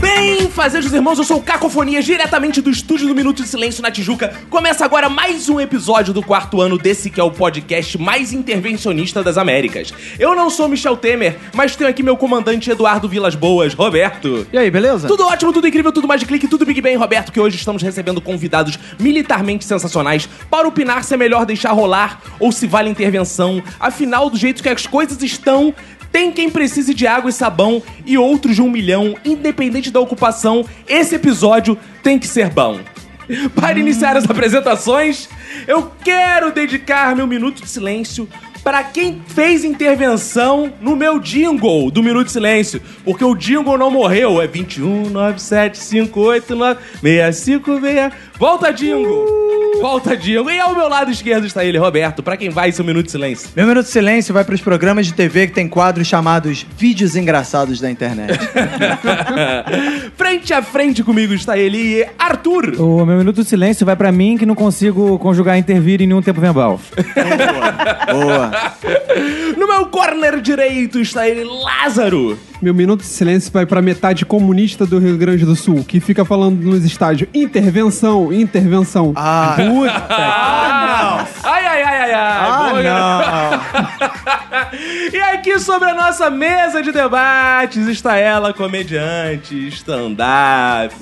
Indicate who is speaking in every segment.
Speaker 1: Bem, fazejos irmãos, eu sou o Cacofonia, diretamente do estúdio do Minuto de Silêncio na Tijuca. Começa agora mais um episódio do quarto ano desse que é o podcast mais intervencionista das Américas. Eu não sou Michel Temer, mas tenho aqui meu comandante Eduardo Vilas Boas, Roberto.
Speaker 2: E aí, beleza?
Speaker 1: Tudo ótimo, tudo incrível, tudo mais de clique, tudo Big Bang, Roberto, que hoje estamos recebendo convidados militarmente sensacionais para opinar se é melhor deixar rolar ou se vale intervenção. Afinal, do jeito que as coisas estão, tem quem precise de água e sabão e outros de um milhão, independente da ocupação, esse episódio tem que ser bom. Para iniciar as apresentações, eu quero dedicar meu minuto de silêncio para quem fez intervenção no meu jingle do Minuto de Silêncio, porque o jingle não morreu, é 21 97 58 9 656. Volta jingle. Volta jingle. E ao meu lado esquerdo está ele, Roberto, para quem vai seu Minuto de Silêncio.
Speaker 2: Meu minuto de silêncio vai para os programas de TV que tem quadros chamados Vídeos Engraçados da Internet.
Speaker 1: frente a frente comigo está ele, Arthur.
Speaker 3: O meu minuto de silêncio vai pra mim que não consigo conjugar intervir em nenhum tempo verbal.
Speaker 2: Boa.
Speaker 1: No meu corner direito está ele, Lázaro.
Speaker 4: Meu minuto de silêncio vai pra metade comunista do Rio Grande do Sul, que fica falando nos estádios: intervenção, intervenção.
Speaker 2: Ah,
Speaker 1: Ah, não! Ai, ai, ai, ai, ai.
Speaker 2: Ah,
Speaker 1: Boa,
Speaker 2: não.
Speaker 1: e aqui sobre a nossa mesa de debates está ela, comediante, stand-up,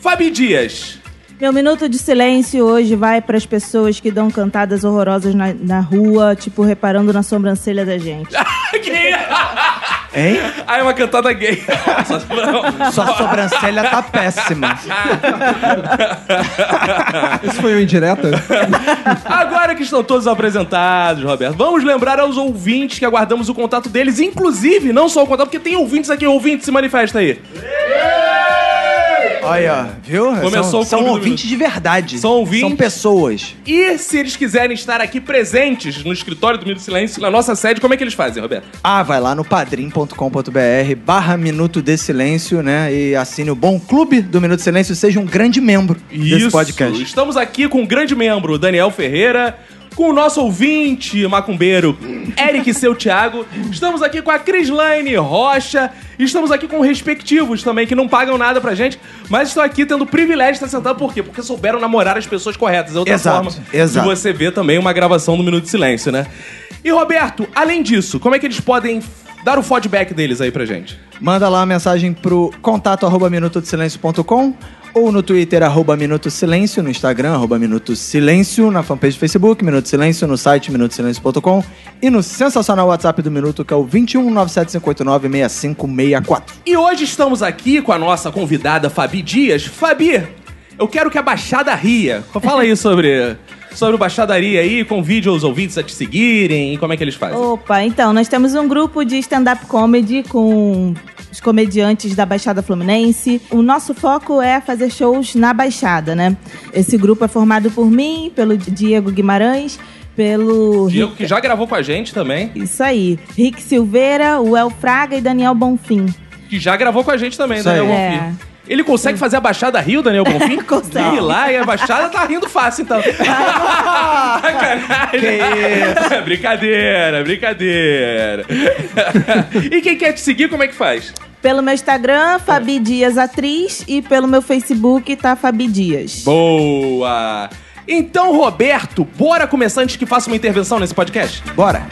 Speaker 1: Fabi Dias.
Speaker 5: Meu minuto de silêncio hoje vai para as pessoas que dão cantadas horrorosas na, na rua, tipo, reparando na sobrancelha da gente.
Speaker 1: Gay.
Speaker 2: Hein?
Speaker 1: Ah, é uma cantada gay. Só se for- um- não.
Speaker 2: Sua sobrancelha tá péssima.
Speaker 4: Isso foi uma indireta?
Speaker 1: Agora que estão todos apresentados, Roberto, vamos lembrar aos ouvintes que aguardamos o contato deles, inclusive, não só o contato, porque tem ouvintes aqui, ouvintes, se manifesta aí.
Speaker 2: Olha, viu?
Speaker 1: Começou
Speaker 2: são,
Speaker 1: o
Speaker 2: são
Speaker 1: clube do
Speaker 2: ouvintes de verdade.
Speaker 1: São ouvintes?
Speaker 2: São pessoas.
Speaker 1: E se eles quiserem estar aqui presentes no escritório do Minuto de Silêncio, na nossa sede, como é que eles fazem, Roberto?
Speaker 2: Ah, vai lá no padrim.com.br barra Minuto de Silêncio, né? E assine o bom clube do Minuto de Silêncio. Seja um grande membro desse podcast.
Speaker 1: Estamos aqui com um grande membro, Daniel Ferreira, com o nosso ouvinte macumbeiro, Eric Seu Thiago. Estamos aqui com a Crislaine Rocha. e Estamos aqui com respectivos também, que não pagam nada pra gente, mas estão aqui tendo o privilégio de estar sentado. Por quê? Porque souberam namorar as pessoas corretas. É outra
Speaker 2: Exato,
Speaker 1: forma
Speaker 2: exato.
Speaker 1: de você ver também uma gravação do Minuto de Silêncio, né? E, Roberto, além disso, como é que eles podem dar o feedback deles aí pra gente?
Speaker 2: Manda lá a mensagem pro contato arroba minutodesilêncio.com ou no Twitter, arroba Minuto Silêncio, no Instagram, arroba Minuto Silêncio, na fanpage do Facebook, Minuto Silêncio, no site minutosilêncio.com e no sensacional WhatsApp do Minuto, que é o 21 97589 6564.
Speaker 1: E hoje estamos aqui com a nossa convidada Fabi Dias. Fabi, eu quero que a Baixada ria. Fala aí sobre, sobre o Baixadaria aí, convide os ouvintes a te seguirem e como é que eles fazem.
Speaker 5: Opa, então, nós temos um grupo de stand-up comedy com os comediantes da Baixada Fluminense. O nosso foco é fazer shows na Baixada, né? Esse grupo é formado por mim, pelo Diego Guimarães, pelo.
Speaker 1: Diego,
Speaker 5: Rick-
Speaker 1: que já gravou com a gente também,
Speaker 5: Isso aí. Rick Silveira, o El Fraga e Daniel Bonfim.
Speaker 1: que já gravou com a gente também,
Speaker 2: Isso
Speaker 1: Daniel
Speaker 5: aí.
Speaker 1: Bonfim. Ele consegue fazer a Baixada Rio, Daniel Bonfim?
Speaker 5: É. Consegue.
Speaker 1: Ih, lá, e a Baixada tá rindo fácil, então. Sacanagem.
Speaker 2: Que
Speaker 1: brincadeira, brincadeira. e quem quer te seguir, como é que faz?
Speaker 5: Pelo meu Instagram, Fabi Dias Atriz, e pelo meu Facebook, tá Fabi Dias.
Speaker 1: Boa! Então, Roberto, bora começar antes que faça uma intervenção nesse podcast?
Speaker 2: Bora!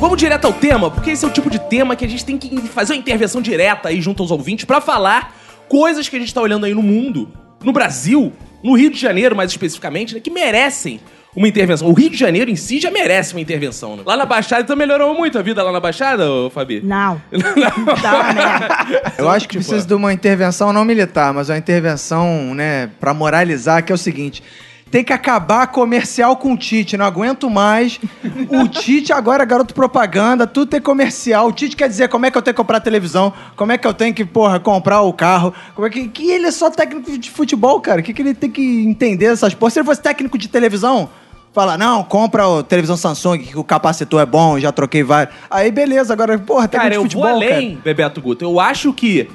Speaker 1: Vamos direto ao tema, porque esse é o tipo de tema que a gente tem que fazer uma intervenção direta aí junto aos ouvintes pra falar coisas que a gente tá olhando aí no mundo, no Brasil, no Rio de Janeiro mais especificamente, né, que merecem uma intervenção. O Rio de Janeiro em si já merece uma intervenção. né? Lá na Baixada, então melhorou muito a vida lá na Baixada, ô, Fabi?
Speaker 5: Não.
Speaker 1: Não.
Speaker 5: Tá, né?
Speaker 2: Eu acho
Speaker 1: Tipo,
Speaker 2: que precisa de uma intervenção não militar, mas uma intervenção, né, pra moralizar, que é o seguinte. Tem que acabar comercial com o Tite, não aguento mais. O Tite agora é garoto propaganda, tudo tem comercial. O Tite quer dizer como é que eu tenho que comprar televisão, como é que eu tenho que, porra, comprar o carro. Como é que, que ele é só técnico de futebol, cara. O que, que ele tem que entender essas porra? Se ele fosse técnico de televisão, fala, não, compra a televisão Samsung, que o capacitor é bom, já troquei vários. Aí beleza, agora, porra, técnico
Speaker 1: Cara,
Speaker 2: de
Speaker 1: eu
Speaker 2: futebol,
Speaker 1: vou
Speaker 2: cara.
Speaker 1: além, Bebeto Guto. Eu acho que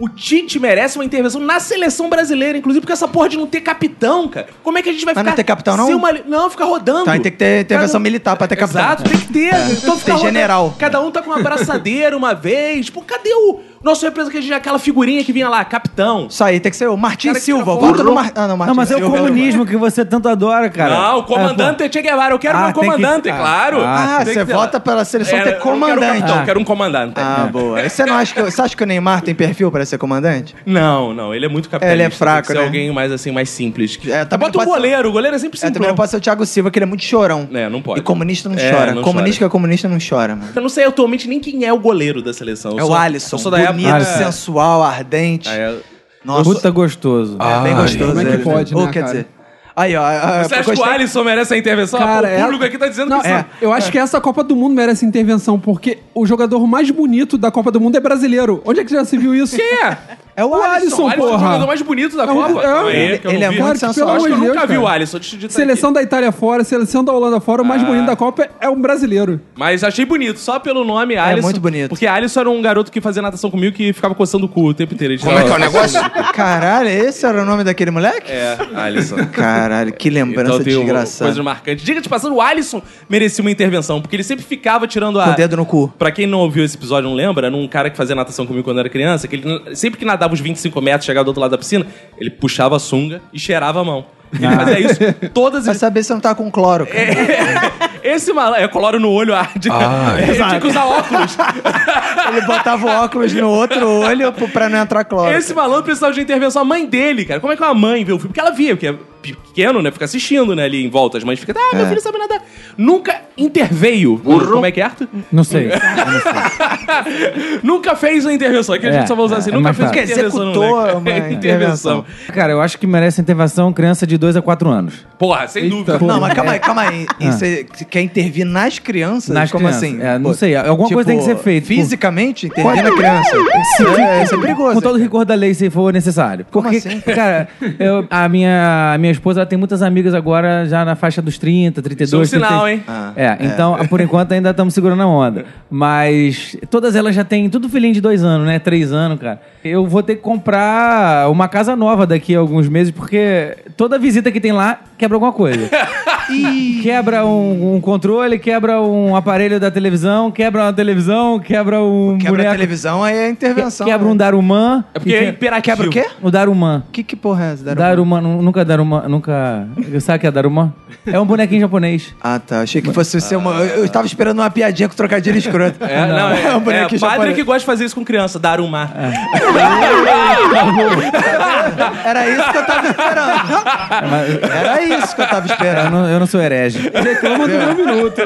Speaker 1: o Tite merece uma intervenção na seleção brasileira, inclusive porque essa porra de não ter capitão, cara. Como é que a gente vai
Speaker 2: Mas
Speaker 1: ficar...
Speaker 2: não ter capitão, não?
Speaker 1: sem uma li- Não, fica rodando.
Speaker 2: Tá, aí tem que ter intervenção
Speaker 1: Cara,
Speaker 2: militar pra ter capitão. É.
Speaker 1: Exato, tem que ter. Então fica
Speaker 2: Tem
Speaker 1: rodando.
Speaker 2: general.
Speaker 1: Cada um tá com uma abraçadeira uma vez. Pô, cadê o nosso representante, é aquela figurinha que vinha lá, capitão?
Speaker 2: Isso aí, tem que ser o Martin
Speaker 1: Cara, que
Speaker 2: Silva.
Speaker 1: burro.
Speaker 2: Volta no Mar... Ah, não, Martin
Speaker 3: Não, mas é o
Speaker 2: Silva.
Speaker 3: comunismo que você tanto adora, cara. tá.
Speaker 1: Não, o comandante é, Che Guevara. Eu quero
Speaker 3: Ah,
Speaker 1: meu
Speaker 3: tem que-
Speaker 1: comandante,
Speaker 3: ah,
Speaker 1: claro.
Speaker 2: Ah,
Speaker 3: Ah,
Speaker 1: Tem
Speaker 2: você
Speaker 1: que-
Speaker 2: vota pela seleção
Speaker 1: É, eu
Speaker 2: ter
Speaker 1: não quero
Speaker 2: comandante.
Speaker 1: capitão, eu quero um comandante.
Speaker 2: Ah, boa. E Você, não acha que, você acha que o Neymar tem perfil pra ser comandante?
Speaker 1: Não, não, ele é muito capitalista.
Speaker 2: ele é fraco,
Speaker 1: tem que ser
Speaker 2: né?
Speaker 1: alguém mais assim, mais simples. Tá,
Speaker 2: É, também
Speaker 1: Bota o
Speaker 2: não pode
Speaker 1: goleiro, o goleiro é sempre
Speaker 2: É,
Speaker 1: simples.
Speaker 2: também não pode ser o Thiago Silva, que ele é muito chorão.
Speaker 1: É, não pode.
Speaker 2: E comunista não
Speaker 1: É,
Speaker 2: chora.
Speaker 1: não
Speaker 2: comunista
Speaker 1: chora.
Speaker 2: que é comunista não chora, mano.
Speaker 1: Eu não sei atualmente nem quem é o goleiro da seleção. Eu
Speaker 2: É o
Speaker 1: sou-
Speaker 2: Alisson.
Speaker 1: Eu sou da
Speaker 2: bonito, É.
Speaker 1: época.
Speaker 2: sensual, ardente.
Speaker 1: Ah, é.
Speaker 2: Nossa,
Speaker 3: Puta gostoso.
Speaker 2: é bem gostoso.
Speaker 4: como é que
Speaker 2: ele.
Speaker 4: pode, né,
Speaker 2: Ou, quer
Speaker 4: cara?
Speaker 2: dizer... Aí, ó. ah,
Speaker 1: Você acha
Speaker 2: gostei-
Speaker 1: que o Alisson merece a intervenção?
Speaker 4: Cara,
Speaker 1: Pô, o
Speaker 4: é-
Speaker 1: público aqui tá dizendo
Speaker 4: Não,
Speaker 1: que
Speaker 4: é, eu acho que essa Copa do Mundo merece intervenção, porque o jogador mais bonito da Copa do Mundo é brasileiro. Onde é que já se viu isso?
Speaker 1: Quem é?
Speaker 4: É o, Alisson,
Speaker 1: O Alisson é um o
Speaker 4: porra.
Speaker 1: jogador mais bonito da
Speaker 4: É o-
Speaker 1: Copa.
Speaker 4: é,
Speaker 1: Calma aí,
Speaker 2: ele-
Speaker 1: que eu
Speaker 2: ele
Speaker 1: não
Speaker 2: é
Speaker 1: vi.
Speaker 2: muito
Speaker 4: Cara, que
Speaker 2: sensual.
Speaker 4: pelo
Speaker 1: Acho
Speaker 4: amor
Speaker 1: que
Speaker 4: de
Speaker 1: eu
Speaker 4: Deus,
Speaker 1: nunca vi
Speaker 4: cara.
Speaker 1: o Alisson. Deixa eu Ah. digitar
Speaker 4: Seleção da Itália fora, seleção da Holanda fora, o mais bonito da Copa é um brasileiro.
Speaker 1: aqui. Mas achei bonito, só pelo nome Alisson.
Speaker 2: É muito bonito.
Speaker 1: Porque Alisson era um garoto que fazia natação comigo que ficava coçando o cu o tempo inteiro. Ele
Speaker 6: Como é que é o
Speaker 1: tirava-
Speaker 6: negócio?
Speaker 2: Caralho, esse era o nome daquele moleque?
Speaker 1: É, Alisson.
Speaker 2: Caralho, que lembrança
Speaker 1: tem uma
Speaker 2: desgraçada.
Speaker 1: Coisa marcante. Diga de passando, o Alisson merecia uma intervenção, porque ele sempre ficava tirando a.
Speaker 2: Com o dedo no cu.
Speaker 1: Pra quem não ouviu esse episódio, não lembra, era um cara que fazia natação comigo quando eu era criança, que ele, sempre que nadava os 25 metros, chegava do outro lado da piscina, ele puxava a sunga e cheirava a mão. Ele
Speaker 2: Ah.
Speaker 1: fazia é isso todas
Speaker 2: Pra
Speaker 1: as... É.
Speaker 2: saber se não tá com cloro, cara.
Speaker 1: Esse malandro... É, coloro no olho arde.
Speaker 2: Ah,
Speaker 1: ele tinha que usar óculos.
Speaker 2: Ele botava o óculos no outro olho pro- pra não entrar cloro.
Speaker 1: Esse malandro precisava de intervenção. A mãe dele, cara. Como é que uma mãe vê o filme? Porque ela via, porque é pequeno, né? Fica assistindo, né? Ali em volta. As mães ficam, ah, meu filho sabe nadar. Nunca interveio. Como é que é, Arthur?
Speaker 3: Não sei.
Speaker 1: nunca fez uma intervenção. Aqui a gente
Speaker 3: É,
Speaker 1: só vai usar assim.
Speaker 3: é
Speaker 1: Nunca
Speaker 3: mais
Speaker 1: fez uma
Speaker 3: fácil.
Speaker 1: intervenção. no
Speaker 2: Executou
Speaker 1: moleque.
Speaker 2: uma
Speaker 1: É,
Speaker 2: intervenção.
Speaker 3: Cara, eu acho que merece intervenção criança de 2 a 4 anos.
Speaker 1: Porra, sem dúvida.
Speaker 2: Não, mas calma aí, calma aí. E você quer intervir nas crianças?
Speaker 3: Nas
Speaker 2: Como
Speaker 3: crianças,
Speaker 2: assim?
Speaker 3: é, não
Speaker 2: Pô, tipo,
Speaker 3: sei, alguma coisa tem que ser feita, pô.
Speaker 2: Fisicamente, intervir na criança. É, isso é perigoso.
Speaker 3: Com todo o rigor da lei, se for necessário. Porque,
Speaker 2: assim?
Speaker 3: cara, eu- a, minha, a minha esposa ela tem muitas amigas agora já na faixa dos 30, 32.
Speaker 1: Isso é um sinal,
Speaker 3: 33.
Speaker 1: hein?
Speaker 2: Ah,
Speaker 3: é, então, por enquanto, ainda estamos segurando a onda. Mas todas elas já têm tudo filhinho de dois anos, né? Três anos, cara. Eu vou ter que comprar uma casa nova daqui a alguns meses, porque toda visita que tem lá quebra alguma coisa. Quebra um, um controle, quebra um aparelho da televisão, quebra uma televisão, quebra um
Speaker 2: Quebra a
Speaker 3: boneco.
Speaker 2: televisão, aí é intervenção.
Speaker 3: Quebra um Darumã.
Speaker 1: É porque é imperativo.
Speaker 2: Quebra o quê?
Speaker 3: O Darumã.
Speaker 2: Que que porra é essa? Daruma?
Speaker 3: Daruma, nu- nunca Daruma, nunca. Sabe o que é Daruma? É um bonequinho japonês.
Speaker 2: Ah, tá. Achei que fosse ser uma... Eu, eu tava esperando uma piadinha com trocadilho escroto.
Speaker 1: É, não, é,
Speaker 2: um
Speaker 1: é,
Speaker 2: bonequinho
Speaker 1: padre
Speaker 2: japonês.
Speaker 1: que gosta de fazer isso com criança, dar um mar.
Speaker 2: Era isso que eu tava esperando.
Speaker 3: Ah,
Speaker 2: Era isso que eu tava
Speaker 3: Eu
Speaker 2: esperando.
Speaker 3: não, eu não sou herege.
Speaker 4: Reclama do meu minuto.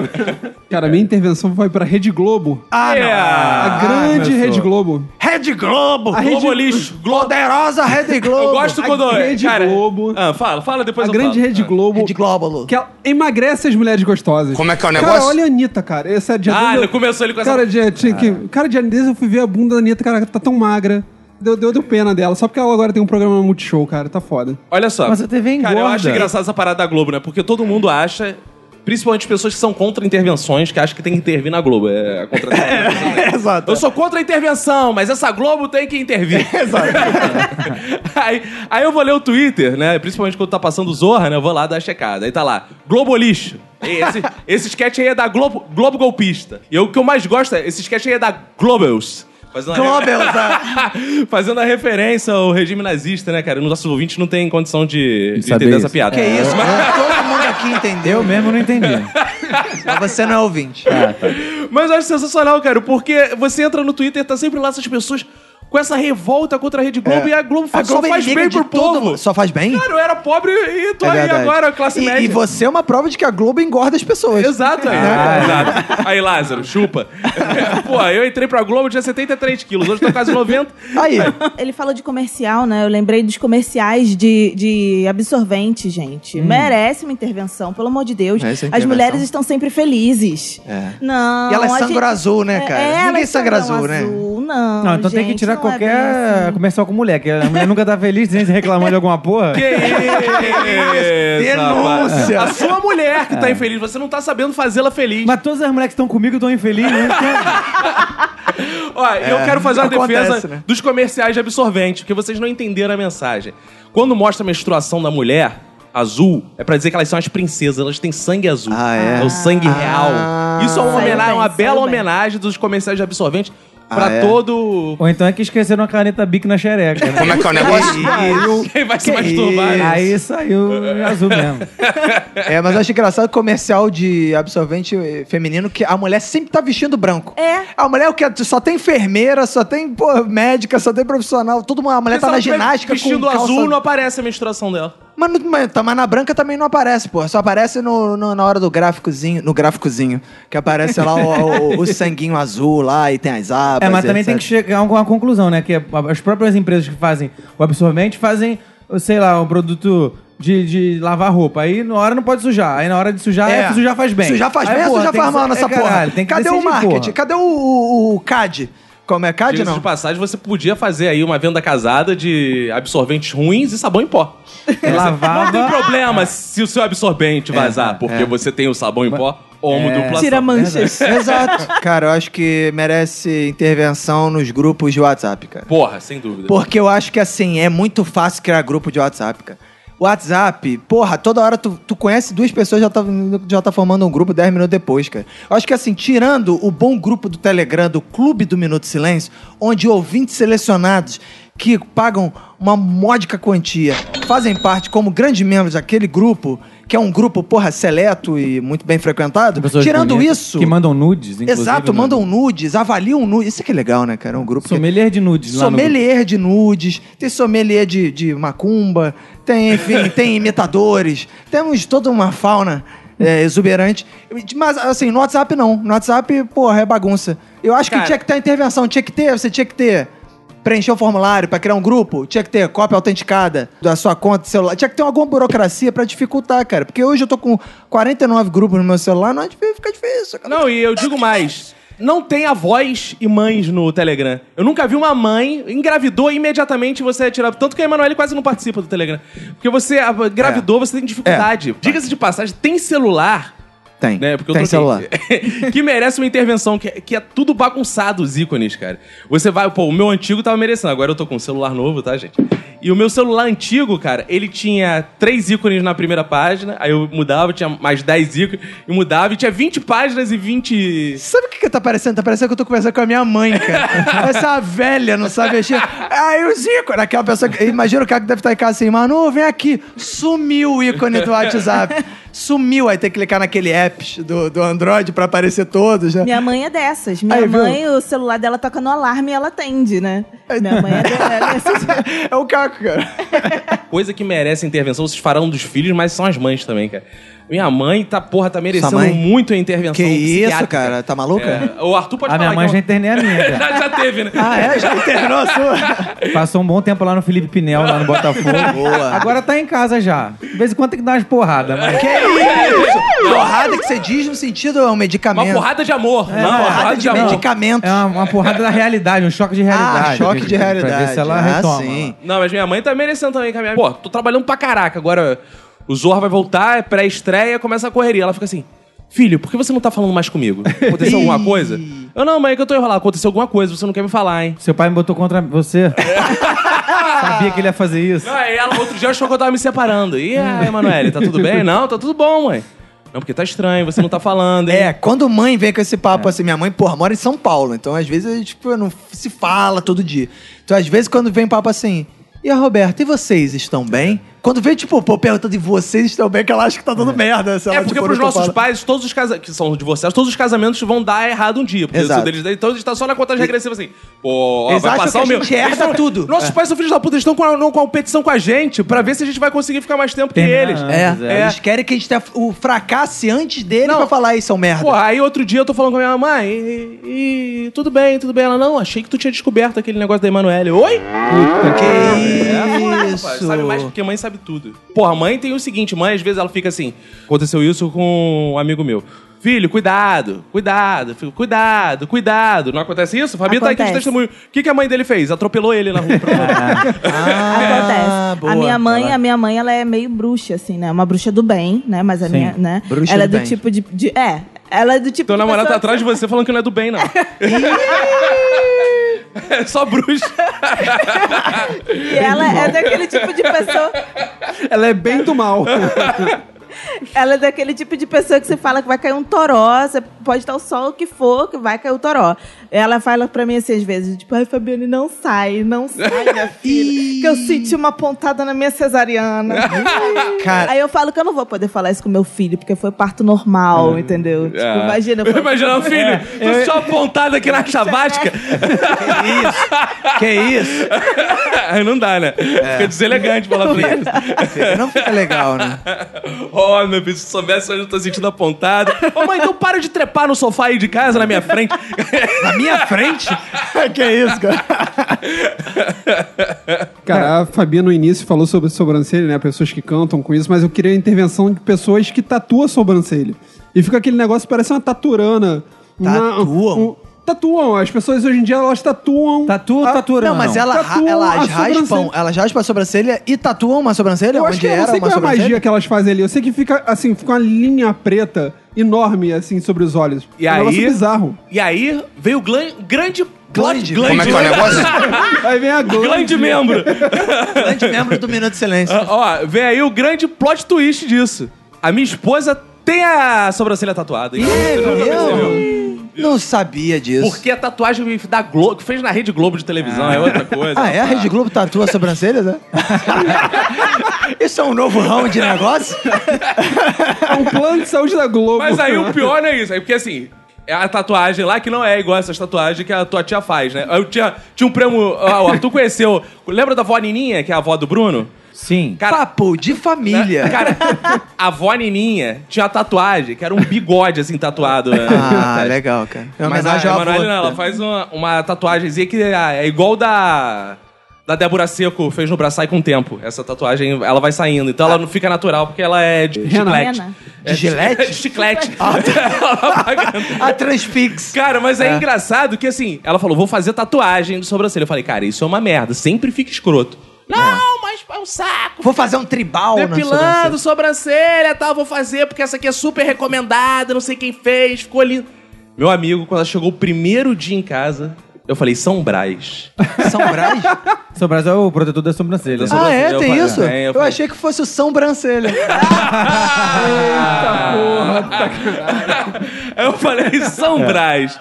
Speaker 4: Cara, minha intervenção vai pra Rede Globo.
Speaker 2: Ah,
Speaker 1: É.
Speaker 2: não.
Speaker 4: A
Speaker 1: Yeah.
Speaker 4: grande
Speaker 3: meu
Speaker 4: Rede
Speaker 3: senhor.
Speaker 4: Globo.
Speaker 2: Rede Globo!
Speaker 4: A Rede-
Speaker 1: Globo é lixo. Globo.
Speaker 2: Poderosa Rede Globo!
Speaker 1: Eu gosto
Speaker 4: a
Speaker 1: quando.
Speaker 4: Rede
Speaker 1: cara,
Speaker 4: Globo.
Speaker 1: Ah, fala, fala, depois
Speaker 4: A
Speaker 1: eu
Speaker 4: grande
Speaker 1: falo.
Speaker 4: Rede Globo.
Speaker 2: Rede Glóbulo.
Speaker 4: Que ela emagrece as mulheres gostosas.
Speaker 6: Como é que é o
Speaker 4: Cara,
Speaker 6: negócio?
Speaker 4: olha a Anitta, cara. Essa é dia
Speaker 1: Ah,
Speaker 4: dois
Speaker 1: ele
Speaker 4: eu-
Speaker 1: começou ele com essa-
Speaker 4: cara, dia, tinha
Speaker 3: Ah.
Speaker 4: que... cara, dia desse eu fui ver a bunda da Anitta, cara, tá tão magra. Deu, deu, deu pena dela. Só porque ela agora tem um programa no Multishow, cara. Tá foda.
Speaker 1: Olha só.
Speaker 3: Mas a TV
Speaker 1: Cara, eu
Speaker 3: engorda.
Speaker 1: acho engraçado essa parada da Globo, né? Porque todo mundo acha, principalmente pessoas que são contra intervenções, que acham que tem que intervir na Globo. É a contra
Speaker 3: É,
Speaker 2: Exato.
Speaker 1: Eu sou contra a intervenção, mas essa Globo tem que intervir. Exato. aí, aí eu vou ler o Twitter, né? Principalmente quando tá passando Zorra, né? Eu vou lá dar a checada. Aí tá lá, Globo lixo. Esse, esse sketch aí é da Globo, Globo Golpista. E eu- o que eu mais gosto é, esse sketch aí é da Globels. né? Fazendo a-
Speaker 2: Globels, ah.
Speaker 1: Fazendo a referência ao regime nazista, né, cara? Os nossos ouvintes não têm condição de, de
Speaker 3: saber
Speaker 1: entender essa
Speaker 3: isso.
Speaker 1: piada. É.
Speaker 2: Que isso, É. mano? Todo mundo aqui entendeu,
Speaker 3: Eu mesmo não entendi.
Speaker 2: mas você não é ouvinte.
Speaker 3: Ah,
Speaker 1: Mas eu acho sensacional, cara, porque você entra no Twitter, tá sempre lá tá essas pessoas. com essa revolta contra a Rede Globo
Speaker 2: É.
Speaker 1: e a Globo, fa-
Speaker 2: A Globo
Speaker 1: só faz
Speaker 2: inimiga
Speaker 1: bem
Speaker 2: de
Speaker 1: pro
Speaker 2: todo
Speaker 1: povo.
Speaker 2: mundo. Só faz bem?
Speaker 1: Cara, eu era pobre e tô
Speaker 2: É
Speaker 1: aí
Speaker 2: verdade.
Speaker 1: agora, classe
Speaker 2: e,
Speaker 1: média.
Speaker 2: E você é uma prova de que a Globo engorda as pessoas.
Speaker 1: Exato, É. aí.
Speaker 2: Ah.
Speaker 1: Exato. Aí, Lázaro, chupa. Pô, eu entrei pra Globo, tinha 73 quilos, hoje tô quase 90.
Speaker 2: Aí,
Speaker 5: Ele falou de comercial, né? Eu lembrei dos comerciais de, de absorvente, gente. Merece uma intervenção, pelo amor de Deus.
Speaker 2: Hum. Merece uma
Speaker 5: As
Speaker 2: intervenção.
Speaker 5: mulheres estão sempre felizes.
Speaker 2: É.
Speaker 5: Não.
Speaker 2: E elas
Speaker 5: a
Speaker 2: sangram azul, né, cara?
Speaker 5: É,
Speaker 2: Ninguém
Speaker 5: elas
Speaker 2: sangra
Speaker 5: sangram
Speaker 2: azul, né?
Speaker 5: azul, Não.
Speaker 3: Não, então tem que
Speaker 5: gente,
Speaker 3: tirar
Speaker 5: não é
Speaker 3: qualquer
Speaker 5: bem assim.
Speaker 3: comercial com mulher, que a mulher nunca tá feliz, nem se reclamando de alguma porra.
Speaker 1: Que isso,
Speaker 2: Denúncia.
Speaker 1: rapaz. A sua mulher que tá infeliz, você não tá sabendo fazê-la feliz.
Speaker 3: É. Mas todas as mulheres que estão comigo estão infelizes, né?
Speaker 1: Ó, Ah, eu
Speaker 3: É.
Speaker 1: quero fazer uma
Speaker 2: É. acontece,
Speaker 1: defesa
Speaker 2: né?
Speaker 1: dos comerciais de absorvente, porque vocês não entenderam a mensagem. Quando mostra a menstruação da mulher azul, é pra dizer que elas são as princesas, elas têm sangue azul.
Speaker 2: Ah, é?
Speaker 1: o sangue
Speaker 2: Ah.
Speaker 1: real. Isso é uma,
Speaker 5: Saiu
Speaker 1: homenagem,
Speaker 5: bem,
Speaker 1: uma
Speaker 5: saiu
Speaker 1: bela
Speaker 5: bem.
Speaker 1: homenagem dos comerciais de absorvente pra
Speaker 2: Ah, é?
Speaker 1: todo.
Speaker 3: Ou então é que esqueceram a caneta bic na xereca. né?
Speaker 6: Como é que é o negócio?
Speaker 1: Quem vai se masturbar? né?
Speaker 3: Aí saiu azul mesmo.
Speaker 2: é, mas eu acho engraçado o comercial de absorvente eh, feminino que a mulher sempre tá vestindo branco.
Speaker 5: É.
Speaker 2: A mulher o que só tem enfermeira, só tem pô, médica, só tem profissional. Tudo, a mulher
Speaker 1: Porque se
Speaker 2: tá
Speaker 1: ela
Speaker 2: na
Speaker 1: tiver
Speaker 2: ginástica com
Speaker 1: Vestindo
Speaker 2: calça...
Speaker 1: azul, não aparece a menstruação dela.
Speaker 2: Mas, não- mas, tá, mas na branca também não aparece, pô. Só aparece no, no- na hora do gráficozinho, no gráficozinho, que aparece lá o, o- o sanguinho azul lá e tem as abas.
Speaker 3: É, mas
Speaker 2: e
Speaker 3: também tem que
Speaker 2: etc.
Speaker 3: chegar a alguma conclusão, né? Que as próprias empresas que fazem o absorvente fazem, sei lá, um produto de, de lavar roupa. Aí na hora não pode sujar. Aí na hora de sujar,
Speaker 2: É.
Speaker 3: é, sujar faz bem.
Speaker 2: Sujar faz
Speaker 3: Aí,
Speaker 2: bem,
Speaker 3: porra,
Speaker 2: sujar
Speaker 3: tem
Speaker 2: faz
Speaker 3: que-
Speaker 2: mal nessa
Speaker 3: é,
Speaker 2: porra.
Speaker 3: caralho, tem que
Speaker 2: Cadê o
Speaker 3: decidir,
Speaker 2: marketing?
Speaker 3: porra.
Speaker 2: Cadê o, o, o CAD? Como é CAD,
Speaker 1: Diga-se de
Speaker 2: não?
Speaker 1: passagem, você podia fazer aí uma venda casada de absorventes ruins e sabão em pó.
Speaker 3: Lavava.
Speaker 1: Não tem problema se o seu absorvente vazar, porque você tem o sabão em pó ou
Speaker 2: é.
Speaker 1: uma dupla
Speaker 5: Tira
Speaker 1: ação.
Speaker 5: manchas.
Speaker 2: Exato. Cara, eu acho que merece intervenção nos grupos de WhatsApp, cara.
Speaker 1: Porra, sem dúvida.
Speaker 2: Porque eu acho que, assim, é muito fácil criar grupo de WhatsApp, cara. WhatsApp, porra, toda hora tu, tu conhece duas pessoas já tá, já tá formando um grupo 10 minutos depois, cara. Eu acho que, assim, tirando o bom grupo do Telegram, do Clube do Minuto de Silêncio, onde ouvintes selecionados que pagam uma módica quantia fazem parte como grandes membros daquele grupo, que é um grupo, porra, seleto e muito bem frequentado.
Speaker 3: Pessoas
Speaker 2: Tirando
Speaker 3: bonitas,
Speaker 2: isso.
Speaker 3: Que mandam nudes, inclusive.
Speaker 2: Exato,
Speaker 3: né?
Speaker 2: mandam nudes, avaliam nudes. Isso é que é legal, né, cara? É um grupo que
Speaker 3: Sommelier de nudes lá no grupo.
Speaker 2: sommelier de nudes, tem sommelier de, de macumba, tem, enfim, tem imitadores, temos toda uma fauna é, exuberante. Mas, assim, no WhatsApp não. No WhatsApp, porra, é bagunça. Eu acho
Speaker 1: Cara.
Speaker 2: que tinha que ter intervenção, tinha que ter, você tinha que ter. Preencher o formulário pra criar um grupo, tinha que ter cópia autenticada da sua conta de celular, tinha que ter alguma burocracia pra dificultar, cara. Porque hoje eu tô com 49 grupos no meu celular, não é difícil, fica difícil. cara.
Speaker 1: Não, e eu digo mais. Não tem avós e mães no Telegram. Eu nunca vi uma mãe engravidou e imediatamente você é tirado. Tanto que a Emanuele quase não participa do Telegram. Porque você ah, engravidou, você tem dificuldade. Diga-se de passagem, tem celular
Speaker 2: Tem.
Speaker 1: né? Porque eu
Speaker 2: tem
Speaker 1: troquei.
Speaker 2: celular.
Speaker 1: que merece uma intervenção, que, que é tudo bagunçado, os ícones, cara. Você vai, pô, o meu antigo tava merecendo, agora eu tô com um celular novo, tá, gente? E o meu celular antigo, cara, ele tinha três ícones na primeira página, aí eu mudava, tinha mais 10 ícones, e mudava, e tinha 20 páginas e 20.
Speaker 2: Sabe o que, que tá parecendo? Tá parecendo que eu tô conversando com a minha mãe, cara. Essa velha não sabe mexer. Aí o Zico, aquela pessoa. que- Imagina o cara que deve estar em casa assim, Manu, vem aqui. Sumiu o ícone do WhatsApp. Sumiu. Aí tem que clicar naquele app do, do Android pra aparecer todos, né?
Speaker 5: Minha mãe é dessas. Minha
Speaker 2: Aí, viu?
Speaker 5: mãe, o celular dela toca no alarme e ela atende, né? Minha mãe é dessas.
Speaker 2: É o Caco, cara.
Speaker 1: Coisa que merece intervenção, vocês farão dos filhos, mas são as mães também, cara. Minha mãe tá, porra, tá merecendo
Speaker 2: mãe?
Speaker 1: muito a intervenção
Speaker 2: Que isso,
Speaker 1: psiquiátrica.
Speaker 2: cara? Tá maluca?
Speaker 1: É, o Arthur pode
Speaker 3: A Ah, minha
Speaker 1: falar
Speaker 3: mãe
Speaker 1: que
Speaker 3: já internei a minha, cara.
Speaker 1: já, já teve, né?
Speaker 2: Ah, é? Já internou a sua?
Speaker 3: Passou um bom tempo lá no Felipe Pinel, lá no Botafogo.
Speaker 2: Boa.
Speaker 3: Agora tá em casa já. De vez em quando tem que dar umas porradas, mas...
Speaker 2: Que isso? Porrada que você diz no sentido é um medicamento.
Speaker 1: Uma porrada de amor. não, uma
Speaker 2: porrada
Speaker 1: porrada
Speaker 2: de
Speaker 1: É, de amor.
Speaker 2: medicamento.
Speaker 3: É uma, uma porrada da realidade, um choque de realidade.
Speaker 2: Ah, choque
Speaker 3: Pra-
Speaker 2: de
Speaker 3: Pra
Speaker 2: realidade.
Speaker 3: ver se ela
Speaker 2: ah,
Speaker 3: retoma.
Speaker 2: sim.
Speaker 1: Não, mas minha mãe tá merecendo também, cara. Minha- Pô, tô trabalhando pra caraca. Agora o Zorra vai voltar, é pré-estreia, começa a correria. Ela fica assim: Filho, por que você não tá falando mais comigo? Aconteceu alguma coisa? Eu não, mãe, é que eu tô enrolado. Aconteceu alguma coisa, você não quer me falar, hein?
Speaker 3: Seu pai me botou contra você. Sabia que ele ia fazer isso.
Speaker 1: Não, aí ela outro dia achou que eu tava me separando. E aí, Emanuele, tá tudo bem? Não, tá tudo bom, mãe. Não, porque tá estranho, você não tá falando, hein?
Speaker 2: É, quando mãe vem com esse
Speaker 1: É.
Speaker 2: papo assim, minha mãe, porra, mora em São Paulo, então às vezes a gente tipo, não se fala todo dia. Então às vezes quando vem papo assim, e a Roberta, e vocês estão bem? Quando vê, tipo, pô, pergunta de vocês estão bem, que ela acha que tá dando merda. sei
Speaker 1: É. É
Speaker 2: lá,
Speaker 1: porque
Speaker 2: tipo,
Speaker 1: pros
Speaker 2: não tô
Speaker 1: nossos
Speaker 2: falando.
Speaker 1: pais, todos os casamentos que são divorciados, todos os casamentos vão dar errado um dia. Porque
Speaker 2: Exato.
Speaker 1: isso deles, então a gente tá só na contagem regressiva assim. Pô, ó,
Speaker 2: Eles
Speaker 1: vai
Speaker 2: acham
Speaker 1: passar
Speaker 2: que
Speaker 1: o
Speaker 2: a
Speaker 1: meu.
Speaker 2: gente herda
Speaker 1: Eles tão-
Speaker 2: tudo. É.
Speaker 1: Nossos pais são filhos da puta, eles estão com a, não, com a competição com a gente pra ver se a gente vai conseguir ficar mais tempo que
Speaker 3: Terminar
Speaker 1: eles.
Speaker 3: antes,
Speaker 2: É,
Speaker 3: é.
Speaker 2: eles querem que a gente tenha o fracasse antes dele
Speaker 1: Não.
Speaker 2: pra falar isso, são merda.
Speaker 1: Porra, aí outro dia eu tô falando com a minha mãe, e, e- tudo bem, tudo bem. Ela, não, achei que tu tinha descoberto aquele negócio da Emanuele. Oi?
Speaker 2: que
Speaker 1: é Rapaz,
Speaker 2: isso.
Speaker 1: Sabe mais porque mãe sabe tudo. Porra, mãe tem o seguinte, mãe às vezes ela fica assim, aconteceu isso com um amigo meu. Filho, cuidado, cuidado, filho, cuidado, cuidado. Não acontece isso? Fabi tá aqui de
Speaker 5: Acontece.
Speaker 1: testemunho. O que, que a mãe dele fez? Atropelou ele na rua.
Speaker 2: Ah,
Speaker 5: Acontece.
Speaker 2: boa.
Speaker 5: a minha mãe,
Speaker 2: Ela-
Speaker 5: a minha mãe, ela é meio bruxa, assim, né? Uma bruxa do bem, né? Mas a
Speaker 3: Sim.
Speaker 5: minha, né?
Speaker 2: Bruxa
Speaker 5: ela
Speaker 2: do
Speaker 5: é do
Speaker 2: bem.
Speaker 5: tipo de, de- É. Ela é do tipo
Speaker 1: Teu
Speaker 5: de
Speaker 1: namorado tá
Speaker 5: pessoa
Speaker 1: atrás de você falando que não é do bem, não. É só bruxa.
Speaker 5: que- E ela é daquele tipo de pessoa.
Speaker 4: Ela é bem do mal.
Speaker 5: Ela é daquele tipo de pessoa que você fala que vai cair um toró, você pode estar o sol que for, que vai cair o toró. Ela fala pra mim assim às vezes, tipo, ai, Fabiane, não sai, não sai, minha filha, que eu senti uma pontada na minha cesariana.
Speaker 2: Cara.
Speaker 5: Aí eu falo que eu não vou poder falar isso com meu filho, porque foi parto normal, entendeu? Tipo,
Speaker 1: É.
Speaker 5: imagina. eu É. falo,
Speaker 1: Imagina, filho, Então, tu só apontado aqui tá na chavasca.
Speaker 2: Que isso?
Speaker 1: Aí não dá, né?
Speaker 2: É.
Speaker 1: Fica deselegante falar pra ele.
Speaker 2: Não fica legal, né?
Speaker 1: Oh, meu filho, se soubesse onde eu tô sentindo apontado. Ô, mãe, então para de trepar no sofá aí de casa na minha frente.
Speaker 2: Na minha frente? que isso, cara?
Speaker 4: Cara, a Fabi no início falou sobre sobrancelha, né? Pessoas que cantam com isso, mas eu queria a intervenção de pessoas que tatuam a sobrancelha. E fica aquele negócio que parece uma taturana. Uma-
Speaker 2: Tatuam?
Speaker 4: um- tatuam. As pessoas hoje em dia, elas tatuam.
Speaker 3: Tatu ou taturão?
Speaker 2: Não, mas ela, ra-
Speaker 4: Tatuam
Speaker 2: elas
Speaker 4: a
Speaker 2: raspam,
Speaker 4: sobrancelha.
Speaker 2: elas raspam a sobrancelha e tatuam uma sobrancelha?
Speaker 4: Eu
Speaker 2: onde
Speaker 4: acho que eu não
Speaker 2: era
Speaker 4: sei
Speaker 2: uma
Speaker 4: qual é a
Speaker 2: sobrancelha?
Speaker 4: magia que elas fazem ali. Eu sei que fica, assim, fica uma linha preta enorme, assim, sobre os olhos.
Speaker 1: E
Speaker 4: É um negócio
Speaker 1: aí-
Speaker 4: bizarro.
Speaker 1: E aí veio o glan- grande.
Speaker 2: Glande?
Speaker 1: glande-
Speaker 6: Como é que é o negócio?
Speaker 4: Aí vem a glande.
Speaker 1: Grande membro.
Speaker 2: Grande membro do Minuto de Silêncio.
Speaker 1: Ah, Ó, vem aí o grande plot twist disso. A minha esposa tem a sobrancelha tatuada.
Speaker 2: Ih,
Speaker 1: Então, você nunca percebeu.
Speaker 2: eu não sabia disso.
Speaker 1: Porque a tatuagem da Globo, que fez na Rede Globo de televisão, é outra coisa.
Speaker 2: Ah, é? A Rede Globo tatua sobrancelhas, né? Isso é um novo round de negócio?
Speaker 4: É um plano de saúde da Globo.
Speaker 1: Mas aí o pior não é isso. É porque assim. É a tatuagem lá que não é igual essas tatuagens que a tua tia faz, né? Eu tinha, tinha um primo. Ah, o Arthur conheceu. Lembra da avó Nininha, que é a avó do Bruno?
Speaker 3: Sim.
Speaker 1: Cara- né?
Speaker 2: Papo de família.
Speaker 1: Cara, a avó Nininha tinha uma tatuagem, que era um bigode assim tatuado. né?
Speaker 2: Ah, legal, cara. É uma
Speaker 1: Mas a
Speaker 2: homenagem ao
Speaker 1: Emanuele,
Speaker 2: avô. né?
Speaker 1: não, ela faz uma, uma tatuagemzinha que é é igual da. Da Débora Seco fez no braçai com o tempo. Essa tatuagem, ela vai saindo. Então ela não fica natural porque ela é de chiclete.
Speaker 5: Rena.
Speaker 1: É
Speaker 2: De gilete?
Speaker 1: chiclete. Ela vai-
Speaker 2: A Transfix.
Speaker 1: Cara, mas é, engraçado que assim, ela falou, vou fazer tatuagem de sobrancelha. Eu falei, cara, isso é uma merda, sempre fica escroto. Não, mas é um né, saco.
Speaker 2: Vou fazer um tribal na
Speaker 1: Depilando, sobrancelha e tal, vou fazer, porque essa aqui é super recomendada, não sei quem fez, ficou lindo. Meu amigo, quando ela chegou o primeiro dia em casa, eu falei, São Brás.
Speaker 2: sobrancelha. São Brás?
Speaker 3: São Brasil é o protetor da sobrancelha.
Speaker 1: Da
Speaker 2: Ah, é?
Speaker 1: Eu
Speaker 2: Tem
Speaker 1: falei,
Speaker 2: isso?
Speaker 1: "Tem", eu
Speaker 2: Eu
Speaker 1: falei.
Speaker 2: achei que fosse o São Brancelha.
Speaker 1: Aí eu falei, São Brás.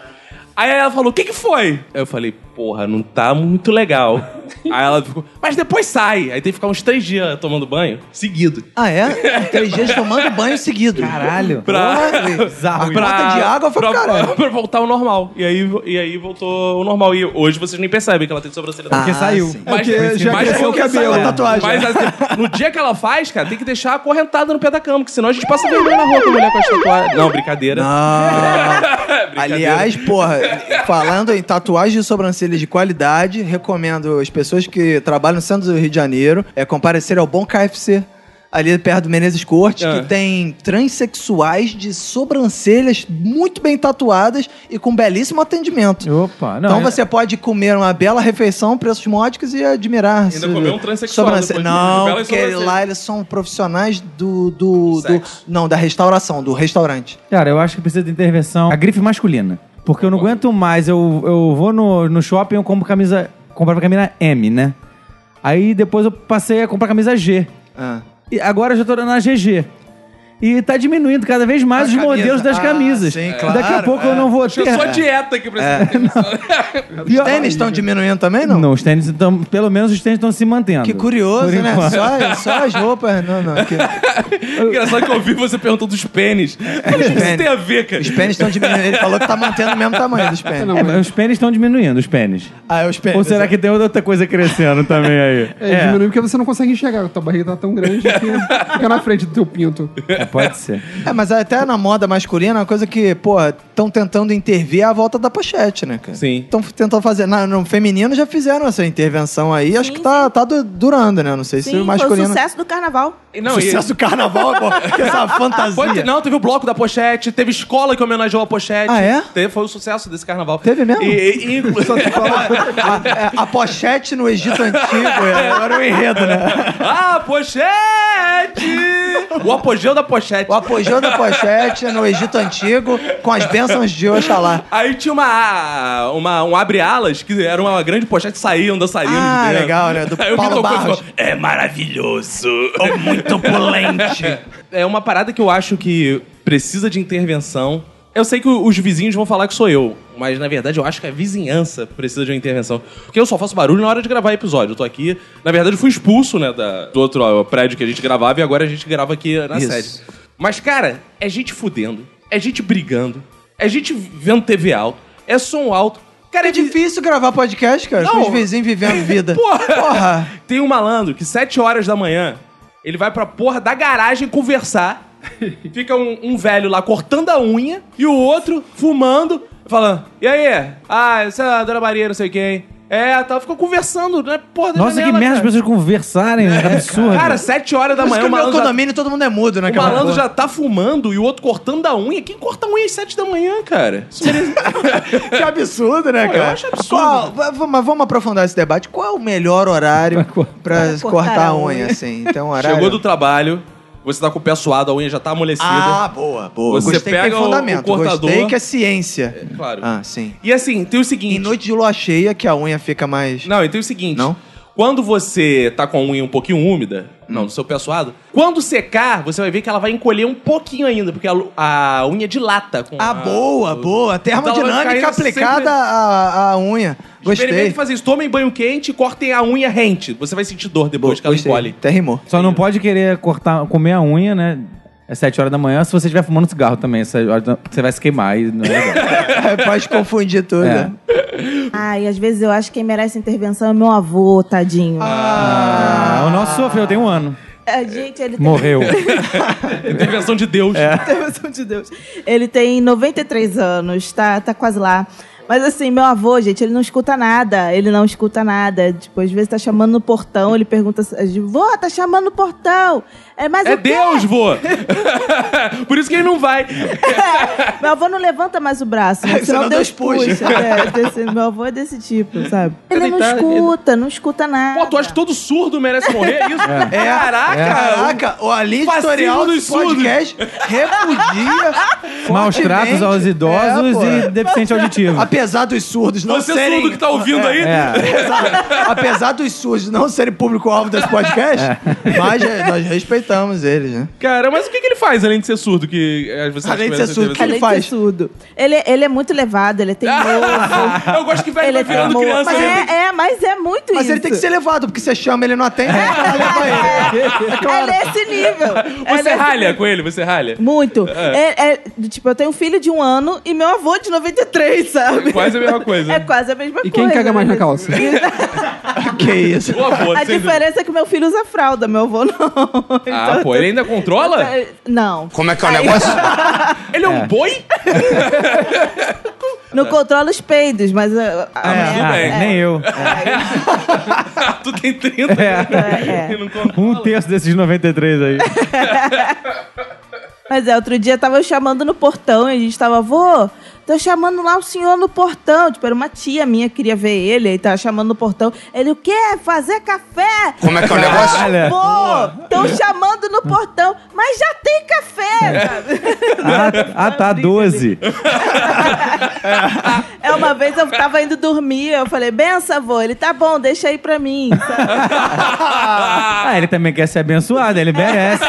Speaker 1: Aí ela falou, o que que foi? Aí eu falei, porra, não tá muito legal. Aí ela ficou, mas depois sai. Aí tem que ficar uns três dias tomando banho, seguido.
Speaker 2: Ah, é? Três dias tomando banho seguido.
Speaker 3: Caralho.
Speaker 1: Pra,
Speaker 2: Porra,
Speaker 3: Bizarro
Speaker 2: A
Speaker 3: isso.
Speaker 2: conta de água foi pro
Speaker 1: pra-
Speaker 2: caralho.
Speaker 1: pra voltar ao normal. E aí, e aí voltou ao normal. E hoje vocês nem percebem que ela tem sobrancelha.
Speaker 3: Porque
Speaker 2: Ah,
Speaker 3: saiu.
Speaker 2: sim.
Speaker 4: É porque já
Speaker 1: mas
Speaker 4: cresceu o
Speaker 1: porque saiu
Speaker 4: cabelo.
Speaker 2: a tatuagem.
Speaker 1: Mas assim, no dia que ela faz, cara, tem que deixar acorrentada no pé da cama, que senão a gente passa vergonha na rua com a mulher com as tatuagens. Não, brincadeira.
Speaker 2: Ah,
Speaker 1: Brincadeira.
Speaker 2: aliás, porra, falando em tatuagem de sobrancelha de qualidade, recomendo as pessoas que trabalham no centro do Rio de Janeiro é comparecer ao Bom KFC. Ali perto do Menezes Corte,
Speaker 1: Ah.
Speaker 2: que tem transexuais de sobrancelhas muito bem tatuadas e com belíssimo atendimento.
Speaker 3: Opa, não.
Speaker 2: então
Speaker 3: é-
Speaker 2: você pode comer uma bela refeição, preços módicos e admirar.
Speaker 1: Ainda comer um transexual
Speaker 2: sobrance-
Speaker 1: depois de comer
Speaker 2: Não,
Speaker 1: belas
Speaker 2: porque
Speaker 1: sobrancelhas.
Speaker 2: lá eles são profissionais do. do,
Speaker 1: Do
Speaker 2: do-
Speaker 1: sexo.
Speaker 2: não, da restauração, do restaurante.
Speaker 3: Cara, eu acho que precisa de intervenção. A grife masculina. Porque eu não aguento mais. Eu, eu vou no, no shopping, eu compro camisa. Comprava camisa M, né? Aí depois eu passei a comprar camisa G.
Speaker 2: Ah.
Speaker 3: E agora eu já tô na GG. E tá diminuindo cada vez mais
Speaker 2: A
Speaker 3: os
Speaker 2: camisa.
Speaker 3: modelos das
Speaker 2: Ah,
Speaker 3: camisas.
Speaker 2: sim, claro,
Speaker 3: Daqui a pouco
Speaker 2: é.
Speaker 3: eu não vou
Speaker 1: Acho que
Speaker 3: ter. É,
Speaker 1: é só dieta que precisa.
Speaker 2: Os tênis estão diminuindo também, não?
Speaker 3: Não, os tênis estão. Pelo menos os tênis estão se mantendo.
Speaker 2: Que curioso,
Speaker 3: Por
Speaker 2: né?
Speaker 3: enquanto.
Speaker 2: Só, só as roupas. Não, não. que- É.
Speaker 1: Engraçado que eu ouvi você perguntando dos pênis. Mas o que isso
Speaker 2: pênis.
Speaker 1: tem a ver, cara?
Speaker 2: Os pênis estão diminuindo. Ele falou que tá mantendo o mesmo tamanho dos pênis.
Speaker 3: É, mas os pênis estão diminuindo, os pênis.
Speaker 2: Ah, é os pênis.
Speaker 3: Ou será que tem outra coisa crescendo também aí?
Speaker 4: É, diminui porque você não consegue enxergar. Tua barriga tá tão grande que fica na frente do teu pinto.
Speaker 3: É, pode ser.
Speaker 2: É, mas até na moda masculina, é uma coisa que, porra, estão tentando intervir é a volta da pochete, né, cara?
Speaker 1: Sim.
Speaker 2: Estão tentando fazer. Na, no feminino já fizeram essa intervenção aí. Acho
Speaker 5: Sim,
Speaker 2: que tá, tá du- durando, né? Não sei se
Speaker 5: Sim, foi
Speaker 2: o
Speaker 5: o
Speaker 2: masculino.
Speaker 5: sucesso do carnaval.
Speaker 1: Não, e-
Speaker 2: Sucesso do carnaval, pô. Que essa fantasia.
Speaker 1: Foi- não, teve o bloco da pochete, teve escola que homenageou a pochete.
Speaker 2: Ah, é?
Speaker 1: Teve, foi o sucesso desse carnaval.
Speaker 2: Teve mesmo?
Speaker 1: E, e, e-
Speaker 2: A- a, a pochete no Egito Antigo, é, agora o enredo, né?
Speaker 1: ah, pochete! O apogeu da pochete.
Speaker 2: O apogeu da pochete no Egito Antigo, com as bênçãos de Oxalá.
Speaker 1: Aí tinha uma, uma um abre-alas, que era uma grande pochete, saíam dançarinos.
Speaker 2: Ah,
Speaker 1: de dentro.
Speaker 2: legal, né? Do
Speaker 1: Aí o
Speaker 2: Paulo
Speaker 1: Vitor Couto
Speaker 2: Barros.
Speaker 1: falou, É maravilhoso. É muito opulente. É uma parada que eu acho que precisa de intervenção. Eu sei que os vizinhos vão falar que sou eu, mas na verdade eu acho que a vizinhança precisa de uma intervenção. Porque eu só faço barulho na hora de gravar episódio. Eu tô aqui. Na verdade, eu fui expulso, né, da- do outro ó, prédio que a gente gravava e agora a gente grava aqui na
Speaker 2: Isso.
Speaker 1: sede. Mas, cara, é gente fudendo, é gente brigando, é gente vendo TV alto, é som alto. Cara,
Speaker 2: É difícil gravar podcast, cara,
Speaker 1: Não.
Speaker 2: com os vizinhos vivendo vida.
Speaker 1: Porra.
Speaker 2: Porra.
Speaker 1: Tem um malandro que 7 horas da manhã ele vai pra porra da garagem conversar. Fica um, um velho lá cortando a unha e o outro fumando, falando: E aí? Ah, essa é a Dona Maria, não sei quem. É, tá, ficou conversando, né? Porra, da
Speaker 3: Nossa, que
Speaker 1: janela,
Speaker 2: tá-
Speaker 3: merda as
Speaker 1: cara.
Speaker 3: pessoas conversarem, né?
Speaker 2: É
Speaker 3: Tá absurdo.
Speaker 1: É. Cara, 7 horas da
Speaker 2: Por isso
Speaker 1: manhã
Speaker 2: que no
Speaker 1: o
Speaker 2: meu
Speaker 1: malandro, já,
Speaker 2: condomínio todo mundo é mudo, né,
Speaker 1: o
Speaker 2: cara?
Speaker 1: malandro já tá fumando e o outro cortando a unha. Quem corta a unha às 7 da manhã, cara? Isso merece-
Speaker 2: Que absurdo, né,
Speaker 1: Pô, eu
Speaker 2: cara?
Speaker 1: acho absurdo.
Speaker 2: Qual- va- va- mas vamos aprofundar esse debate. Qual é o melhor horário pra, cortar, a unha, assim? Então, horário...
Speaker 1: Chegou do trabalho, você tá com o pé suado, a unha já tá amolecida.
Speaker 2: Ah, boa, boa.
Speaker 1: Você
Speaker 2: Gostei que
Speaker 1: pega
Speaker 2: tem
Speaker 1: o-
Speaker 2: fundamento.
Speaker 1: o cortador-
Speaker 2: Gostei que é ciência.
Speaker 1: claro.
Speaker 2: Ah, sim.
Speaker 1: E assim, tem o
Speaker 2: Em
Speaker 1: seguinte.
Speaker 2: noite de lua cheia, que a unha fica mais...
Speaker 1: Não, e tem o seguinte.
Speaker 2: Não?
Speaker 1: Quando você tá com a unha um pouquinho úmida,
Speaker 2: Hum.
Speaker 1: não, do seu pé suado, quando secar, você vai ver que ela vai encolher um pouquinho ainda, porque a, lu- a unha dilata. Com
Speaker 2: Ah,
Speaker 1: a- Então
Speaker 2: boa, boa.
Speaker 1: ela vai
Speaker 2: Termodinâmica
Speaker 1: caindo
Speaker 2: aplicada
Speaker 1: sempre-
Speaker 2: à, à unha.
Speaker 1: Experimente
Speaker 2: Gostei.
Speaker 1: fazer isso. Tomem banho quente e cortem a unha rente. Você vai sentir dor depois que ela
Speaker 2: Gostei.
Speaker 1: encolhe.
Speaker 2: Até rimou.
Speaker 3: Só não pode querer cortar, comer a unha, né? É 7 horas da manhã, se você estiver fumando cigarro também, essa hora da- você vai se queimar e não é legal.
Speaker 2: Pode confundir tudo.
Speaker 3: É.
Speaker 2: né?
Speaker 5: Ah, e às vezes eu acho que quem merece intervenção é meu avô, tadinho.
Speaker 3: Ah, o nosso sofreu, tem um ano.
Speaker 5: A gente, ele tem...
Speaker 3: Morreu.
Speaker 1: Intervenção de Deus.
Speaker 2: É. um
Speaker 5: Intervenção de Deus. Ele tem 93 anos, tá, tá quase lá. Mas assim, meu avô, gente, ele não escuta nada. Ele não escuta nada. Tipo, às vezes tá chamando no portão, ele pergunta... assim, Vô, tá chamando no portão. É, mas
Speaker 1: É
Speaker 5: o quê?
Speaker 1: Deus, vô! Por isso que ele não vai.
Speaker 5: Meu avô não levanta mais o braço, né?
Speaker 2: Ai,
Speaker 5: senão
Speaker 2: senão
Speaker 5: Deus
Speaker 2: Deus
Speaker 5: puxa. É, desse- meu avô é desse tipo, sabe? Ele não
Speaker 1: Deitar,
Speaker 5: escuta, não escuta nada.
Speaker 1: Pô, tu acha que todo surdo merece morrer? É Isso?
Speaker 2: É,
Speaker 1: Caraca!
Speaker 2: Caraca, o Ali
Speaker 1: Fascismo
Speaker 2: Editorial
Speaker 1: dos
Speaker 2: do podcast repudia
Speaker 3: Maus
Speaker 2: fortemente-
Speaker 3: tratos aos
Speaker 2: É,
Speaker 3: idosos
Speaker 2: pô.
Speaker 3: e deficiente auditivo.
Speaker 2: Apesar dos surdos não
Speaker 1: Você
Speaker 2: serem...
Speaker 1: surdo que tá ouvindo aí?
Speaker 3: É.
Speaker 2: Apesar, apesar dos surdos não serem público-alvo desse podcast, mas é, nós respeitamos eles, né?
Speaker 1: Cara, mas o que, que ele faz além de ser surdo? Que, eh, você acha
Speaker 2: Além de
Speaker 1: que
Speaker 2: ser surdo, o que
Speaker 1: merece
Speaker 2: ele
Speaker 5: Além de
Speaker 2: faz?
Speaker 5: ser surdo. Ele, ele é muito levado, ele tem novo.
Speaker 1: Eu gosto que velho
Speaker 5: ele é
Speaker 1: vai virando
Speaker 5: teimoso.
Speaker 1: criança.
Speaker 5: Mas
Speaker 1: né?
Speaker 5: é, é, mas é muito
Speaker 2: Mas
Speaker 5: isso.
Speaker 2: ele tem que ser levado, porque você chama,
Speaker 1: É.
Speaker 2: ele não atende, aí leva ele.
Speaker 5: É, ele é esse nível. Ele
Speaker 1: Você
Speaker 5: é esse
Speaker 1: ralha
Speaker 5: nível.
Speaker 1: com ele, você ralha.
Speaker 5: Muito. É- é, tipo, eu tenho um filho de um ano e meu avô de 93, sabe?
Speaker 1: Quase a mesma coisa.
Speaker 5: É quase a mesma coisa.
Speaker 4: E quem caga mais na
Speaker 5: né?
Speaker 4: calça?
Speaker 2: Que isso.
Speaker 1: O avô,
Speaker 5: A
Speaker 1: sem dúvida.
Speaker 5: diferença é que meu filho usa fralda, meu avô não.
Speaker 1: Ah,
Speaker 5: Então,
Speaker 1: pô, ele ainda controla?
Speaker 5: Não.
Speaker 6: Como é que é o negócio?
Speaker 1: Ele é um boi?
Speaker 6: É.
Speaker 5: Não controla os peidos, mas. ah,
Speaker 1: tudo
Speaker 3: Ah,
Speaker 5: é,
Speaker 1: bem.
Speaker 3: nem eu.
Speaker 1: tu tem 30.
Speaker 5: É, é.
Speaker 1: Ele não controla.
Speaker 3: Um terço desses 93 aí.
Speaker 5: eh, Mas é, outro dia tava eu chamando no portão e a gente tava, vô, tá Tô chamando lá o senhor no portão. Tipo, era uma tia minha que queria ver ele, aí tava chamando no portão. Ele, o quê? Fazer café?
Speaker 6: Como é que é o negócio?
Speaker 3: Olha.
Speaker 5: Pô, tão chamando no portão. Mas já tem café, sabe?
Speaker 3: Ah, ah, tá, 12.
Speaker 5: É, uma vez eu tava indo dormir, eu falei, benção, avô. Ele, tá bom, deixa aí pra mim.
Speaker 3: Ah, ele também quer ser abençoado, ele merece.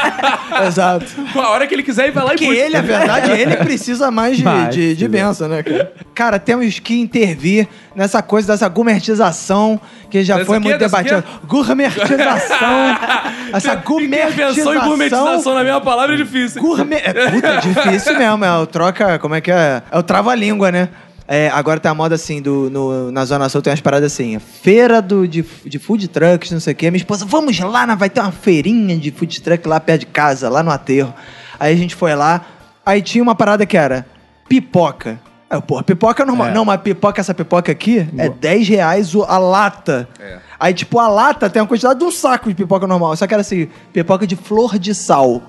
Speaker 2: Exato.
Speaker 1: A hora que ele quiser, ele vai lá e
Speaker 2: Porque
Speaker 1: busca.
Speaker 2: ele, a verdade, ele precisa mais de,
Speaker 3: Mais,
Speaker 2: de, de
Speaker 3: precisa.
Speaker 2: benção, né, cara? Cara, temos que intervir nessa coisa dessa gourmetização que já
Speaker 1: Dessa
Speaker 2: foi
Speaker 1: quê?
Speaker 2: muito
Speaker 1: é Dessa
Speaker 2: debatida. Gourmetização. essa
Speaker 1: Intervenção e gourmetização
Speaker 2: gourmetização.
Speaker 1: na mesma palavra é difícil.
Speaker 2: Gourmet. É, puta, é difícil mesmo. É o troca. Como é que é? É o trava-língua, né? É, agora tá a moda assim, do, no- na Zona Sul tem umas paradas assim, feira do, de, de food trucks, não sei o quê. Minha esposa, vamos lá, na- vai ter uma feirinha de food truck lá perto de casa, lá no aterro. Aí a gente foi lá, aí tinha uma parada que era pipoca. Aí eu, pô, pipoca é normal. Não, mas pipoca, essa pipoca aqui, é 10 reais o- a lata. Aí, tipo, a lata tem uma quantidade de um saco de pipoca normal. Só que era assim, pipoca de flor de sal.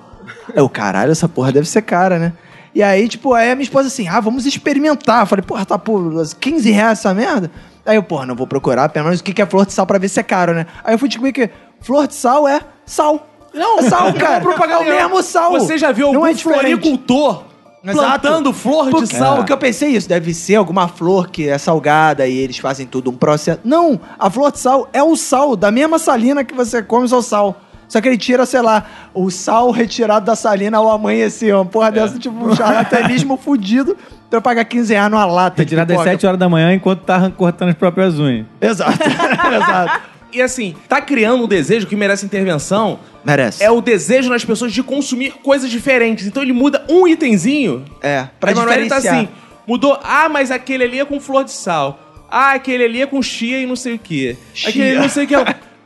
Speaker 2: Aí Eu, caralho, essa porra deve ser cara, né? E aí, tipo, aí a minha esposa assim, ah, vamos experimentar. Eu falei, porra, tá por 15 reais essa merda? Aí eu, porra, não vou procurar, pelo menos o que que é flor de sal pra ver se é caro, né? Aí eu fui descobrir que flor de sal é sal. Não, é sal, cara. É o mesmo sal.
Speaker 1: Você já viu
Speaker 2: não
Speaker 1: algum
Speaker 2: é diferente.
Speaker 1: floricultor
Speaker 2: Exato.
Speaker 1: plantando flor de
Speaker 2: Porque, É.
Speaker 1: sal?
Speaker 2: Porque eu pensei isso, deve ser alguma flor que é salgada e eles fazem tudo um processo. Não, a flor de sal é o sal, da mesma salina que você come o seu sal. Só que ele tira, sei lá, o sal retirado da salina ao amanhecer, uma
Speaker 1: É.
Speaker 2: porra dessa, tipo um charlatanismo fudido pra eu pagar 15 reais numa lata de
Speaker 3: Retirado às
Speaker 2: pipoca.
Speaker 3: 7 horas da manhã enquanto tá arran- cortando as próprias unhas.
Speaker 2: Exato, exato.
Speaker 1: E assim, tá criando um desejo que merece intervenção.
Speaker 2: Merece.
Speaker 1: É o desejo nas pessoas de consumir coisas diferentes. Então ele muda um itemzinho.
Speaker 2: É, pra
Speaker 1: Aí, Manoel, ele tá
Speaker 2: diferenciar.
Speaker 1: assim, mudou. Ah, mas aquele ali é com flor de sal. Ah, aquele ali é com chia e não sei o quê.
Speaker 2: Chia.
Speaker 1: Aquele ali não sei o que.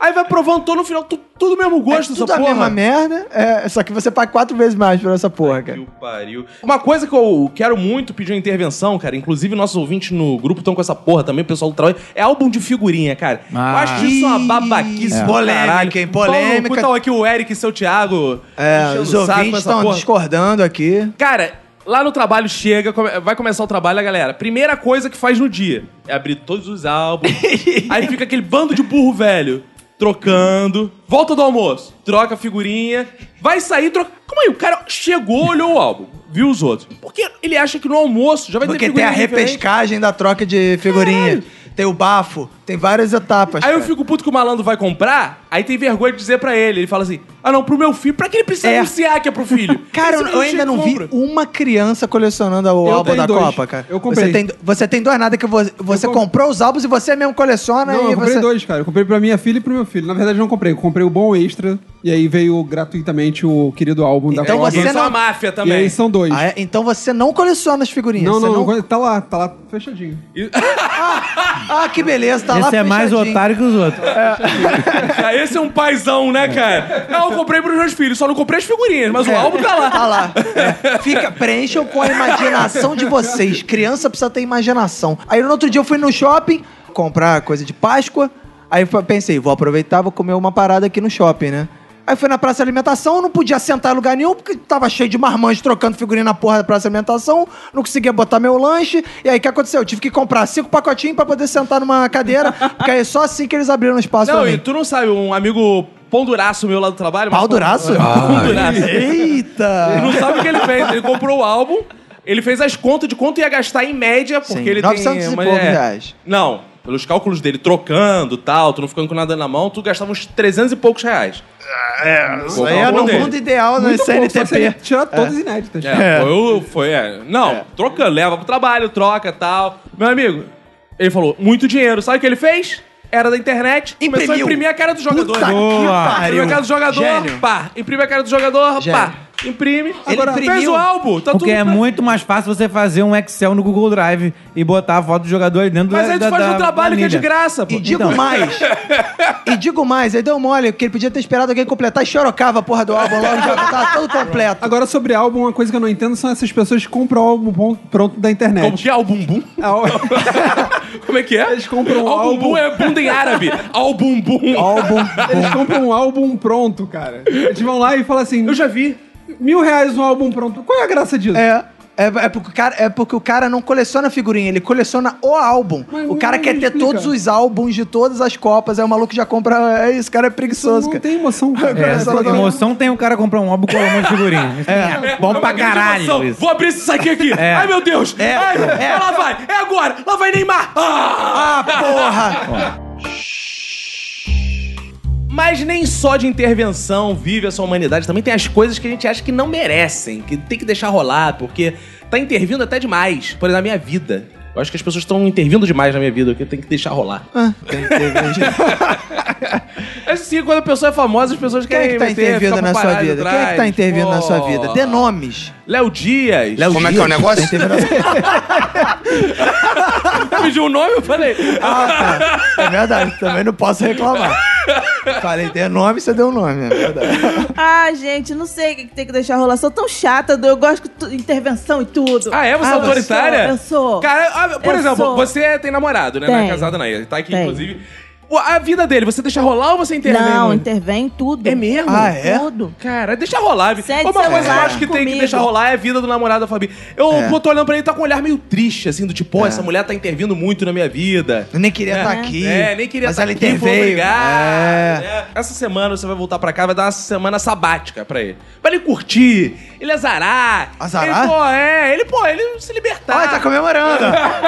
Speaker 1: Aí vai provando todo no final, tu- tudo o mesmo
Speaker 2: é
Speaker 1: gosto dessa
Speaker 2: tudo a
Speaker 1: porra.
Speaker 2: mesma merda, é, só que você paga quatro vezes mais por essa porra, cara.
Speaker 1: Que o pariu. Uma coisa que eu quero muito pedir uma intervenção, cara, inclusive nossos ouvintes no grupo estão com essa porra também, o pessoal do trabalho, é álbum de figurinha, cara.
Speaker 3: Ah.
Speaker 1: Eu acho isso uma babaquice
Speaker 2: É.
Speaker 1: do
Speaker 2: Polêmica,
Speaker 1: caralho.
Speaker 2: hein? Polêmica.
Speaker 1: Pau no cu, tão aqui o Eric e seu Thiago
Speaker 2: É,
Speaker 1: enchendo
Speaker 2: os
Speaker 1: o saco com
Speaker 2: ouvintes
Speaker 1: essa
Speaker 2: estão
Speaker 1: porra.
Speaker 2: discordando aqui.
Speaker 1: Cara, lá no trabalho chega, come- vai começar o trabalho, a galera. Primeira coisa que faz no dia é abrir todos os álbuns. aí fica aquele bando de burro velho trocando. Volta do almoço, troca a figurinha. Vai sair, troca. Como aí? O cara chegou, olhou o álbum, viu os outros. Porque ele acha que no almoço já vai ter
Speaker 2: Porque tem
Speaker 1: figurinha
Speaker 2: a
Speaker 1: diferente.
Speaker 2: repescagem da troca de figurinha. Tem o bafo, tem várias etapas.
Speaker 1: Aí eu
Speaker 2: cara.
Speaker 1: fico puto que o malandro vai comprar, aí tem vergonha de dizer pra ele. Ele fala assim: ah não, pro meu filho, pra que ele precisa
Speaker 2: É.
Speaker 1: anunciar que é pro filho?
Speaker 2: Cara,
Speaker 1: Esse
Speaker 2: eu, eu ainda
Speaker 1: chega e
Speaker 2: não vi
Speaker 1: compra.
Speaker 2: uma criança colecionando o
Speaker 4: Eu
Speaker 2: álbum
Speaker 4: tenho
Speaker 2: da
Speaker 4: dois.
Speaker 2: Copa, cara.
Speaker 4: Eu comprei.
Speaker 2: Você tem, você tem dois nada que você, você
Speaker 4: Eu comp-
Speaker 2: comprou os álbuns e você mesmo coleciona
Speaker 4: Não,
Speaker 2: e
Speaker 4: eu comprei
Speaker 2: você.
Speaker 4: dois, cara. Eu comprei pra minha filha e pro meu filho. Na verdade, eu não comprei. Eu comprei o bom extra. E aí veio gratuitamente o querido álbum da
Speaker 2: Então
Speaker 4: Copa.
Speaker 2: você
Speaker 1: Isso é
Speaker 2: não-
Speaker 1: uma máfia
Speaker 4: E
Speaker 1: também.
Speaker 4: aí são dois.
Speaker 2: Ah, é? Então você não coleciona as figurinhas.
Speaker 4: não,
Speaker 2: você
Speaker 4: não, não, Tá lá, tá lá fechadinho.
Speaker 2: Ah, que beleza, tá lá.
Speaker 3: Esse é mais
Speaker 2: fechadinho.
Speaker 3: otário que os outros.
Speaker 1: Ah, esse é um paizão, né, cara? Não, eu comprei pros meus filhos, só não comprei as figurinhas, mas o álbum tá lá.
Speaker 2: Tá lá. É. Fica, preencham com a imaginação de vocês. Criança precisa ter imaginação. Aí no outro dia eu fui no shopping comprar coisa de Páscoa. Aí eu pensei, vou aproveitar, vou comer uma parada aqui no shopping, né? Aí fui na praça de alimentação, eu não podia sentar em lugar nenhum, porque tava cheio de marmanjos trocando figurinha na porra da praça de alimentação, não conseguia botar meu lanche. E aí o que aconteceu? Eu tive que comprar cinco pacotinhos pra poder sentar numa cadeira, porque aí só assim que eles abriram espaço
Speaker 1: Não,
Speaker 2: pra
Speaker 1: e
Speaker 2: mim.
Speaker 1: tu não sabe, um amigo ponduraço meu lá do trabalho.
Speaker 2: Pau
Speaker 1: mas-
Speaker 2: duraço?
Speaker 1: Ponduraço.
Speaker 2: Eita!
Speaker 1: Ele não sabe o que ele fez. Ele comprou o álbum, ele fez as contas de quanto ia gastar em média, porque
Speaker 2: Sim,
Speaker 1: ele
Speaker 2: 900
Speaker 1: tem.
Speaker 2: e
Speaker 1: uma-
Speaker 2: poucos
Speaker 1: é.
Speaker 2: reais.
Speaker 1: Não, pelos cálculos dele, trocando e tal, tu não ficando com nada na mão, tu gastava uns 300 e poucos reais.
Speaker 2: Isso aí
Speaker 1: tá
Speaker 2: é no mundo ideal, no
Speaker 4: Muito pouco, só se ele
Speaker 2: CNTP.
Speaker 4: tirar todas inéditas.
Speaker 1: É, foi, o- foi, é. Não, trocando, leva pro trabalho, troca tal. Meu amigo, ele falou, muito dinheiro. Sabe o que ele fez? Era da internet, começou a
Speaker 2: Imprimiu.
Speaker 1: imprimir a cara do jogador.
Speaker 2: Puta que
Speaker 1: Imprime a cara do jogador,
Speaker 2: Gênio.
Speaker 1: pá. Imprime a cara do jogador,
Speaker 2: Gênio.
Speaker 1: pá. Imprime.
Speaker 2: Ele
Speaker 1: Agora, fez
Speaker 2: imprimiu
Speaker 1: o álbum, tá
Speaker 3: Porque
Speaker 1: tudo...
Speaker 3: é muito mais fácil você fazer um Excel no Google Drive e botar a foto do jogador ali dentro
Speaker 1: Mas
Speaker 3: da,
Speaker 1: aí
Speaker 3: da,
Speaker 1: tu faz
Speaker 3: da
Speaker 1: um trabalho que é de
Speaker 3: planilha.
Speaker 1: graça, pô.
Speaker 2: E digo
Speaker 3: Então.
Speaker 2: mais. e digo mais, aí deu mole, porque ele podia ter esperado alguém completar e chorocava a porra do tá álbum logo, já tava todo completo.
Speaker 4: Agora, sobre álbum, uma coisa que eu não entendo são essas pessoas que compram álbum bom- pronto da
Speaker 1: Como
Speaker 4: internet.
Speaker 1: que é o bumbum? Como é que é?
Speaker 4: Eles compram um
Speaker 1: Ao bumbum
Speaker 4: álbum.
Speaker 1: é bunda em árabe. Ao bumbum.
Speaker 4: álbum. Eles compram um álbum pronto, cara. Eles vão lá e falam assim:
Speaker 1: Eu já vi.
Speaker 4: mil reais um álbum pronto. Qual é a graça disso?
Speaker 2: É. É, é porque o cara, é porque o cara não coleciona figurinha, ele coleciona o álbum.
Speaker 4: Mas
Speaker 2: o cara
Speaker 4: não
Speaker 2: quer ter
Speaker 4: explica.
Speaker 2: todos os álbuns de todas as copas, aí o maluco já compra. É isso, o cara é preguiçoso,
Speaker 4: Não
Speaker 2: cara.
Speaker 4: tem emoção, cara.
Speaker 3: É,
Speaker 2: Essa não-
Speaker 3: emoção tem o cara comprar um álbum com um monte de figurinha. É, bom pra caralho isso.
Speaker 1: Vou abrir esse saquinho aqui. Ai, meu Deus.
Speaker 2: É.
Speaker 1: Ai,
Speaker 2: É.
Speaker 1: Lá vai. É agora. Lá vai Neymar.
Speaker 2: Ah,
Speaker 1: Ah!
Speaker 2: porra!
Speaker 1: Mas nem só de intervenção vive essa humanidade. Também tem as coisas que a gente acha que não merecem, que tem que deixar rolar, porque tá intervindo até demais. Por exemplo, na minha vida. Eu acho que as pessoas estão intervindo demais na minha vida, que tem que deixar rolar.
Speaker 4: "Ah."
Speaker 1: assim, quando a pessoa é famosa, as pessoas
Speaker 2: Quem é
Speaker 1: querem
Speaker 2: que tá
Speaker 1: meter,
Speaker 2: intervindo
Speaker 1: ficar
Speaker 2: na sua
Speaker 1: paparazzi
Speaker 2: vida? Quem é que
Speaker 1: atrás.
Speaker 2: tá intervindo na sua
Speaker 1: Pô.
Speaker 2: vida? Dê nomes. Tá
Speaker 1: Léo Dias. Léo
Speaker 6: Como é que é o negócio?
Speaker 1: pediu o
Speaker 4: um
Speaker 1: nome, eu falei.
Speaker 2: Ah, tá. É verdade, também não posso reclamar. Falei, dê nome, você deu nome, é verdade.
Speaker 5: Ah, gente, não sei o que que tem que deixar rolar. Sou tão chata, eu gosto de tu- intervenção e tudo.
Speaker 1: Ah, é? Você é
Speaker 5: eu
Speaker 1: autoritária?
Speaker 5: sou, Eu sou.
Speaker 1: Cara, ah, por
Speaker 5: Eu
Speaker 1: exemplo,
Speaker 5: sou.
Speaker 1: você tem namorado, né? Não é
Speaker 5: Tenho.
Speaker 1: casado, não. Ele tá aqui,
Speaker 5: Tenho.
Speaker 1: inclusive. Pô, A vida dele, você deixa rolar ou você intervém?
Speaker 5: Não,
Speaker 1: muito?
Speaker 5: intervém em tudo.
Speaker 1: É mesmo?
Speaker 2: Ah, é?
Speaker 5: Tudo.
Speaker 1: Cara, deixa rolar. Vi.
Speaker 5: Sente
Speaker 1: Uma
Speaker 5: seu
Speaker 1: coisa que eu
Speaker 5: lado
Speaker 1: acho que tem que
Speaker 5: comigo.
Speaker 1: deixar rolar é a vida do namorado da Fabi. Eu
Speaker 2: É.
Speaker 1: tô olhando pra ele, tá com um olhar meio triste, assim, do tipo, pô, essa mulher tá intervindo muito na minha vida.
Speaker 2: Eu nem queria estar aqui.
Speaker 1: É, nem queria
Speaker 2: mas
Speaker 1: estar
Speaker 2: ela
Speaker 1: aqui, foi
Speaker 2: interveio.
Speaker 1: obrigado.
Speaker 2: É.
Speaker 1: né? Essa semana você vai voltar pra cá, vai dar uma semana sabática pra ele. Pra ele curtir, ele azarar.
Speaker 2: Azarar?
Speaker 1: Ele, pô, é, ele, pô, ele se libertar.
Speaker 2: Ah, tá comemorando.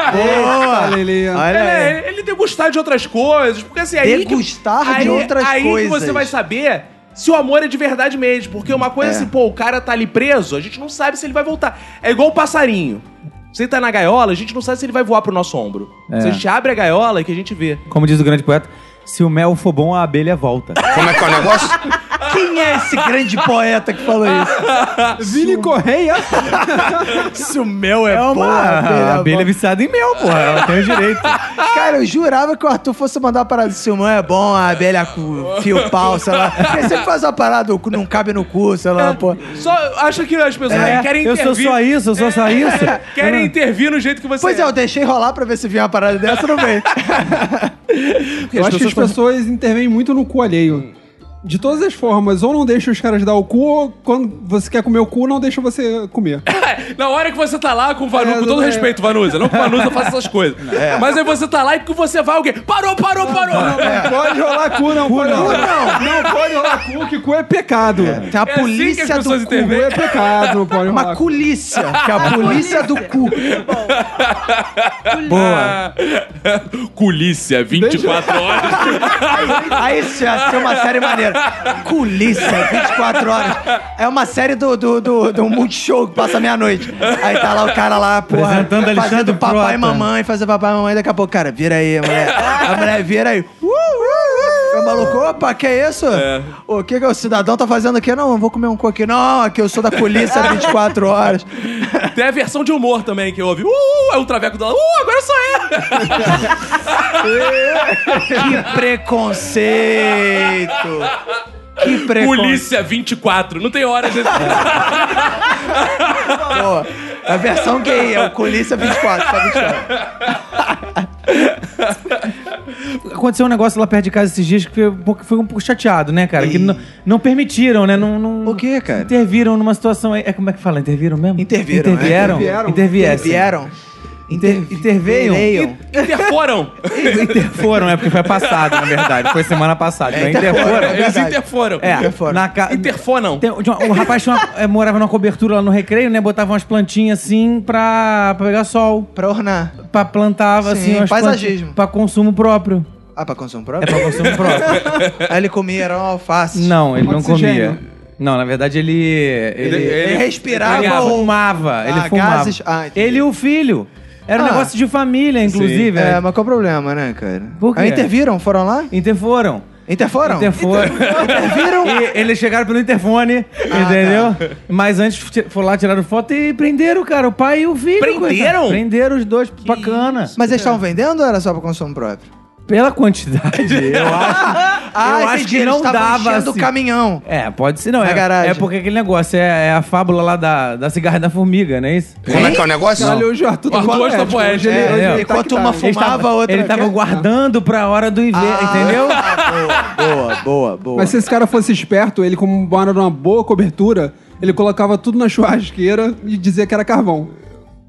Speaker 2: Boa.
Speaker 4: Lelê.
Speaker 2: Olha aí.
Speaker 1: É, ele degustar de outras coisas, porque assim, aí... que-
Speaker 2: Degustar de
Speaker 1: aí-
Speaker 2: outras
Speaker 1: aí
Speaker 2: coisas.
Speaker 1: que você vai saber se o amor é de verdade mesmo, porque uma coisa
Speaker 2: É.
Speaker 1: assim, pô, o cara tá ali preso, a gente não sabe se ele vai voltar. É igual o passarinho. Você tá na gaiola, a gente não sabe se ele vai voar pro nosso ombro.
Speaker 3: É.
Speaker 1: Se a gente abre a gaiola, é que a gente vê.
Speaker 3: Como diz o grande poeta, se o mel for bom, a abelha volta.
Speaker 6: Como é que é o negócio?
Speaker 2: Quem é esse grande poeta que falou isso?
Speaker 4: Vini Correia.
Speaker 2: Se o mel é, bom,
Speaker 3: Ah,
Speaker 2: a
Speaker 3: a abelha é
Speaker 2: abelha é
Speaker 3: viciada em mel, porra. Ela tem o direito.
Speaker 2: bom. Cara, eu jurava que o Arthur fosse mandar uma parada. Se o mel é bom, a abelha cu- fia o pau, sei lá. Porque sempre faz uma parada, o cu não cabe no cu, sei lá, pô.
Speaker 1: Só acho que as pessoas
Speaker 3: É,
Speaker 1: querem
Speaker 3: eu
Speaker 1: intervir.
Speaker 3: sou só isso, eu sou só isso. Hum.
Speaker 1: Querem intervir no jeito que você
Speaker 2: Pois é, eu deixei rolar pra ver se vinha uma parada dessa, não veio.
Speaker 4: Eu acho que as pessoas intervêm muito no cu alheio. De todas as formas, ou não deixa os caras dar o cu, ou quando você quer comer o cu, não deixa você comer.
Speaker 1: Na hora que você tá lá com o Vanusa,
Speaker 4: É,
Speaker 1: com todo
Speaker 4: é.
Speaker 1: respeito, Vanusa, não que o Vanusa faça essas coisas. Mas aí você tá lá e que você vai, alguém. Parou, parou, parou!
Speaker 4: Não pode rolar cu, não pode
Speaker 2: não.
Speaker 4: rolar cu. Não pode rolar cu, que cu é pecado.
Speaker 2: Tem a
Speaker 1: É assim que as
Speaker 2: polícia do
Speaker 1: pessoas
Speaker 2: cu.
Speaker 4: Cu é pecado, não pode
Speaker 2: Uma
Speaker 4: rolar cu.
Speaker 2: culícia, que é a polícia do cu.
Speaker 1: Boa. Culícia, 24 horas.
Speaker 2: Aí isso ia ser uma série maneira. Culícia, 24 horas. É uma série do, do, do, do Multishow que passa meia-noite. Aí tá lá o cara lá, porra,
Speaker 3: Apresentando Alexandre
Speaker 2: fazendo papai
Speaker 3: Frota.
Speaker 2: e mamãe, fazer papai e mamãe, daqui a pouco, cara, vira aí, mulher. A mulher vira aí. Uh, uh, uh. O maluco, opa, que é isso? O que, que o cidadão tá fazendo aqui? Não, eu vou comer um coquinho. Não, aqui eu sou da polícia 24 horas.
Speaker 1: Tem a versão de humor também que houve. Uh, é o traveco dela. Uh, agora sou eu.
Speaker 2: Que preconceito! Que preconceito!
Speaker 1: Polícia 24. Não tem hora de.
Speaker 2: Boa. A versão gay é o Colícia 24, tá 24.
Speaker 3: Aconteceu um negócio lá perto de casa esses dias que foi, um pouco- foi um pouco chateado, né, cara? Que não, não permitiram, né? Não, não-
Speaker 2: O quê, cara?
Speaker 3: Interviram numa situação aí. É como é que fala? Interviram mesmo?
Speaker 2: Interviram, né?
Speaker 3: Intervieram?
Speaker 4: Intervieram.
Speaker 3: Intervieram.
Speaker 2: Vieram?
Speaker 3: Inter- interveiam?
Speaker 2: Interveiam.
Speaker 1: Interforam.
Speaker 3: Interforam, é porque foi passado, na verdade. Foi semana passada.
Speaker 2: É,
Speaker 3: né?
Speaker 2: interforam. É
Speaker 3: Interforam.
Speaker 1: Eles
Speaker 2: verdade.
Speaker 1: interforam.
Speaker 3: É,
Speaker 2: Interforam.
Speaker 3: na ca...
Speaker 1: Interfonam.
Speaker 3: Tem- tinha um- um rapaz tinha uma- eh, morava numa cobertura lá no recreio, né? Botava umas plantinhas assim pra, pra pegar sol.
Speaker 2: Pra ornar.
Speaker 3: Pra plantava
Speaker 2: Sim,
Speaker 3: assim. umas
Speaker 2: paisagismo.
Speaker 3: plantinhas Pra consumo próprio.
Speaker 2: Ah, pra consumo
Speaker 3: É
Speaker 2: próprio?
Speaker 3: pra consumo próprio.
Speaker 2: Aí ele comia, era uma alface.
Speaker 3: Não, ele não
Speaker 4: Oxigênio.
Speaker 3: comia. Não, na verdade ele. Ele,
Speaker 2: Ele respirava
Speaker 3: ele
Speaker 2: ou...
Speaker 3: fumava.
Speaker 2: Ah,
Speaker 3: ele fumava.
Speaker 2: gases- ah, entendi.
Speaker 3: ele e o filho. Era um
Speaker 2: Ah.
Speaker 3: negócio de família, inclusive.
Speaker 2: É,
Speaker 3: É.
Speaker 2: mas qual o problema, né, cara?
Speaker 3: Por quê?
Speaker 2: Aí interviram? Foram lá?
Speaker 3: Interforam.
Speaker 2: Interforam?
Speaker 3: Interforam.
Speaker 2: Interviram?
Speaker 3: E eles chegaram pelo interfone, entendeu? Mas antes ti- foram lá, tiraram foto e prenderam, cara, o pai e o filho.
Speaker 1: Prenderam?
Speaker 3: coitado. Prenderam os dois, bacana.
Speaker 2: Mas eles estavam vendendo ou era só pra consumo próprio?
Speaker 3: Pela quantidade, eu acho.
Speaker 2: Ah,
Speaker 3: acho que não
Speaker 2: eles estavam
Speaker 3: dava,
Speaker 2: enchendo o
Speaker 3: assim.
Speaker 2: caminhão.
Speaker 3: É, pode ser, não.
Speaker 2: Na
Speaker 3: É,
Speaker 2: garagem.
Speaker 3: é porque aquele negócio é, é a fábula lá da, da cigarra e da formiga, não é isso?
Speaker 6: Como é que é o negócio?
Speaker 4: Olha, hoje o Arthur
Speaker 1: O Arthur hoje tá poético.
Speaker 4: Hoje ele-
Speaker 3: É,
Speaker 4: hoje ele tá
Speaker 2: enquanto
Speaker 4: que tá.
Speaker 2: uma
Speaker 3: Ele
Speaker 2: Fumava,
Speaker 3: tava,
Speaker 2: outra
Speaker 3: ele tava
Speaker 2: quer-
Speaker 3: guardando pra hora do inverno, entendeu?
Speaker 2: Ah, boa, boa, boa, boa.
Speaker 4: Mas se esse cara fosse esperto, ele como mora numa boa cobertura, ele colocava tudo na churrasqueira e dizia que era carvão.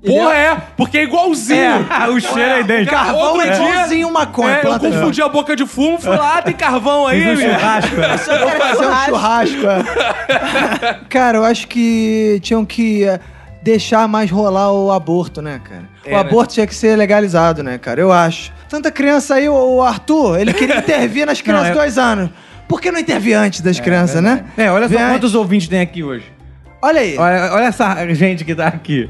Speaker 4: Ele
Speaker 1: Porra,
Speaker 4: era-
Speaker 1: é, porque é igualzinho.
Speaker 3: Ah, o cheiro é idêntico.
Speaker 1: Cara,
Speaker 2: Carvão
Speaker 1: outro
Speaker 2: é
Speaker 1: dia-
Speaker 2: igualzinho maconha,
Speaker 1: É, eu
Speaker 2: planta-
Speaker 1: confundi a boca de fumo, fui lá, ah, tem carvão aí,
Speaker 3: Fiz um
Speaker 1: menino.
Speaker 3: churrasco.
Speaker 2: Fazer um churrasco, é. cara, eu acho que tinham que eh, deixar mais rolar o aborto, né, cara?
Speaker 3: É,
Speaker 2: o aborto tinha que ser legalizado, né, cara? Eu acho. Tanta criança aí, o o Arthur, ele queria intervir nas crianças de
Speaker 3: eu-
Speaker 2: dois anos. Por que não intervir antes das crianças, né?
Speaker 3: É, olha só
Speaker 2: Vem-
Speaker 3: quantos ouvintes tem aqui hoje.
Speaker 2: Olha aí.
Speaker 3: Olha, olha essa gente que tá aqui.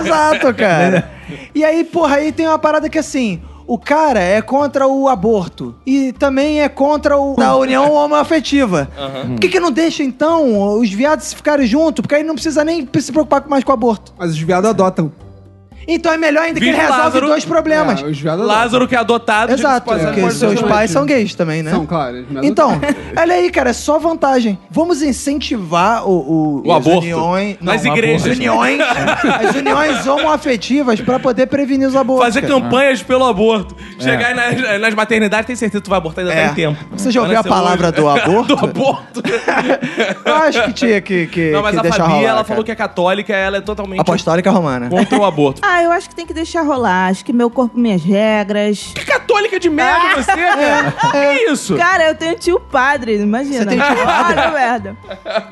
Speaker 2: Exato, cara. E aí, porra, aí tem uma parada que assim. O cara é contra o aborto e também é contra o da união homoafetiva.
Speaker 3: Hum.
Speaker 2: Por que, que não deixa, então, os viados ficarem juntos? Porque aí não precisa nem se preocupar mais com o aborto.
Speaker 4: Mas os viados adotam.
Speaker 2: Então é melhor ainda que
Speaker 1: Vive
Speaker 2: ele resolve
Speaker 1: Lázaro.
Speaker 2: dois problemas.
Speaker 4: É, os viados adotam.
Speaker 1: Lázaro que é adotado.
Speaker 2: Exato,
Speaker 1: diga-se de
Speaker 4: é,
Speaker 1: passagem,
Speaker 2: porque
Speaker 1: pode
Speaker 2: seus
Speaker 1: adotar.
Speaker 2: pais são gays também, né?
Speaker 4: São, claro. os viados
Speaker 2: Então,
Speaker 4: adotam.
Speaker 2: olha aí, cara, é só vantagem. Vamos incentivar o, o,
Speaker 1: O
Speaker 2: as
Speaker 1: aborto.
Speaker 2: uniões, não,
Speaker 1: Nas
Speaker 2: o aborto. é
Speaker 1: igrejas.
Speaker 2: As uniões, as uniões homoafetivas pra poder prevenir os abortos.
Speaker 1: Fazer
Speaker 2: cara.
Speaker 1: campanhas pelo aborto. Chegar aí nas, nas maternidades, tem certeza que tu vai abortar ainda
Speaker 2: É.
Speaker 1: tem tempo.
Speaker 2: Você já
Speaker 1: Vai
Speaker 2: ouviu a
Speaker 1: nascer
Speaker 2: palavra
Speaker 1: hoje.
Speaker 2: do aborto?
Speaker 1: do aborto?
Speaker 2: Eu acho que tinha que, que,
Speaker 1: Não, mas
Speaker 2: que
Speaker 1: a
Speaker 2: deixar
Speaker 1: Fabi,
Speaker 2: rolar,
Speaker 1: ela
Speaker 2: cara.
Speaker 1: falou que é católica, ela é totalmente
Speaker 2: Apostólica romana.
Speaker 1: contra o aborto.
Speaker 5: Ah, eu acho que tem que deixar rolar. Acho que meu corpo, minhas regras. Ah!
Speaker 1: Que católica de merda você, cara? Que isso?
Speaker 5: Cara, eu tenho tio padre, imagina.
Speaker 2: É. Você tem tio
Speaker 5: padre? Olha, merda.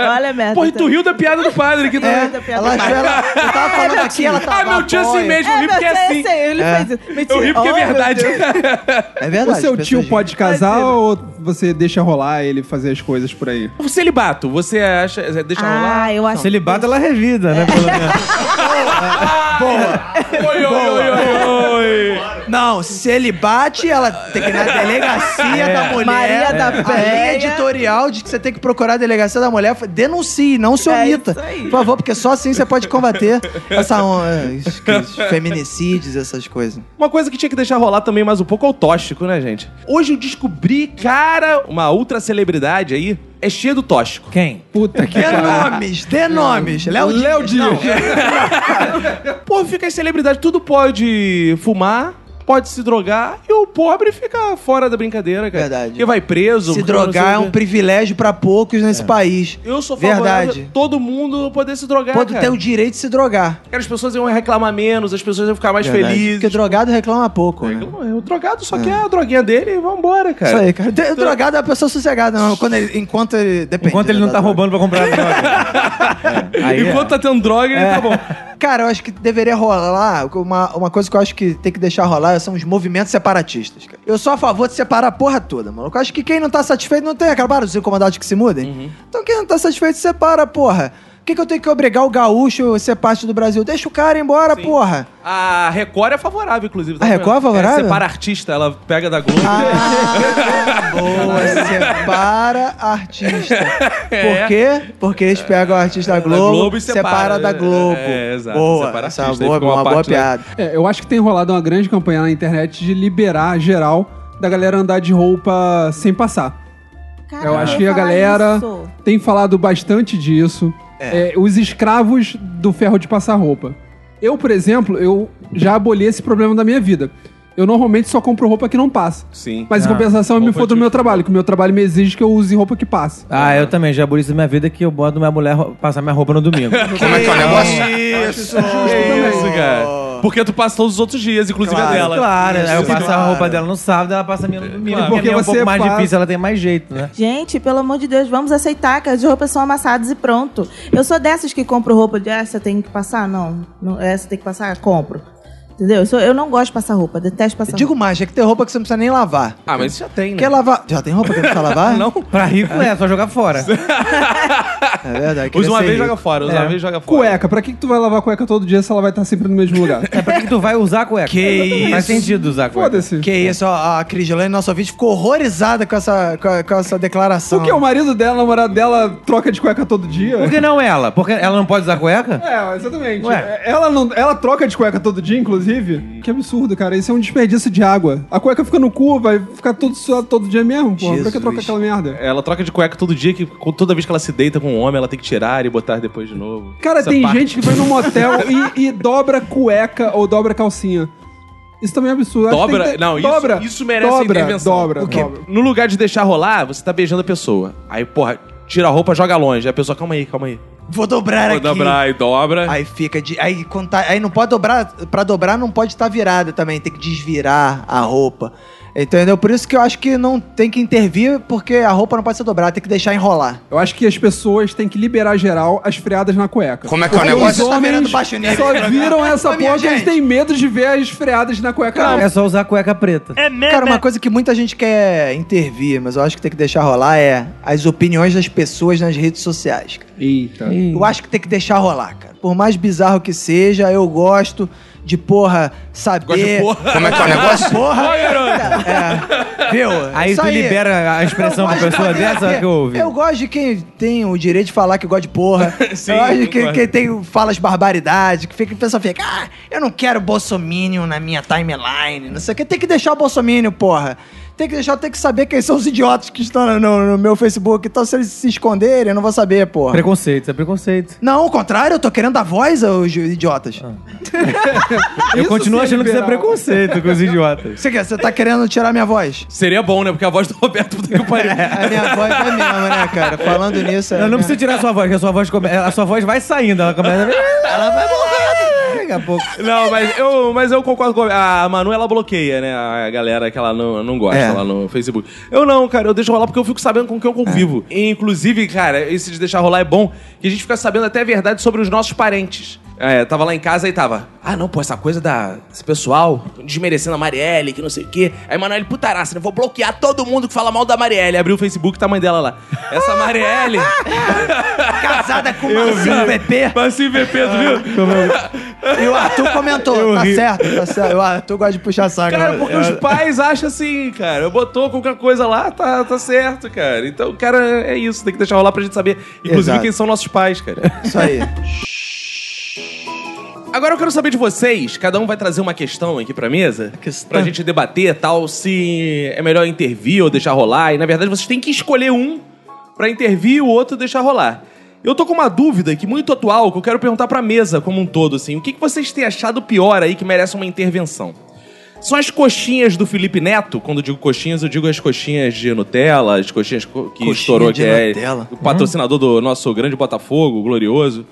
Speaker 5: Olha, merda.
Speaker 1: Porra, e tu riu da piada do padre aqui
Speaker 2: É,
Speaker 1: também.
Speaker 2: ela achou ela. Eu tava falando aqui, ela tava.
Speaker 1: Ah, meu tio assim
Speaker 2: apoia.
Speaker 1: mesmo, eu
Speaker 5: É,
Speaker 1: ri
Speaker 5: meu
Speaker 1: porque é
Speaker 5: tio, eu
Speaker 1: assim.
Speaker 5: sei, ele fez isso. Meu
Speaker 1: Eu
Speaker 5: tio-
Speaker 1: ri porque é
Speaker 5: Oh, meu
Speaker 1: verdade.
Speaker 5: Deus.
Speaker 2: É verdade.
Speaker 4: o seu
Speaker 2: pessoas
Speaker 4: tio
Speaker 2: dizem.
Speaker 4: pode casar
Speaker 5: Mas,
Speaker 4: ou você deixa rolar ele fazer as coisas por aí?
Speaker 1: O celibato, você acha. Deixa rolar?
Speaker 5: Ah, eu acho.
Speaker 3: Se ele
Speaker 2: é
Speaker 3: bata, ela revida, né? Pelo menos.
Speaker 1: Ah, Oi, oi, oi, oi, oi.
Speaker 2: Não, se ele bate, ela tem que ir na
Speaker 1: É.
Speaker 2: delegacia da mulher.
Speaker 5: É. Maria da
Speaker 2: A
Speaker 5: Penha.
Speaker 2: linha editorial de que você tem que procurar a delegacia da mulher. Denuncie, não se
Speaker 5: É
Speaker 2: omita.
Speaker 5: isso aí.
Speaker 2: Por favor, porque só assim você pode combater essa, on- esses- esses feminicídios, essas coisas.
Speaker 1: Uma coisa que tinha que deixar rolar também mais um pouco é o tóxico, né, gente? Hoje eu descobri, cara, uma ultra celebridade aí é cheia do tóxico. É
Speaker 3: Quem?
Speaker 4: Puta que
Speaker 2: Dê
Speaker 4: pariu.
Speaker 2: nomes, dê nomes. Léo Dias.
Speaker 4: Léo Dias.
Speaker 1: é. Pô, fica as celebridades, tudo pode fumar, pode se drogar e o pobre fica fora da brincadeira, cara.
Speaker 2: Verdade.
Speaker 1: Porque vai preso.
Speaker 2: Se
Speaker 1: porque não sei
Speaker 2: drogar é
Speaker 1: o
Speaker 2: um
Speaker 1: quê. É.
Speaker 2: privilégio pra poucos nesse país.
Speaker 1: Eu sou favorável
Speaker 2: Verdade.
Speaker 1: a todo mundo poder se drogar,
Speaker 2: Pode
Speaker 1: cara.
Speaker 2: ter o direito de se drogar.
Speaker 1: Cara, as pessoas iam reclamar menos, as pessoas iam ficar mais
Speaker 2: Verdade.
Speaker 1: felizes. é
Speaker 2: Porque o drogado reclama pouco, né?
Speaker 1: O drogado só quer a droguinha dele e vambora, cara. Então-
Speaker 2: Isso aí, cara. O drogado é uma pessoa sossegada, não. Quando ele, enquanto ele. Depende.
Speaker 3: Enquanto ele
Speaker 2: né,
Speaker 3: não
Speaker 2: da
Speaker 3: tá
Speaker 2: droga.
Speaker 3: roubando pra comprar droga. É, aí é.
Speaker 1: Enquanto tá tendo droga,
Speaker 2: É.
Speaker 1: ele tá bom.
Speaker 2: Cara, eu acho que deveria rolar. Uma, uma coisa que eu acho que tem que deixar rolar são os movimentos separatistas, cara. Eu sou a favor de separar a porra toda, mano. Eu acho que quem não tá satisfeito não tem. Acabaram os incomodados que se mudem?
Speaker 1: Uhum.
Speaker 2: Então quem não tá satisfeito, separa, porra. Por que, que eu tenho que obrigar o gaúcho a ser parte do Brasil? Deixa o cara ir embora, porra.
Speaker 1: A Record é favorável, inclusive. tá
Speaker 2: A Record é
Speaker 1: vendo?
Speaker 2: favorável?
Speaker 1: separa artista, ela pega da Globo.
Speaker 2: Ah, boa, separa artista. Por quê? Porque eles pegam o artista da Globo,
Speaker 1: É. Globo e
Speaker 2: separa,
Speaker 1: separa
Speaker 2: da Globo.
Speaker 1: É, exato.
Speaker 2: Boa,
Speaker 1: Separa
Speaker 2: essa é uma
Speaker 1: artista,
Speaker 2: boa,
Speaker 1: aí fica
Speaker 2: uma
Speaker 1: uma
Speaker 2: boa
Speaker 1: parte, né?
Speaker 2: piada.
Speaker 4: É, eu acho que tem rolado uma grande campanha na internet de liberar geral da galera andar de roupa sem passar.
Speaker 5: Caraca,
Speaker 4: eu acho
Speaker 5: ia
Speaker 4: que a
Speaker 5: falar
Speaker 4: galera
Speaker 5: isso.
Speaker 4: tem falado bastante disso. É, os escravos do ferro de passar roupa. Eu, por exemplo, eu já aboli esse problema da minha vida. Eu normalmente só compro roupa que não passa.
Speaker 1: Sim.
Speaker 4: Mas em
Speaker 3: Ah,
Speaker 4: compensação eu me
Speaker 1: roupa
Speaker 4: fodo do
Speaker 1: de-
Speaker 4: meu trabalho, que o meu trabalho me exige que eu use roupa que passe.
Speaker 3: Ah, eu também. Já aboli isso da minha vida que eu boto minha mulher ro- passar minha roupa no domingo.
Speaker 7: Como é que é o negócio?
Speaker 2: Isso,
Speaker 1: Que isso, cara. Porque tu passa todos os outros dias, inclusive a dela.
Speaker 3: Claro,
Speaker 4: né?
Speaker 3: aí eu passo a
Speaker 2: claro.
Speaker 3: roupa dela no sábado, ela passa a minha no domingo.
Speaker 1: Claro.
Speaker 3: Porque,
Speaker 4: Porque
Speaker 3: a minha é um
Speaker 4: você
Speaker 3: pouco mais
Speaker 4: passa-
Speaker 3: difícil, ela tem mais jeito, né?
Speaker 5: Gente, pelo amor de Deus, vamos aceitar que as roupas são amassadas e pronto. Eu sou dessas que compro roupa de "Ah, essa tem que passar? Não. não essa tem que passar? Compro. Entendeu? Eu, sou- eu não gosto de passar roupa, detesto passar
Speaker 2: Digo
Speaker 5: roupa.
Speaker 2: mais, é que tem roupa que você não precisa nem lavar.
Speaker 1: Ah, mas isso já tem, né?
Speaker 2: Quer lavar? Já tem roupa que não precisa lavar?
Speaker 1: Não.
Speaker 3: Pra rico é, só jogar fora.
Speaker 2: É verdade.
Speaker 1: Usa
Speaker 2: queria
Speaker 1: uma
Speaker 2: ser
Speaker 1: vez e
Speaker 2: rico.
Speaker 1: joga fora, usa
Speaker 3: É.
Speaker 1: uma vez e joga fora.
Speaker 4: Cueca, pra que, que tu vai lavar cueca todo dia se ela vai estar sempre no mesmo lugar?
Speaker 3: É pra que que tu vai usar a cueca?
Speaker 2: Que
Speaker 3: Faz
Speaker 2: isso.
Speaker 3: sentido usar a cueca.
Speaker 4: Foda-se.
Speaker 2: Que isso, ó, a Cris Lane, nosso ouvinte, ficou horrorizada com essa, com, a- com essa declaração.
Speaker 4: Por que o marido dela, o namorado dela, troca de cueca todo dia?
Speaker 3: Por que não ela? Porque ela não pode usar cueca?
Speaker 4: É, exatamente.
Speaker 3: Ué.
Speaker 4: Ela, não, ela troca de cueca todo dia, inclusive. Que absurdo, cara. Isso é um desperdício de água. A cueca fica no cu, vai ficar todo suado todo dia mesmo, porra. Pra que
Speaker 2: Jesus.
Speaker 4: trocar aquela merda?
Speaker 1: Ela troca de cueca todo dia, que toda vez que ela se deita com um homem, ela tem que tirar e botar depois de novo.
Speaker 4: Cara,
Speaker 1: Essa
Speaker 4: tem
Speaker 1: parte-
Speaker 4: gente que vai num motel e, e dobra cueca ou dobra calcinha. Isso também é absurdo. Acho que
Speaker 1: Dobra?
Speaker 4: tem que ter-
Speaker 1: não, isso,
Speaker 4: dobra,
Speaker 1: isso merece
Speaker 4: dobra,
Speaker 1: intervenção.
Speaker 4: Dobra,
Speaker 1: Porque
Speaker 4: dobra.
Speaker 1: no lugar de deixar rolar, você tá beijando a pessoa. Aí, porra, tira a roupa, joga longe. Aí a pessoa, calma aí, calma aí.
Speaker 2: Vou dobrar
Speaker 1: Vou
Speaker 2: aqui.
Speaker 1: dobrar e dobra.
Speaker 2: Aí fica de. Aí, quando tá- aí não pode dobrar. Pra dobrar não pode estar virada também. Tem que desvirar a roupa. Entendeu? Por isso que eu acho que não tem que intervir, porque a roupa não pode ser dobrada, tem que deixar enrolar.
Speaker 4: Eu acho que as pessoas têm que liberar geral as freadas na cueca.
Speaker 6: Como é que é o
Speaker 4: Porque
Speaker 6: negócio?
Speaker 4: Os
Speaker 2: Você tá virando
Speaker 4: homens
Speaker 2: baixo nível esse
Speaker 4: só
Speaker 2: programa.
Speaker 4: viram essa
Speaker 2: Mas, minha
Speaker 4: porra que eles
Speaker 2: gente.
Speaker 4: têm medo de ver as freadas na cueca.
Speaker 3: Cara, é só usar cueca preta.
Speaker 2: Cara, uma coisa que muita gente quer intervir, mas eu acho que tem que deixar rolar é as opiniões das pessoas nas redes sociais. cara.
Speaker 4: Eita.
Speaker 3: Ih.
Speaker 2: Eu acho que tem que deixar rolar, cara. Por mais bizarro que seja, eu gosto de, porra, saber.
Speaker 1: Gosto de porra.
Speaker 6: Como é que é o negócio?
Speaker 2: Porra! É, viu?
Speaker 3: Aí
Speaker 2: Isso
Speaker 3: tu libera a expressão
Speaker 2: Eu gosto
Speaker 3: pra
Speaker 2: de
Speaker 3: pessoa
Speaker 2: maneira
Speaker 3: dessa é
Speaker 2: que-
Speaker 3: que eu ouvi.
Speaker 2: Eu gosto de quem tem o direito de falar que gosta de porra.
Speaker 1: Sim,
Speaker 2: eu gosto de quem,
Speaker 1: concordo.
Speaker 2: quem tem, fala as barbaridades, que fica, a pessoa fica, ah, eu não quero Bolsominion na minha timeline, não sei o que. Tem que deixar o Bolsominion, porra. Tem que deixar, tem que saber quem são os idiotas que estão no, no- no meu Facebook. Então, se eles se esconderem, eu não vou saber, porra.
Speaker 3: Preconceito, isso é preconceito.
Speaker 2: não, ao contrário, eu tô querendo dar voz aos idiotas.
Speaker 1: Ah.
Speaker 3: Eu continuo
Speaker 4: sim é
Speaker 3: achando que isso é
Speaker 4: liberal.
Speaker 3: preconceito com os idiotas.
Speaker 2: Você quer? Você tá querendo tirar minha voz?
Speaker 1: Seria bom, né? Porque a voz do Roberto puta que pariu.
Speaker 2: A minha voz é mesmo, né, cara? Falando nisso. é
Speaker 3: Não, não
Speaker 2: mesmo.
Speaker 3: precisa tirar a sua voz, porque a sua voz, come... a sua voz vai saindo. Ela começa a...
Speaker 2: Ela vai morrer daqui a pouco.
Speaker 1: Não, mas eu, mas eu concordo com a a Manu, ela bloqueia, né? A galera que ela não, não gosta
Speaker 2: É.
Speaker 1: lá no Facebook. Eu não, cara, eu deixo rolar porque eu fico sabendo com quem eu convivo. E, inclusive, cara, esse de deixar rolar é bom, que a gente fica sabendo até a verdade sobre os nossos parentes. É, tava lá em casa e tava. Ah, não, pô, essa coisa da. Esse pessoal desmerecendo a Marielle, que não sei o quê. Aí, Manoel, putaraça, né? Vou bloquear todo mundo que fala mal da Marielle. Abriu o Facebook, tá a mãe dela lá. Essa Marielle.
Speaker 2: Casada com o Marcinho Pepe.
Speaker 1: Marcinho VP, tu viu?
Speaker 2: E o Arthur comentou, tá certo, tá certo. O Arthur gosta de puxar saco.
Speaker 1: Cara,
Speaker 2: né?
Speaker 1: porque os pais acham assim, cara. Eu botou qualquer coisa lá, tá, tá certo, cara. Então, cara, é isso. Tem que deixar rolar pra gente saber, inclusive,
Speaker 2: Exato.
Speaker 1: quem são nossos pais, cara.
Speaker 2: Isso aí.
Speaker 1: Agora eu quero saber de vocês. Cada um vai trazer uma questão aqui pra mesa.
Speaker 2: questão.
Speaker 1: Pra gente debater tal, se é melhor intervir ou deixar rolar. E, na verdade, vocês têm que escolher um pra intervir e o outro deixar rolar. Eu tô com uma dúvida que muito atual, que eu quero perguntar pra mesa como um todo, assim. O que, que vocês têm achado pior aí que merece uma intervenção? São as coxinhas do Felipe Neto. Quando eu digo coxinhas, eu digo as coxinhas de Nutella, as coxinhas co- que
Speaker 2: Coxinha
Speaker 1: estourou,
Speaker 2: de
Speaker 1: que é
Speaker 2: Nutella.
Speaker 1: o patrocinador do nosso grande Botafogo, glorioso.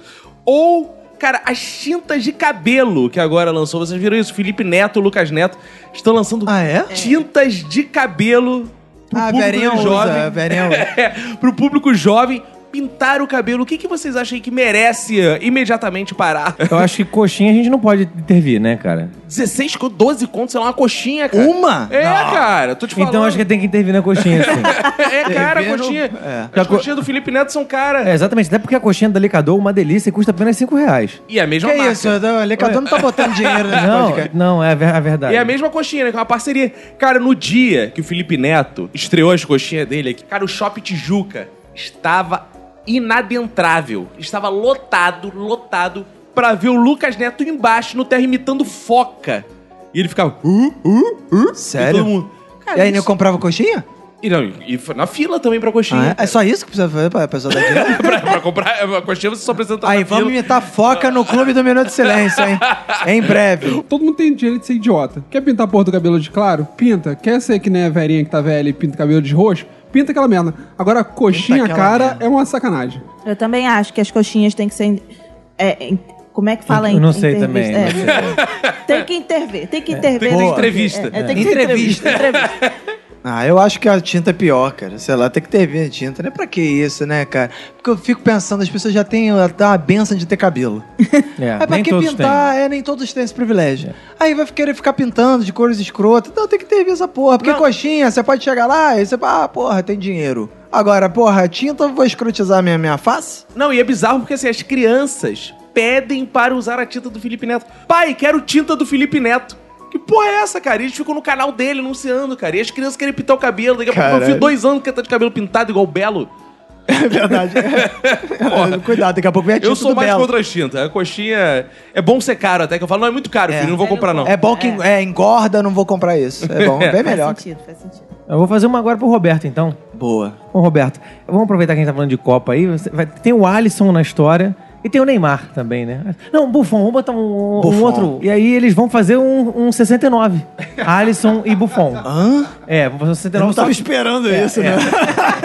Speaker 1: Ou, cara, as tintas de cabelo que agora lançou. Vocês viram isso? Felipe Neto, Lucas Neto estão lançando
Speaker 2: Ah, é?
Speaker 1: tintas de cabelo pro
Speaker 2: Ah, a Verinha
Speaker 1: público
Speaker 2: usa, a
Speaker 1: jovem.
Speaker 2: Verinha usa.
Speaker 1: É, pro público jovem pintar o cabelo. O que, que vocês acham aí que merece eh, imediatamente parar?
Speaker 3: Eu acho que coxinha a gente não pode intervir, né, cara?
Speaker 1: 16, co- 12 contos, sei lá, uma coxinha, cara.
Speaker 2: Uma?
Speaker 1: É, cara, tô te falando.
Speaker 3: Então acho que tem que intervir na coxinha, assim. sim.
Speaker 1: É, cara, a
Speaker 2: Viram?
Speaker 1: coxinha.
Speaker 2: É.
Speaker 1: As coxinhas do Felipe Neto são cara.
Speaker 3: É, exatamente, até porque a coxinha da Licador é uma delícia e custa apenas 5 reais.
Speaker 1: E a mesma
Speaker 2: Que
Speaker 1: marca.
Speaker 2: isso? O Lecador não tá botando dinheiro nesse
Speaker 3: Não,
Speaker 2: podcast.
Speaker 3: não, é a ver- a verdade.
Speaker 1: E a mesma coxinha, né? Que é uma parceria. Cara, no dia que o Felipe Neto estreou as coxinhas dele aqui, cara, o Shopping Tijuca estava inadentrável. Estava lotado, lotado, pra ver o Lucas Neto embaixo no terra imitando foca. E ele ficava... "Uh, uh, uh", E todo
Speaker 2: Sério?
Speaker 1: mundo... Cara,
Speaker 2: E aí, não
Speaker 1: isso...
Speaker 2: comprava coxinha?
Speaker 1: e, não, e foi na fila também pra
Speaker 2: Ah,
Speaker 1: coxinha.
Speaker 2: é? É só isso que precisa fazer pra pessoa dar dinheiro?
Speaker 1: pra, pra comprar a coxinha, você só precisa entrar
Speaker 2: Aí,
Speaker 1: na fila.
Speaker 2: vamos imitar foca no Clube do Minuto de Silêncio, hein? é Em breve.
Speaker 4: Todo mundo tem direito de ser idiota. Quer pintar a porra do cabelo de claro? Pinta. Quer ser que nem a velhinha que tá velha e pinta cabelo de roxo? Pinta aquela merda. Agora, coxinha
Speaker 2: Pinta aquela
Speaker 4: cara
Speaker 2: merda.
Speaker 4: é uma sacanagem.
Speaker 5: Eu também acho que as coxinhas têm que ser. é, em- como é que fala
Speaker 3: Eu
Speaker 5: em-
Speaker 3: não sei
Speaker 5: entrevista?
Speaker 3: também,
Speaker 5: É.
Speaker 3: não É.
Speaker 5: Tem que intervir, tem que intervir.
Speaker 2: Boa.
Speaker 5: porque-
Speaker 1: Entrevista.
Speaker 5: é, é, tem que ser
Speaker 2: Entrevista.
Speaker 5: entrevista. entrevista.
Speaker 2: Ah, eu acho que a tinta é pior, cara. Sei lá, tem que ter a tinta, né? Pra que isso, né, cara? Porque eu fico pensando, as pessoas já têm a, a benção de ter cabelo.
Speaker 3: É,
Speaker 2: É, pra
Speaker 3: nem
Speaker 2: que
Speaker 3: todos
Speaker 2: pintar? É, nem todos têm esse privilégio. Aí vai querer ficar pintando de cores escrotas. Não, tem que ter essa porra. Porque coxinha, você pode chegar lá e você fala, ah, porra, tem dinheiro. Agora, porra, tinta, eu vou escrotizar minha, minha face?
Speaker 1: Não, e é bizarro porque assim, as crianças pedem para usar a tinta do Felipe Neto. Pai, quero tinta do Felipe Neto. Que porra é essa, cara? Eles ficam no canal dele anunciando, cara. E as crianças querem pintar o cabelo. Daqui a pouco eu
Speaker 2: Caralho.
Speaker 1: fiz dois anos que tá de cabelo pintado igual o Belo.
Speaker 2: É verdade. Cuidado, daqui a pouco vem a É tinta
Speaker 1: Eu sou
Speaker 2: do
Speaker 1: mais
Speaker 2: Belo.
Speaker 1: contra as tintas. A coxinha... É bom ser caro até, que eu falo, não, é muito caro,
Speaker 2: É.
Speaker 1: filho, não vou comprar não.
Speaker 2: É bom que é, engorda, não vou comprar isso. É bom, bem
Speaker 5: Faz
Speaker 2: melhor.
Speaker 5: sentido, faz sentido.
Speaker 3: têm. Eu vou fazer uma agora pro Roberto, então.
Speaker 2: Boa.
Speaker 3: Ô, Roberto, vamos aproveitar que a gente tá falando de Copa aí. Você vai- tem o Alisson na história. E tem o Neymar também, né? Não, Buffon, vamos botar um, um
Speaker 2: Buffon.
Speaker 3: outro. E aí eles vão fazer um, um 69. Alisson e Buffon.
Speaker 2: Hã?
Speaker 3: É, vão fazer um 69.
Speaker 2: Eu não
Speaker 3: só
Speaker 2: tava
Speaker 3: que-
Speaker 2: esperando isso, né?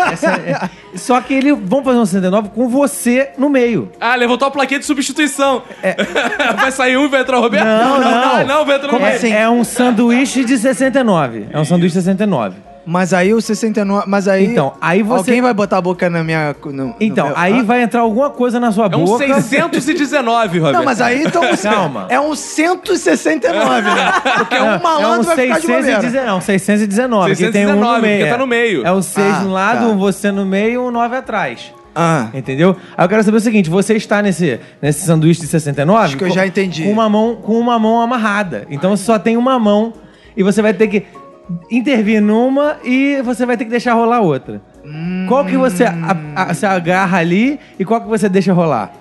Speaker 3: É, Essa é- é. Só que eles vão fazer um 69 com você no meio.
Speaker 1: Ah, levantou a plaquinha de substituição.
Speaker 2: É.
Speaker 1: vai sair um e vai entrar o Roberto?
Speaker 3: Não, não.
Speaker 1: Ah, não, vai entrar o
Speaker 3: Como
Speaker 1: Roberto.
Speaker 3: assim? É um sanduíche de 69. É um sanduíche de 69.
Speaker 2: Mas aí o 69. Mas aí.
Speaker 3: Então, aí você-
Speaker 2: Alguém vai botar a boca na minha. no- no
Speaker 3: Então,
Speaker 2: meu- Ah.
Speaker 3: aí
Speaker 2: Hã?
Speaker 3: vai entrar alguma coisa na sua
Speaker 1: É um
Speaker 3: boca.
Speaker 1: 619, Roberto.
Speaker 2: Não, mas aí então. você-
Speaker 3: Calma.
Speaker 2: É um 169, né? Porque
Speaker 3: É,
Speaker 2: um malandro vai ficar de bobeira.
Speaker 3: 619, não, 619, que tem um no
Speaker 1: 619,
Speaker 3: meio.
Speaker 1: porque tá
Speaker 3: é.
Speaker 1: no meio.
Speaker 3: É o 6
Speaker 2: Ah,
Speaker 3: de um lado,
Speaker 2: tá.
Speaker 3: um você no meio, um 9 atrás.
Speaker 2: Ah,
Speaker 3: Entendeu? Aí eu quero saber o seguinte, você está nesse, nesse sanduíche de 69?
Speaker 2: Acho que eu
Speaker 3: com-
Speaker 2: já entendi.
Speaker 3: Com uma mão, com uma mão amarrada. Então você só tem uma mão e você vai ter que intervir numa e você vai ter que deixar rolar outra. Qual que você a- a- se agarra ali e qual que você deixa rolar?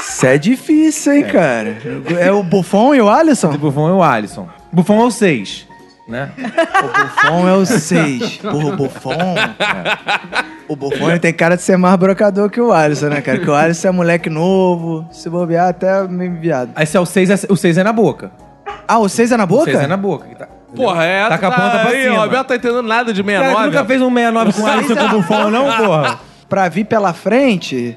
Speaker 2: isso é difícil, hein, cara? É o Buffon e o Alisson?
Speaker 3: O Buffon é o Alisson. Buffon é o 6, né? É.
Speaker 2: O Buffon é o 6. Porra, o Buffon. O Buffon é ele tem cara de ser mais brocador que o Alisson, né, cara? Que o Alisson é moleque novo, se bobear até meio viado.
Speaker 3: Aí se é o 6, o 6 é na boca.
Speaker 2: Ah, o 6 é na
Speaker 3: O 6 é
Speaker 2: boca?
Speaker 3: na boca. que tá-
Speaker 1: Porra, é.
Speaker 3: Tá com a ponta pra
Speaker 1: aí,
Speaker 3: cima.
Speaker 1: O Roberto tá entendendo nada de
Speaker 3: Cara,
Speaker 1: 69.
Speaker 3: tu nunca fez um 69 com o Alisson
Speaker 1: tá.
Speaker 3: e com o Buffon, não, porra?
Speaker 2: Pra vir pela frente?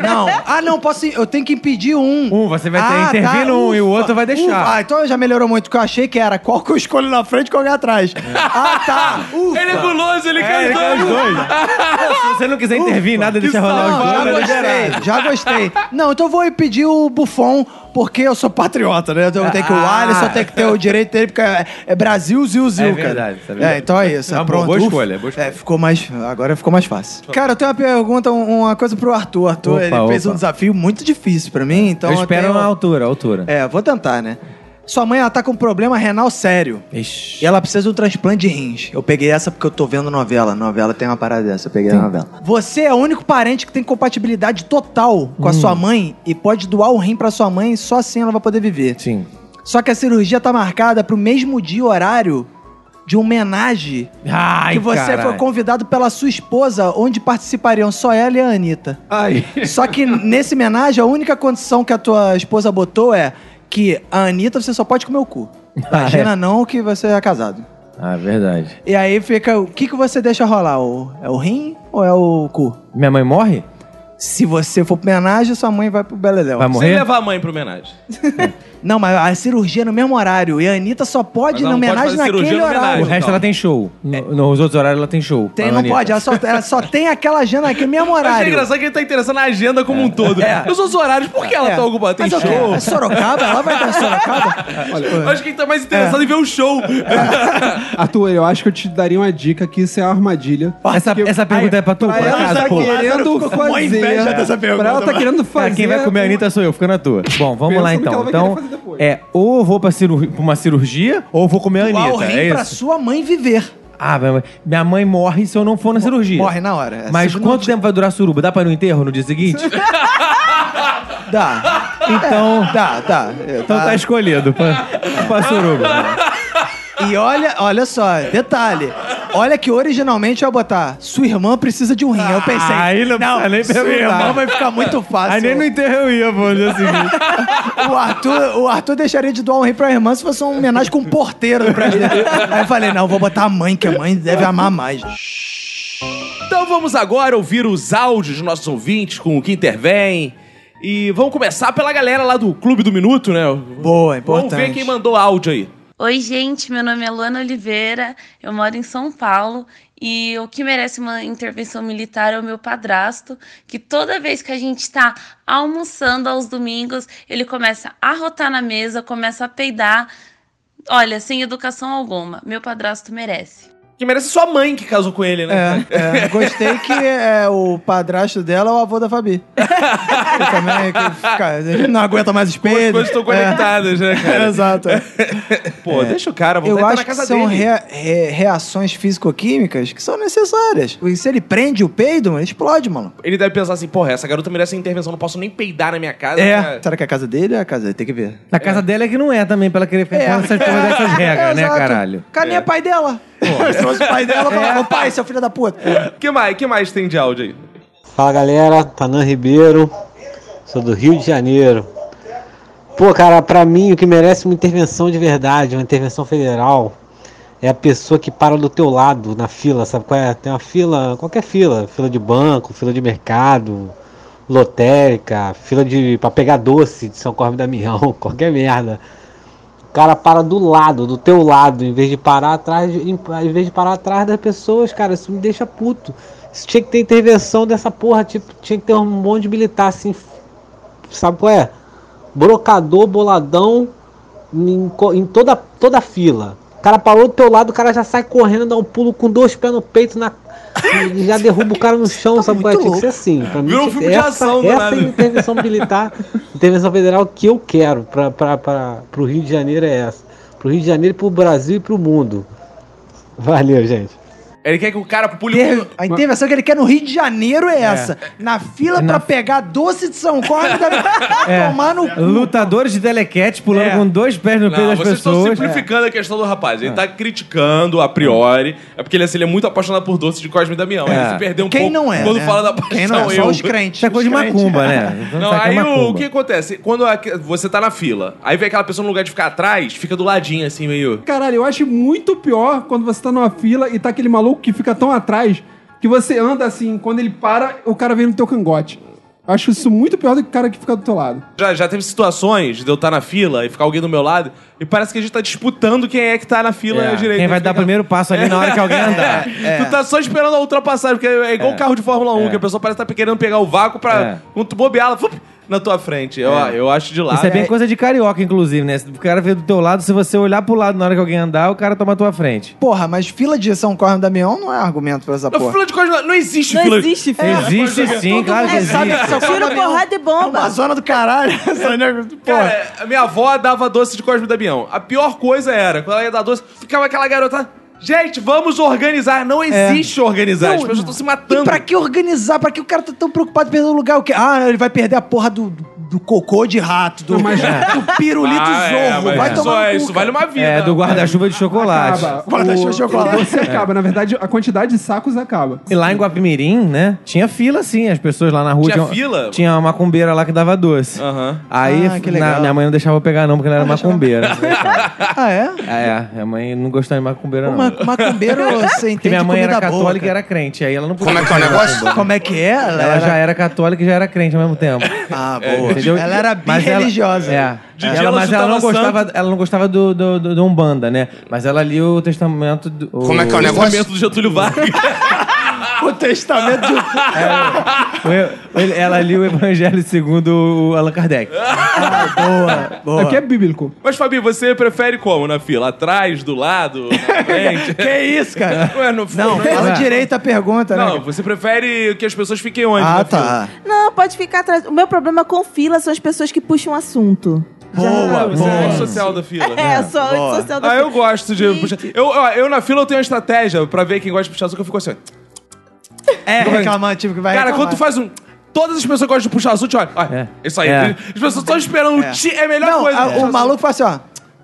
Speaker 2: não. Ah, não, posso. Eu tenho que impedir um.
Speaker 3: Um, você vai ter- intervir num e o outro vai deixar.
Speaker 2: Ufa. Ah, então já melhorou muito, porque eu achei que era qual que eu escolho na frente e qual que é atrás. Ah, tá. Ufa.
Speaker 1: Ele é guloso, ele
Speaker 3: É,
Speaker 1: quer
Speaker 3: ele
Speaker 1: os
Speaker 3: quer os
Speaker 1: dois.
Speaker 3: dois. Se você não quiser intervir em nada, deixa rolar os
Speaker 2: Não,
Speaker 3: dois.
Speaker 2: já
Speaker 3: vai liberar.
Speaker 2: gostei, já gostei. Não, então eu vou pedir o Buffon, porque eu sou patriota, né? Então eu tenho que o
Speaker 3: Ah.
Speaker 2: Alisson, tem que ter o direito dele, porque é, é Brasil, Zil, Zil,
Speaker 3: É
Speaker 2: cara.
Speaker 3: verdade, isso é verdade.
Speaker 2: É, então é isso.
Speaker 3: É
Speaker 2: É
Speaker 3: uma
Speaker 2: pronto.
Speaker 3: boa
Speaker 2: Ufa.
Speaker 3: escolha, boa escolha.
Speaker 2: É, ficou mais, agora ficou mais fácil. Cara, eu tenho uma pergunta, um- uma coisa pro Arthur. Arthur,
Speaker 3: Opa,
Speaker 2: ele fez
Speaker 3: opa.
Speaker 2: um desafio muito difícil pra mim, então
Speaker 3: Eu espero
Speaker 2: tenho...
Speaker 3: a altura, a altura.
Speaker 2: É, vou tentar, né? Sua mãe, ela tá com um problema renal sério.
Speaker 3: Ixi.
Speaker 2: E ela precisa de um transplante de rins. Eu peguei essa porque eu tô vendo novela. Novela tem uma parada dessa, eu peguei a novela. Você é o único parente que tem compatibilidade total com a
Speaker 3: Hum.
Speaker 2: sua mãe e pode doar o rim pra sua mãe, só assim ela vai poder viver.
Speaker 3: Sim.
Speaker 2: Só que a cirurgia tá marcada pro mesmo dia e horário de um homenagem
Speaker 3: Ai,
Speaker 2: que você foi convidado pela sua esposa, onde participariam só ela e a Anitta.
Speaker 4: Ai.
Speaker 2: Só que nesse homenagem, a única condição que a tua esposa botou é que a Anitta você só pode comer o cu.
Speaker 3: é.
Speaker 2: Imagina não que você é casado.
Speaker 3: Ah, verdade.
Speaker 2: E aí fica, o que, que você deixa rolar? O, é o rim ou é o cu?
Speaker 3: Minha mãe morre?
Speaker 2: Se você for pra homenagem, sua mãe vai pro Beleléu.
Speaker 3: Vai
Speaker 1: Sem
Speaker 3: morrer?
Speaker 1: levar a mãe pra homenagem.
Speaker 2: Não, mas a cirurgia é no mesmo horário. E a Anitta só pode
Speaker 1: Mas
Speaker 2: ir
Speaker 1: ela
Speaker 2: na
Speaker 1: não pode
Speaker 2: homenagem
Speaker 1: fazer cirurgia
Speaker 2: naquele
Speaker 1: no
Speaker 3: O
Speaker 4: então.
Speaker 2: horário.
Speaker 1: homenagem. então.
Speaker 3: resto ela tem show. No-
Speaker 4: É.
Speaker 3: Nos outros horários ela tem show.
Speaker 2: Tem,
Speaker 3: A
Speaker 2: não
Speaker 3: Anitta.
Speaker 2: pode, ela só, ela só tem aquela agenda naquele mesmo
Speaker 1: Mas é
Speaker 2: horário.
Speaker 1: engraçado que ele tá interessado na agenda como
Speaker 3: É.
Speaker 1: um todo. Os outros horários, por que ela
Speaker 2: É.
Speaker 1: tá ocupada? Tem
Speaker 2: Mas eu
Speaker 1: show?
Speaker 2: quero- é Sorocaba? Ela vai ter Sorocaba?
Speaker 1: Eu Acho que ele tá mais
Speaker 3: É.
Speaker 1: interessado em ver o show.
Speaker 4: Arthur, eu acho que eu te daria uma dica que isso é uma armadilha.
Speaker 3: Essa,
Speaker 4: Porque
Speaker 3: essa pergunta é pra tu, por
Speaker 4: Pra ela
Speaker 3: acaso,
Speaker 4: tá
Speaker 3: pô.
Speaker 4: querendo
Speaker 2: com uma
Speaker 4: fazer.
Speaker 2: inveja dessa pergunta,
Speaker 4: pra ela tá
Speaker 2: mano.
Speaker 4: querendo
Speaker 3: Cara,
Speaker 4: fazer.
Speaker 3: quem vai comer a Anitta sou eu, fica na tua. Bom, vamos
Speaker 4: Pensa
Speaker 3: lá
Speaker 4: no que
Speaker 3: então.
Speaker 4: ela vai
Speaker 3: Então,
Speaker 4: querer fazer depois.
Speaker 3: é ou eu vou pra, cirurgi- pra uma cirurgia, ou eu vou comer a
Speaker 2: Doar o
Speaker 3: Anitta.
Speaker 2: rim
Speaker 3: É
Speaker 2: pra
Speaker 3: isso?
Speaker 2: sua mãe viver.
Speaker 3: Ah, minha mãe- minha mãe morre se eu não for na cirurgia.
Speaker 2: Morre na hora. É
Speaker 3: Mas
Speaker 2: segundo
Speaker 3: quanto
Speaker 2: dia.
Speaker 3: tempo vai durar a suruba? Dá pra ir no enterro no dia seguinte?
Speaker 2: Dá.
Speaker 3: Então-
Speaker 2: É, dá, dá. É,
Speaker 3: Então tá escolhido pra, pra suruba.
Speaker 2: E olha, olha só, detalhe. Olha que originalmente eu ia botar sua irmã precisa de um rim. Eu pensei.
Speaker 3: Ah, Aí não precisa nem
Speaker 2: sua
Speaker 3: perguntar.
Speaker 2: irmã vai ficar muito fácil.
Speaker 3: Aí nem no enterro eu ia, assim. pô, no dia seguinte.
Speaker 2: o, Arthur, o Arthur deixaria de doar um rim pra irmã se fosse uma homenagem com um porteiro do prédio dele. Aí eu falei, não, eu vou botar a mãe, que a mãe deve amar mais.
Speaker 1: Então vamos agora ouvir os áudios dos nossos ouvintes com o que intervém. E vamos começar pela galera lá do Clube do Minuto, né?
Speaker 2: Boa,
Speaker 1: Vamos
Speaker 2: importante.
Speaker 1: ver quem mandou áudio aí.
Speaker 6: Oi, gente, meu nome é Luana Oliveira, eu moro em São Paulo e o que merece uma intervenção militar é o meu padrasto, que toda vez que a gente tá almoçando aos domingos, ele começa a rotar na mesa, começa a peidar. Olha, sem educação alguma, meu padrasto merece.
Speaker 1: Que merece sua mãe que casou com ele, né?
Speaker 2: É, é, gostei que é, o padrasto dela é o avô da Fabi. Que também que fica- ele não aguenta mais
Speaker 1: As
Speaker 2: espelho.
Speaker 1: coisas estão conectadas, né,
Speaker 2: É,
Speaker 1: cara?
Speaker 2: exato. É.
Speaker 1: Pô, deixa o cara, vamos
Speaker 2: Eu
Speaker 1: entrar na
Speaker 2: acho que
Speaker 1: casa
Speaker 2: são
Speaker 1: dele.
Speaker 2: rea- re- reações físico-químicas que são necessárias. E se ele prende o peido, mano, explode, mano.
Speaker 1: Ele deve pensar assim, porra, essa garota merece uma intervenção, não posso nem peidar na minha casa.
Speaker 2: É.
Speaker 1: cara.
Speaker 2: Será que é a casa dele é a casa dele? Tem que ver.
Speaker 3: Na casa dela é que não é também, pra ela querer ficar falando essas coisas
Speaker 1: É,
Speaker 3: dessas regras, né,
Speaker 2: Exato.
Speaker 3: caralho?
Speaker 2: Cadê é. pai dela? Se fosse pai dela, eu
Speaker 1: É.
Speaker 2: falava, ô pai, seu filho da puta.
Speaker 1: Que mais, que mais tem de áudio aí?
Speaker 8: Fala galera, Tanan Ribeiro. Sou do Rio de Janeiro. Pô, cara, pra mim o que merece uma intervenção de verdade, uma intervenção federal, é a pessoa que para do teu lado na fila, sabe qual é? Tem uma fila, qualquer fila, fila de banco, fila de mercado, lotérica, fila de pra pegar doce de São Corvo e Damião, qualquer merda. O cara para do lado, do teu lado, em vez de parar atrás, de- em, em vez de parar atrás das pessoas, cara, isso me deixa puto. Isso tinha que ter intervenção dessa porra, tipo, tinha que ter um monte de militar assim, sabe qual é? Brocador, boladão em, co- em toda, toda a fila. O cara parou do teu lado, o cara já sai correndo, dá um pulo com dois pés no peito na, e já derruba o cara no chão, sabe qual é? Tinha que ser assim. Pra mim,
Speaker 1: Tá Virou
Speaker 8: tinha
Speaker 1: um
Speaker 8: que-
Speaker 1: filme de
Speaker 8: essa,
Speaker 1: ação, do
Speaker 8: Essa
Speaker 1: nada.
Speaker 8: é a intervenção militar, intervenção federal que eu quero pra, pra, pra, pro Rio de Janeiro é essa. Pro Rio de Janeiro, pro Brasil e pro mundo. Valeu, gente.
Speaker 1: Ele quer que o cara pule.
Speaker 2: A intervenção que ele quer no Rio de Janeiro é, essa. Na fila pra pegar doce de São Corvo, deve
Speaker 3: É.
Speaker 2: tomar no cu.
Speaker 3: Lutadores de telequete pulando
Speaker 1: É.
Speaker 3: com dois pés no peito
Speaker 1: Não,
Speaker 3: das
Speaker 1: vocês estão
Speaker 3: pessoas.
Speaker 2: é.
Speaker 1: simplificando a questão do rapaz. Ele tá criticando a priori. É porque ele, assim, ele é muito apaixonado por doce de Cosme e Damião.
Speaker 3: É.
Speaker 1: Ele se perdeu um
Speaker 2: Quem
Speaker 1: pouco
Speaker 2: não é?
Speaker 1: quando
Speaker 2: né?
Speaker 1: fala da paixão.
Speaker 2: Quem não é?
Speaker 1: eu.
Speaker 2: Só os crentes.
Speaker 3: Isso é coisa de
Speaker 2: os crentes.
Speaker 3: macumba, né? Vamos
Speaker 1: Não,
Speaker 3: tacar
Speaker 1: aí o,
Speaker 3: macumba.
Speaker 1: que acontece? Quando a- você tá na fila, aí vem aquela pessoa no lugar de ficar atrás, fica do ladinho, assim, meio.
Speaker 4: Caralho, eu acho muito pior quando você tá numa fila e tá aquele maluco que fica tão atrás que você anda assim, quando ele para, o cara vem no teu cangote. Acho isso muito pior do que o cara que fica do teu lado.
Speaker 1: Já, já teve situações de eu estar na fila e ficar alguém do meu lado, e parece que a gente tá disputando quem é que tá na fila
Speaker 3: É.
Speaker 1: direito. É.
Speaker 3: Quem vai dar o primeiro passo ali na hora que alguém andar.
Speaker 1: Tu tá só esperando a ultrapassagem, porque é igual o carro de Fórmula 1,
Speaker 3: É.
Speaker 1: que a pessoa parece que tá querendo pegar o vácuo pra.
Speaker 3: É.
Speaker 1: Quando tu bobear, ela fup, na tua frente. Eu, eu acho de lado.
Speaker 3: Isso é bem coisa de carioca, inclusive, né? Se O cara vê do teu lado, se você olhar pro lado na hora que alguém andar, o cara toma a tua frente.
Speaker 2: Porra, mas fila de São Corvo e Damião não é argumento pra essa
Speaker 1: Não,
Speaker 2: porra.
Speaker 1: fila de coisa. Não existe
Speaker 5: Não
Speaker 1: fila.
Speaker 5: existe, filho.
Speaker 3: Existe sim, claro que
Speaker 1: é
Speaker 5: mundo
Speaker 3: existe.
Speaker 5: sabe que Tiro, porrada e bomba.
Speaker 2: É uma zona do caralho. essa,
Speaker 1: é-
Speaker 2: né? porra.
Speaker 1: Cara, a minha avó dava doce de Cosme e Damião. A pior coisa era, quando ela ia dar doce, ficava aquela garota. Gente, vamos organizar. Não existe organizar. tipo, As
Speaker 2: É. Não,
Speaker 1: pessoas estão se matando.
Speaker 2: E pra que organizar? Pra que o cara tá tão preocupado em perder o lugar? O quê? Ah, ele vai perder a porra do, do cocô de rato, do, do pirulito
Speaker 1: é Ah, é,
Speaker 2: zorro.
Speaker 1: mas
Speaker 2: vai
Speaker 1: isso,
Speaker 2: tomar
Speaker 1: é,
Speaker 2: no cu,
Speaker 1: isso vale uma vida.
Speaker 3: É, do guarda-chuva de chocolate. É.
Speaker 2: Vai deixar o chocolate.
Speaker 4: Você acaba, na verdade, a quantidade de sacos acaba.
Speaker 3: E lá em Guapimirim, né? Tinha fila, sim. As pessoas lá na rua...
Speaker 1: Tinha fila?
Speaker 3: Tinha uma macumbeira lá que dava doce.
Speaker 1: Aham.
Speaker 3: Aí
Speaker 2: Ah, que
Speaker 3: na-
Speaker 2: legal.
Speaker 3: minha mãe não deixava eu pegar não, porque ela era macumbeira.
Speaker 2: Ah, é?
Speaker 3: é, é, minha mãe não gostava de macumbeira não.
Speaker 2: O ma- macumbeiro, você
Speaker 3: Porque
Speaker 2: entende
Speaker 3: minha mãe
Speaker 2: comida
Speaker 3: era
Speaker 2: boa,
Speaker 3: católica e
Speaker 2: cara.
Speaker 3: era crente. Aí ela não podia... Como é que
Speaker 2: Como é que é? Ela,
Speaker 3: Ela
Speaker 2: era...
Speaker 3: já era católica e já era crente ao mesmo tempo.
Speaker 2: Ah, boa.
Speaker 3: Entendeu?
Speaker 2: Ela era
Speaker 3: Mas ela-
Speaker 2: bi-religiosa.
Speaker 3: É.
Speaker 1: É, De
Speaker 3: Ela-
Speaker 1: dia ela
Speaker 3: mas ela não,
Speaker 1: chutava
Speaker 3: gostava, ela não gostava do, do, do- do Umbanda, né? Mas ela lia o testamento do. Como é que é o
Speaker 1: Testamento do Getúlio Vargas.
Speaker 2: O testamento de...
Speaker 3: É, Ela lia o Evangelho segundo o Allan Kardec.
Speaker 2: Boa,
Speaker 4: É
Speaker 2: boa.
Speaker 4: porque é bíblico.
Speaker 1: Mas, Fabi, você prefere como na fila? Atrás, do lado, na frente?
Speaker 2: Que isso, cara?
Speaker 1: Ué, não,
Speaker 2: Não,
Speaker 1: não-
Speaker 2: fala
Speaker 3: é.
Speaker 2: direito a pergunta, né?
Speaker 1: Não, você prefere que as pessoas fiquem onde?
Speaker 2: Ah,
Speaker 1: na
Speaker 2: tá.
Speaker 5: Não, pode ficar atrás. O meu problema com fila são as pessoas que puxam assunto.
Speaker 2: Boa,
Speaker 1: fila? Você é
Speaker 2: boa.
Speaker 1: antissocial da fila.
Speaker 5: É, eu sou antissocial da
Speaker 1: Ah, eu
Speaker 5: fila.
Speaker 1: gosto de
Speaker 5: Gente.
Speaker 1: puxar. Eu, ó, eu, na fila eu tenho uma estratégia pra ver quem gosta de puxar azul, que eu fico assim. ó. assim,
Speaker 2: É reclamativo que vai
Speaker 1: Cara,
Speaker 2: reclamar.
Speaker 1: quando tu faz um. Todas as pessoas gostam de puxar azul, tipo, olha. olha
Speaker 3: É.
Speaker 1: Isso aí.
Speaker 3: É.
Speaker 1: As pessoas estão esperando o ti. É a melhor
Speaker 2: Não,
Speaker 1: coisa.
Speaker 2: a-
Speaker 1: puxar
Speaker 2: o
Speaker 1: azul.
Speaker 2: maluco fala assim, ó.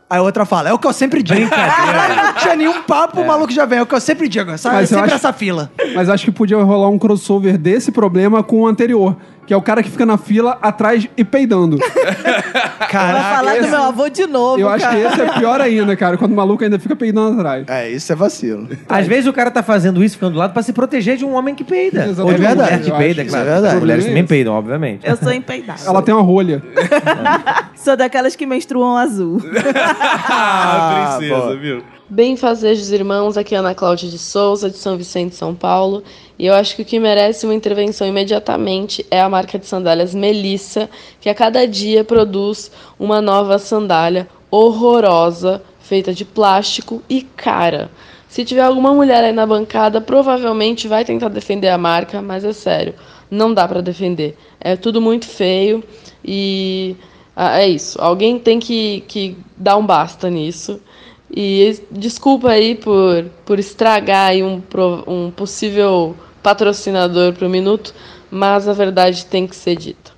Speaker 2: Aí a outra fala, é o que eu sempre digo. Caralho, não tinha nenhum papo, o maluco já vem. É o que eu sempre digo. É
Speaker 4: Mas eu
Speaker 2: sempre
Speaker 4: acho-
Speaker 2: essa fila.
Speaker 4: Mas acho que podia rolar um crossover desse problema com o anterior, que é o cara que fica na fila atrás e peidando.
Speaker 5: Vai
Speaker 2: Caraca.
Speaker 5: falar do meu avô de novo,
Speaker 4: Eu acho que
Speaker 5: cara.
Speaker 4: esse é pior ainda, cara, quando o maluco ainda fica peidando atrás.
Speaker 2: É, isso é vacilo.
Speaker 3: Às vezes o cara tá fazendo isso, ficando do lado, pra se proteger de um homem que peida.
Speaker 4: Exatamente.
Speaker 3: Ou de uma
Speaker 2: É verdade,
Speaker 3: mulher que
Speaker 2: eu
Speaker 3: peida,
Speaker 4: acho.
Speaker 3: claro.
Speaker 2: Isso é verdade.
Speaker 3: As mulheres
Speaker 4: É
Speaker 3: também
Speaker 4: isso.
Speaker 3: peidam, obviamente.
Speaker 5: Eu sou empeidável.
Speaker 4: Ela tem uma rolha.
Speaker 5: Sou daquelas que menstruam azul.
Speaker 1: Ah,
Speaker 2: Ah,
Speaker 1: princesa,
Speaker 2: boa.
Speaker 1: viu?
Speaker 9: Bem fazejos irmãos, aqui é Ana Cláudia de Souza, de São Vicente, São Paulo. E eu acho que o que merece uma intervenção imediatamente é a marca de sandálias Melissa, que a cada dia produz uma nova sandália horrorosa, feita de plástico e cara. Se tiver alguma mulher aí na bancada, provavelmente vai tentar defender a marca, mas é sério, não dá pra defender. É tudo muito feio e ah, é isso. Alguém tem que, que dar um basta nisso. E desculpa aí por, por estragar aí um, pro- um possível patrocinador pro minuto, mas a verdade tem que ser dita.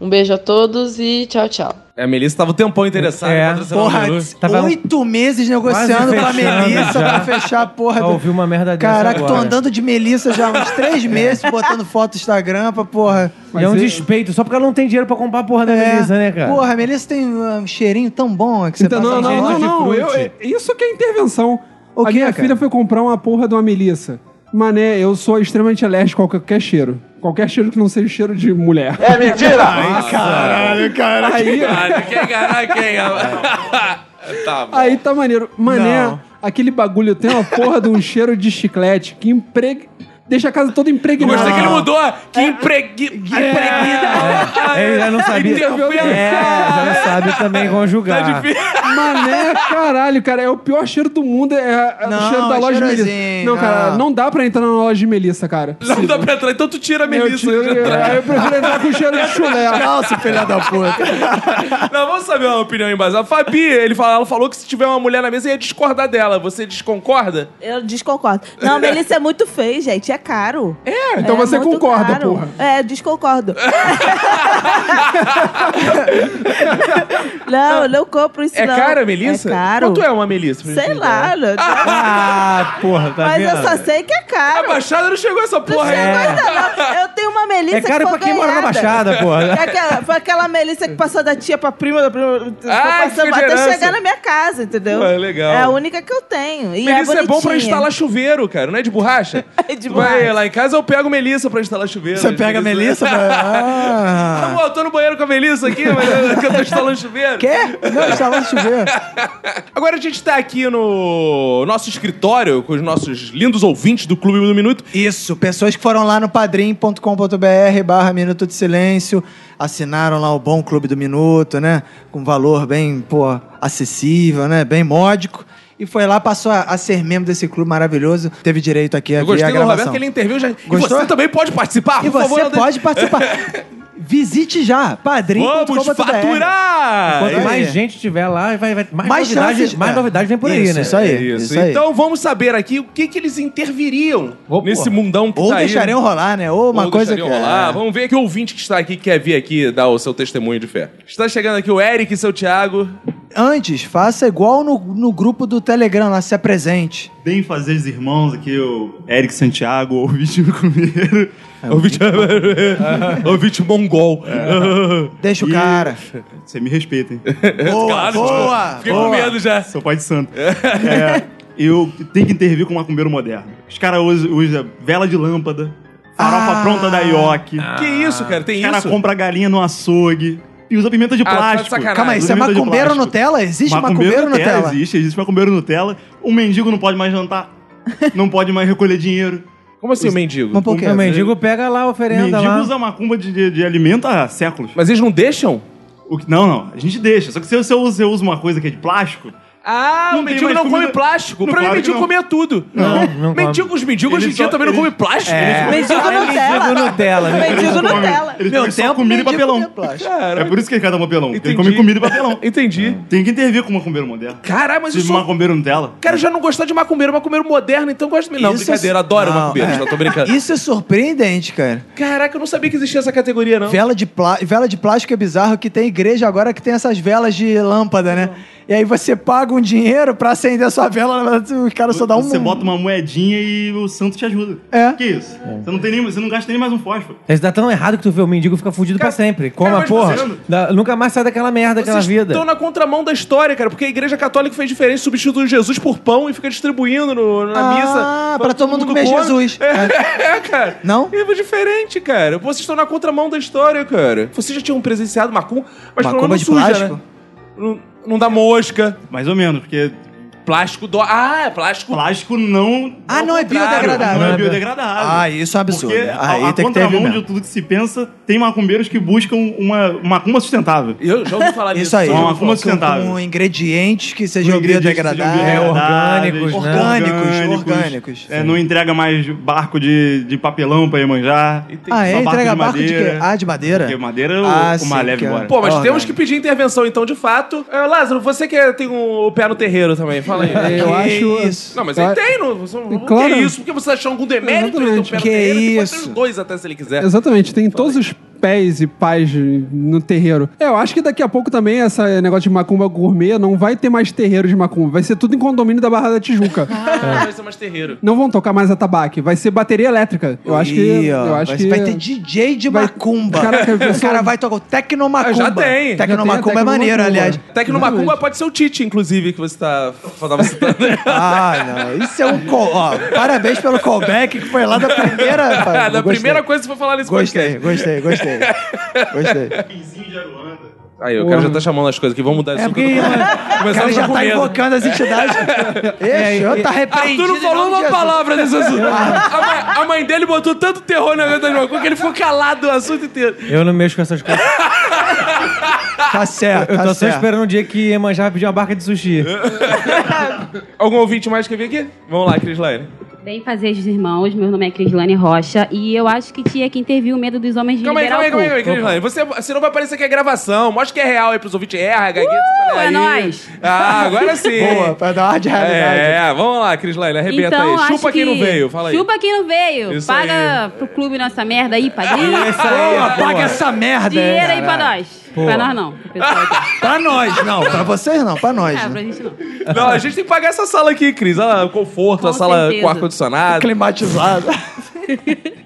Speaker 9: Um beijo a todos e tchau, tchau.
Speaker 1: A Melissa tava um tempão interessada
Speaker 3: É.
Speaker 1: em patrocinar o
Speaker 2: Porra, tá
Speaker 1: Manu.
Speaker 3: Tava-
Speaker 2: oito meses negociando com a
Speaker 3: fechando
Speaker 2: Melissa
Speaker 3: já.
Speaker 2: pra fechar a porra
Speaker 3: Só
Speaker 2: do.
Speaker 3: ouvi uma merda dessa
Speaker 2: Caraca, tô
Speaker 3: agora.
Speaker 2: andando de Melissa já há uns três meses, botando foto no Instagram pra porra.
Speaker 3: E é um
Speaker 4: Mas eu-
Speaker 3: despeito, só porque ela não tem dinheiro pra comprar a porra da
Speaker 2: É.
Speaker 3: Melissa, né, cara?
Speaker 2: Porra, a Melissa tem uh, um cheirinho tão bom que você tá
Speaker 4: Então,
Speaker 2: passa
Speaker 4: não,
Speaker 2: na
Speaker 4: não,
Speaker 2: mão.
Speaker 4: não, não. eu- eu- isso que é intervenção.
Speaker 2: O
Speaker 4: a
Speaker 2: quê,
Speaker 4: minha
Speaker 2: cara?
Speaker 4: filha foi comprar uma porra de uma melissa. Mané, eu sou extremamente alérgico a qualquer cheiro. Qualquer cheiro que não seja cheiro de mulher. É mentira! Ai, caralho, cara. Aí,
Speaker 1: Caralho, quem caralho, quem Tá bom.
Speaker 4: aí tá maneiro. Mané,
Speaker 2: Não.
Speaker 4: aquele bagulho tem uma porra de um cheiro de chiclete que impreg... deixa a casa toda
Speaker 1: Eu
Speaker 4: impregnada. É.
Speaker 1: Gostei que ele mudou. Que
Speaker 5: É.
Speaker 1: empregui... empregui-
Speaker 3: Ele já não sabia.
Speaker 1: Intervenção.
Speaker 3: É, já não sabe também conjugar.
Speaker 1: Tá difícil.
Speaker 4: Mané, caralho, cara, é o pior cheiro do mundo, é, é
Speaker 2: Não,
Speaker 4: o cheiro da
Speaker 2: é
Speaker 4: loja de
Speaker 2: cheirosinho,
Speaker 4: Melissa. Não, cara,
Speaker 2: não.
Speaker 4: não dá pra entrar na loja de Melissa, cara.
Speaker 1: Não dá pra entrar, então tu tira a
Speaker 4: Eu,
Speaker 1: Melissa.
Speaker 4: tiro-
Speaker 1: de entrar.
Speaker 4: é, eu prefiro entrar com cheiro de chulé.
Speaker 2: Calça, filha da puta.
Speaker 1: Não, vamos saber uma opinião embasada. A Fabi, ele fala, ela falou que se tiver uma mulher na mesa, ia discordar dela. Você desconcorda?
Speaker 5: Eu desconcordo. Não, Melissa é muito feio, gente. É caro. É,
Speaker 4: então você
Speaker 5: muito
Speaker 4: concorda, porra.
Speaker 5: É, eu desconcordo. não, eu não compro isso,
Speaker 1: É
Speaker 5: não.
Speaker 1: cara, Melissa?
Speaker 5: É caro.
Speaker 1: Quanto é uma Melissa? É. pra gente
Speaker 5: Sei
Speaker 1: ter
Speaker 5: lá.
Speaker 1: ideia?
Speaker 5: não-
Speaker 3: Ah, porra, tá
Speaker 5: mas
Speaker 3: vendo?
Speaker 5: eu só sei que é
Speaker 1: A
Speaker 5: caro.
Speaker 1: Baixada não chegou a essa
Speaker 5: Não
Speaker 1: porra
Speaker 5: sei
Speaker 1: aí.
Speaker 5: coisa, não. Eu tenho uma Melissa
Speaker 3: É caro
Speaker 5: que foi
Speaker 3: pra quem mora na
Speaker 5: ganhada.
Speaker 3: Baixada, porra.
Speaker 5: É aquela- foi aquela Melissa que passou da tia pra prima, da prima foi
Speaker 1: Ah, que
Speaker 5: passando,
Speaker 1: foi de
Speaker 5: até
Speaker 1: herança.
Speaker 5: chegar na minha casa, entendeu?
Speaker 1: Pô, é legal.
Speaker 5: É a única que eu tenho. E
Speaker 1: Melissa é, bom pra
Speaker 5: bonitinha.
Speaker 1: instalar chuveiro, cara. Não é de borracha?
Speaker 5: É de
Speaker 1: Vai,
Speaker 5: borracha.
Speaker 1: lá em casa eu pego Melissa pra instalar chuveiro.
Speaker 2: Você pega a Melissa pra. Ah.
Speaker 1: Amor, Tá eu tô no banheiro com a Melissa aqui, mas eu, é que eu tô instalando chuveiro.
Speaker 2: Quê? Não, está lá chover.
Speaker 1: Agora a gente tá aqui no nosso escritório com os nossos lindos ouvintes do Clube do Minuto.
Speaker 2: Isso, pessoas que foram lá no padrim.com.br barra Minuto de Silêncio, assinaram lá o Bom Clube do Minuto, né? Com valor bem, pô, acessível, né? Bem módico. E foi lá, passou a, a ser membro desse clube maravilhoso. Teve direito aqui é a
Speaker 1: Eu
Speaker 2: ver a
Speaker 1: gostei do Roberto
Speaker 2: gravação.
Speaker 1: que ele interviu já.
Speaker 2: Gostou?
Speaker 1: E você também pode participar,
Speaker 2: E
Speaker 1: por
Speaker 2: você
Speaker 1: favor. não deixe-
Speaker 2: pode participar. Visite já, padrim.com.br.
Speaker 1: Vamos faturar!
Speaker 3: Quanto
Speaker 2: É.
Speaker 3: mais gente tiver lá, vai, vai- mais,
Speaker 2: Mais
Speaker 3: novidade,
Speaker 2: chances,
Speaker 3: mais
Speaker 2: é.
Speaker 3: novidade vem por aí,
Speaker 2: Isso,
Speaker 3: né?
Speaker 2: isso aí.
Speaker 1: É isso.
Speaker 2: aí.
Speaker 1: Então vamos saber aqui o que, que eles interviriam
Speaker 3: Ô,
Speaker 1: nesse
Speaker 3: porra.
Speaker 1: mundão que
Speaker 2: Ou
Speaker 1: tá aí.
Speaker 2: deixariam rolar, né? Ou uma
Speaker 1: Ou
Speaker 2: coisa que.
Speaker 1: deixariam rolar.
Speaker 2: é.
Speaker 1: Vamos ver aqui o ouvinte que está aqui que quer vir aqui dar o seu testemunho de fé. Está chegando aqui o Eric e seu Thiago.
Speaker 2: Antes, faça igual no, no grupo do Telegram lá, se apresente.
Speaker 10: Bem fazer os irmãos aqui, o Eric Santiago, o Vídeo Comeiro.
Speaker 2: É um
Speaker 1: Ouvinte, ouvinte mongol.
Speaker 2: É. Deixa o cara.
Speaker 10: Você me respeita, hein?
Speaker 2: Boa,
Speaker 1: Claro, tipo,
Speaker 2: boa,
Speaker 1: Fiquei
Speaker 2: boa.
Speaker 1: com medo já.
Speaker 10: Sou pai de santo. É, eu tenho que intervir com o macumbeiro moderno. Os caras usam usa vela de lâmpada, farofa
Speaker 2: Ah.
Speaker 10: pronta da Ioki.
Speaker 1: Que isso, cara? Tem
Speaker 10: Os caras
Speaker 1: isso?
Speaker 10: compram galinha no açougue e usa pimenta de
Speaker 1: Ah, tá de
Speaker 10: plástico.
Speaker 1: sacanagem.
Speaker 2: Calma aí,
Speaker 10: Usa
Speaker 2: isso é
Speaker 10: pimenta de
Speaker 2: macumbeiro
Speaker 10: plástico.
Speaker 2: Nutella? Existe macumbeiro, Nutella?
Speaker 10: Existe, existe macumbeiro Nutella. Um mendigo não pode mais jantar, não pode mais recolher dinheiro.
Speaker 1: Como assim o mendigo?
Speaker 2: Mas por quê?
Speaker 3: O mendigo pega lá a oferenda
Speaker 10: mendigo
Speaker 3: lá.
Speaker 10: usa é macumba de, de, de alimento há séculos.
Speaker 1: Mas eles não deixam?
Speaker 10: O que- não, não, a gente deixa. Só que se você usa, usa uma coisa que é de plástico,
Speaker 1: Ah,
Speaker 10: Não
Speaker 1: o
Speaker 10: tem
Speaker 1: mendigo
Speaker 10: mais
Speaker 1: não
Speaker 10: comida-
Speaker 1: come plástico.
Speaker 10: Não,
Speaker 1: Tipo, pra mim,
Speaker 10: claro que
Speaker 1: mendigo
Speaker 10: não.
Speaker 1: comia tudo.
Speaker 3: Não, não come.
Speaker 1: mendigo, os mendigos hoje em
Speaker 10: Ele
Speaker 1: dia
Speaker 10: só-
Speaker 1: também não
Speaker 10: ele- é.
Speaker 1: comem plástico.
Speaker 5: Mendigo
Speaker 3: Ah,
Speaker 5: Nutella.
Speaker 3: mendigo Nutella, né?
Speaker 5: Mendigo
Speaker 10: Come-
Speaker 5: Nutella.
Speaker 10: Eles
Speaker 2: Meu
Speaker 10: comem só
Speaker 2: tempo,
Speaker 1: um
Speaker 10: comida e
Speaker 2: mendigo
Speaker 10: papelão.
Speaker 2: comia plástico.
Speaker 10: É por isso que ele cada papelão. porque
Speaker 1: Entendi.
Speaker 10: Ele come comida e papelão.
Speaker 1: Entendi.
Speaker 10: Tem que intervir com o macumbeiro moderno.
Speaker 1: Caralho, mas
Speaker 10: Se
Speaker 1: eu
Speaker 10: o
Speaker 1: sou...
Speaker 10: macumbeiro Nutella...
Speaker 1: Quero já não gostar de macumbeiro, macumbeiro moderno, então gosto de... Não,
Speaker 2: Isso é-
Speaker 1: brincadeira, adoro
Speaker 2: Não,
Speaker 1: macumbeiro,
Speaker 2: é.
Speaker 1: só tô brincando.
Speaker 2: Isso é surpreendente, cara.
Speaker 1: Caraca, eu não sabia que existia essa categoria, não.
Speaker 2: Vela de, plá- vela de plástico é bizarro que tem igreja agora que tem essas velas de lâmpada, né? E aí você paga um dinheiro pra acender a sua vela, na verdade, os caras só dá um...
Speaker 10: Você bota uma moedinha e o santo te ajuda.
Speaker 2: É.
Speaker 10: Que isso? Você, não tem nem, você não gasta nem mais um fósforo.
Speaker 3: Mas dá tão errado que tu vê o mendigo fica fudido pra sempre. Como a
Speaker 1: mas
Speaker 3: porra.
Speaker 10: vocês-
Speaker 3: Dá- nunca mais sai daquela merda, daquela
Speaker 1: Vocês
Speaker 3: vida.
Speaker 1: estão na contramão da história, cara, porque a igreja católica fez diferente, substitui Jesus por pão e fica distribuindo no- na
Speaker 2: Ah,
Speaker 1: missa.
Speaker 2: pra todo mundo comer
Speaker 1: come.
Speaker 2: Jesus.
Speaker 1: É, é, cara.
Speaker 2: Não?
Speaker 1: E É diferente, cara. Vocês estão na contramão da história, cara. Vocês já tinham presenciado macumba, mas pelo
Speaker 2: Macumba
Speaker 1: menos
Speaker 2: de
Speaker 1: suja,
Speaker 2: plástico?
Speaker 1: né? Não, não dá mosca,
Speaker 10: Mais ou menos, porque
Speaker 1: plástico do... Ah, é plástico...
Speaker 10: plástico não...
Speaker 2: Ah, não é
Speaker 1: contrário,
Speaker 2: biodegradável.
Speaker 10: Não é biodegradável.
Speaker 2: Ah, isso é um absurdo.
Speaker 10: Porque
Speaker 2: Aí
Speaker 10: a,
Speaker 2: tem
Speaker 10: a
Speaker 2: que ter
Speaker 10: contramão
Speaker 2: mesmo.
Speaker 10: de tudo que se pensa, tem macumbeiros que buscam uma uma macumba sustentável.
Speaker 1: Eu já ouvi falar
Speaker 2: Isso aí.
Speaker 10: Só uma
Speaker 2: Com-
Speaker 10: macumba
Speaker 2: com-
Speaker 10: sustentável.
Speaker 2: Com ingredientes que sejam
Speaker 10: Com ingredientes que sejam
Speaker 2: biodegradáveis.
Speaker 3: É,
Speaker 10: biodegradáveis,
Speaker 3: orgânicos, né?
Speaker 2: Orgânicos, orgânicos.
Speaker 10: É, não entrega mais barco de, de papelão pra Iemanjá.
Speaker 2: Ah, é?
Speaker 10: Só barco
Speaker 2: Entrega
Speaker 10: de
Speaker 2: barco de quê?
Speaker 10: madeira.
Speaker 2: Ah, de madeira?
Speaker 10: Porque madeira
Speaker 2: Ah,
Speaker 10: o, o
Speaker 2: sim,
Speaker 10: mar leva
Speaker 2: cara.
Speaker 10: embora.
Speaker 1: Pô, mas
Speaker 2: Ah,
Speaker 1: temos
Speaker 2: né?
Speaker 1: que pedir intervenção então, de fato. É, Lázaro, você que tem o pé no terreiro também, fala aí.
Speaker 4: Eu
Speaker 2: Que
Speaker 4: acho.
Speaker 2: isso.
Speaker 1: Não, mas ele tem, não. São,
Speaker 4: Claro.
Speaker 1: Que isso? Porque você achou algum demérito? Ele tem um pé no
Speaker 2: Que
Speaker 1: terreiro, ele pode ter
Speaker 2: isso.
Speaker 1: os dois até se ele quiser.
Speaker 4: Exatamente, tem todos os pés e pais no terreiro. É, eu acho que daqui a pouco também esse negócio de macumba gourmet não vai ter mais terreiro de macumba. Vai ser tudo em condomínio da Barra da Tijuca.
Speaker 2: É.
Speaker 4: É.
Speaker 1: Ah, vai ser mais terreiro.
Speaker 4: Não vão tocar mais atabaque, vai ser bateria elétrica. Eu acho que.
Speaker 2: Ih, ó,
Speaker 4: eu acho
Speaker 2: vai,
Speaker 4: que...
Speaker 2: vai ter DJ de macumba.
Speaker 4: Caraca,
Speaker 2: o cara vai tocar o Tecnomacumba.
Speaker 1: Já tem.
Speaker 4: Já tem
Speaker 2: Tecnomacumba é maneiro,
Speaker 4: Tecnomacumba.
Speaker 2: aliás.
Speaker 1: Tecnomacumba pode ser o Tite, inclusive, que você tá, tava citando.
Speaker 2: Ah, não. Isso é um. call- Ó, parabéns pelo callback que foi lá da primeira.
Speaker 1: Ah, da
Speaker 2: Gostei.
Speaker 1: primeira coisa que você foi falar nesse
Speaker 2: Gostei,
Speaker 1: podcast.
Speaker 2: gostei, gostei. Gostei.
Speaker 1: Aí, o cara já tá chamando as coisas aqui. Vamos mudar isso.
Speaker 2: É porque o cara já tá invocando as entidades. Ei, eu tá repreendido.
Speaker 1: É, Arthur né? não Ah.
Speaker 2: em
Speaker 1: falou
Speaker 2: nome de Jesus. Ah.
Speaker 1: uma palavra nesse assunto. a, mãe, a mãe dele botou tanto terror na vida de Macumba que ele ficou calado o assunto inteiro.
Speaker 3: Eu não mexo com essas coisas.
Speaker 2: Tá certo,
Speaker 3: Eu
Speaker 2: tá
Speaker 3: tô só
Speaker 2: certo.
Speaker 3: esperando o dia que Iemanjá vai pedir uma barca de sushi.
Speaker 1: Algum ouvinte mais quer vir aqui? Vamos lá, Cris Laine.
Speaker 11: Bem fazer os irmãos, meu nome é Crislane Rocha e eu acho que tinha que intervir o medo dos homens de
Speaker 1: Calma aí,
Speaker 11: liberar
Speaker 1: calma aí,
Speaker 11: o
Speaker 1: calma aí, calma aí,
Speaker 11: corpo.
Speaker 1: Cris Laine. Você, você não vai parecer que é gravação. Mostra que é real aí pros ouvintes. Erra, gagueira. você fala
Speaker 11: é
Speaker 1: aí.
Speaker 11: nóis.
Speaker 1: Ah, agora sim.
Speaker 2: Boa, pra dar uma de realidade.
Speaker 1: É, vamos lá, Cris Laine. Arrebenta
Speaker 11: Então,
Speaker 1: aí.
Speaker 11: acho
Speaker 1: Chupa quem
Speaker 11: que-
Speaker 1: não veio. Fala aí.
Speaker 11: Chupa quem não veio.
Speaker 1: Isso
Speaker 11: Paga pro clube nossa merda aí, padrinho.
Speaker 2: Boa, paga essa merda
Speaker 11: Dinheiro aí pra
Speaker 2: Caralho.
Speaker 11: nós. Pra nós não. pro pessoal aqui.
Speaker 2: Pra nós, não. Pra vocês não, pra nós.
Speaker 11: É, pra
Speaker 2: né?
Speaker 11: gente não.
Speaker 1: Não, a gente tem que pagar essa sala aqui, Cris. Olha lá, o conforto,
Speaker 11: Com
Speaker 1: a sala
Speaker 11: certeza.
Speaker 1: com ar-condicionado.
Speaker 2: Climatizado.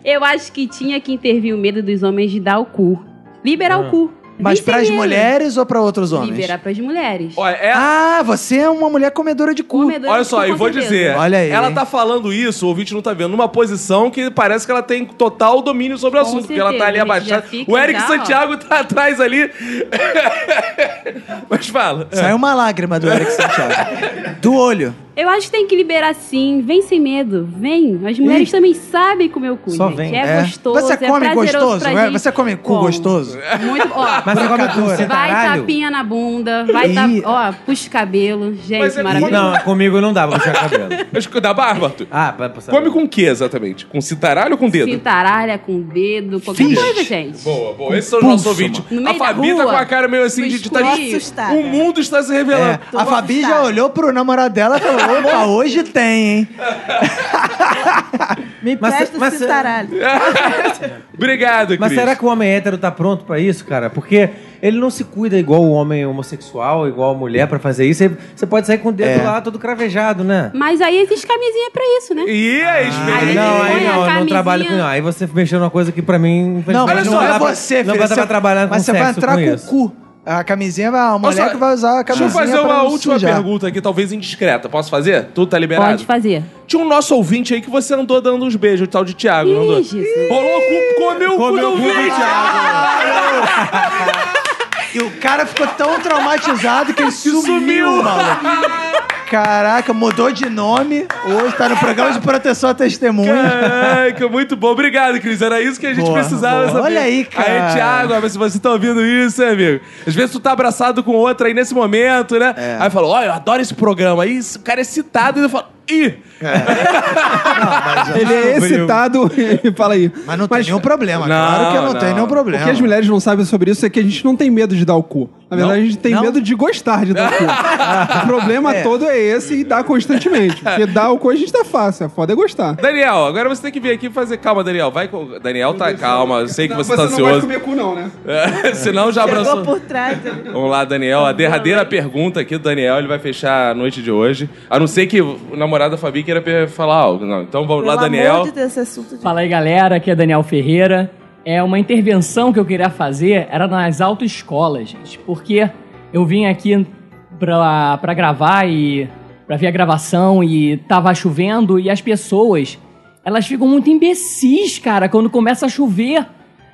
Speaker 11: Eu acho que tinha que intervir o medo dos homens de dar o cu. Liberar Tá
Speaker 1: Ah.
Speaker 11: o cu.
Speaker 2: Ah. Mas
Speaker 11: Vem sem
Speaker 2: pras
Speaker 11: medo.
Speaker 2: mulheres ou pra outros homens?
Speaker 11: Liberar pras mulheres.
Speaker 1: Olha, é-
Speaker 2: Ah, você é uma mulher comedora de cu.
Speaker 11: Comedor
Speaker 1: olha
Speaker 11: de cu,
Speaker 1: só, eu
Speaker 11: com
Speaker 1: vou
Speaker 11: certeza.
Speaker 1: dizer.
Speaker 2: Olha aí,
Speaker 1: Ela
Speaker 2: hein?
Speaker 1: tá falando isso, o ouvinte não tá vendo, numa posição que parece que ela tem total domínio sobre o
Speaker 11: Com
Speaker 1: assunto, porque ela tá ali
Speaker 11: certeza, a gente já
Speaker 1: abaixada.
Speaker 11: fica
Speaker 1: O Eric
Speaker 11: já, ó.
Speaker 1: Santiago tá atrás ali. Mas
Speaker 11: É
Speaker 1: fala.
Speaker 2: Saiu uma lágrima do Eric Santiago. Do olho.
Speaker 11: Eu acho que tem que liberar sim. Vem sem medo. Vem. As mulheres também sabem comer o cu,
Speaker 3: Só
Speaker 11: gente.
Speaker 3: vem.
Speaker 11: É, gostoso,
Speaker 2: Você come
Speaker 11: é prazeroso
Speaker 2: gostoso?
Speaker 11: pra
Speaker 2: é?
Speaker 11: gente.
Speaker 2: Você come cu
Speaker 11: Como.
Speaker 2: gostoso?
Speaker 1: É.
Speaker 11: Muito, ó,
Speaker 3: Mas você né?
Speaker 1: tá
Speaker 3: come
Speaker 2: Vai
Speaker 3: com
Speaker 11: vai
Speaker 3: você,
Speaker 11: tá
Speaker 3: caralho?
Speaker 11: tapinha na bunda, vai
Speaker 2: Ih.
Speaker 11: tap... ó, puxa o cabelo.
Speaker 1: Mas
Speaker 11: Gente,
Speaker 1: é
Speaker 11: maravilhoso.
Speaker 3: Não, comigo não dá pra puxar cabelo.
Speaker 1: Mas da barba, Arthur.
Speaker 3: Ah, pra passar.
Speaker 1: Come com o que exatamente? Com citaralho ou com dedo?
Speaker 11: Cintaralha com dedo, qualquer
Speaker 2: Fist.
Speaker 11: coisa, gente.
Speaker 1: Boa, boa. é Esses são os nossos ouvintes.
Speaker 11: No meio
Speaker 1: A
Speaker 11: da
Speaker 1: Fabi tá
Speaker 11: rua,
Speaker 1: com a cara meio assim de
Speaker 11: no
Speaker 1: de tá de-
Speaker 11: escuro.
Speaker 5: Assustada.
Speaker 1: O mundo está se revelando.
Speaker 2: É, a Fabi já olhou pro namorado dela e falou: opa, hoje tem, hein?
Speaker 3: Me
Speaker 5: Presta esse taralho.
Speaker 1: Ah. Obrigado, Cris.
Speaker 3: Mas será que o homem hétero tá pronto pra isso, cara? Porque ele não se cuida igual o homem homossexual, igual a mulher pra fazer isso. Aí Você pode sair com o
Speaker 2: É.
Speaker 3: dedo lá todo cravejado, né?
Speaker 11: Mas aí existe camisinha pra isso, né?
Speaker 1: E a experiência?
Speaker 11: ele
Speaker 3: Ah, não,
Speaker 11: põe
Speaker 3: aí
Speaker 11: a
Speaker 3: não, eu não
Speaker 11: camisinha.
Speaker 3: trabalho com não. Aí você mexeu numa coisa que pra mim.
Speaker 2: Não,
Speaker 3: Olha
Speaker 2: mas
Speaker 3: só,
Speaker 2: não é
Speaker 3: dá pra-
Speaker 2: você, filho.
Speaker 3: Não vai dar
Speaker 2: Você-
Speaker 3: pra trabalhar com
Speaker 2: Mas você vai
Speaker 3: sexo
Speaker 2: entrar com,
Speaker 3: com
Speaker 2: o
Speaker 3: isso.
Speaker 2: cu. A camisinha vai. A mulher
Speaker 1: Olha só,
Speaker 2: que vai usar a
Speaker 1: Deixa
Speaker 2: camisinha.
Speaker 1: eu fazer
Speaker 2: pra
Speaker 1: uma
Speaker 2: não
Speaker 1: última
Speaker 2: sujar.
Speaker 1: pergunta aqui, talvez indiscreta. Posso fazer? Tu tá liberado?
Speaker 11: Pode fazer.
Speaker 1: Tinha um nosso ouvinte aí que você andou dando uns beijos, o tal de Thiago, não andou?
Speaker 11: Ih, Jesus.
Speaker 1: Rolou o cu, comeu o cu do
Speaker 3: Comeu o cu do
Speaker 1: ouvinte!
Speaker 2: E o cara ficou tão traumatizado que ele sumiu,
Speaker 1: sumiu.
Speaker 2: maluco. Caraca, mudou de nome. Hoje tá no programa de proteção à testemunha.
Speaker 1: Caraca, muito bom. Obrigado, Cris. Era isso que a gente
Speaker 2: Boa,
Speaker 1: precisava
Speaker 2: boa.
Speaker 1: saber.
Speaker 2: Olha aí, cara.
Speaker 1: Aí, Thiago, mas se você tá ouvindo isso, hein, amigo. Às vezes tu tá abraçado com outra aí nesse momento, né?
Speaker 2: É.
Speaker 1: Aí falou, ó, eu adoro esse programa. Aí o cara é citado e eu falo, ih!
Speaker 4: Ele é excitado e fala aí.
Speaker 2: Mas não tem nenhum problema.
Speaker 1: Não,
Speaker 2: Ah, claro que não,
Speaker 1: não.
Speaker 2: tem nenhum
Speaker 4: O
Speaker 2: problema.
Speaker 4: que as mulheres não sabem sobre isso é que a gente não tem medo de dar o cu. Na verdade, a gente tem
Speaker 2: Não?
Speaker 4: medo de gostar de dar o cu. o problema todo é esse e dar constantemente. Porque dar o cu a gente tá fácil, a foda é gostar.
Speaker 1: Daniel, agora você tem que vir aqui fazer. Calma, Daniel. Vai com. Daniel tá calma. Eu sei que você tá ansioso. É,
Speaker 4: comer cu, não, né?
Speaker 1: Senão já
Speaker 5: Chegou
Speaker 1: abraçou.
Speaker 5: por trás.
Speaker 1: Vamos lá, Daniel. A derradeira pergunta aqui do Daniel, ele vai fechar a noite de hoje. A não ser que o namorado da Fabi queira pe- falar algo. Não, então vamos lá,
Speaker 5: Pelo
Speaker 1: Daniel.
Speaker 5: amor de Deus, esse assunto de...
Speaker 12: Fala aí galera, aqui é Daniel Ferreira. É uma intervenção que eu queria fazer era nas autoescolas, gente, porque eu vim aqui pra, pra gravar e pra ver a gravação e tava chovendo e as pessoas elas ficam muito imbecis, cara, quando começa a chover.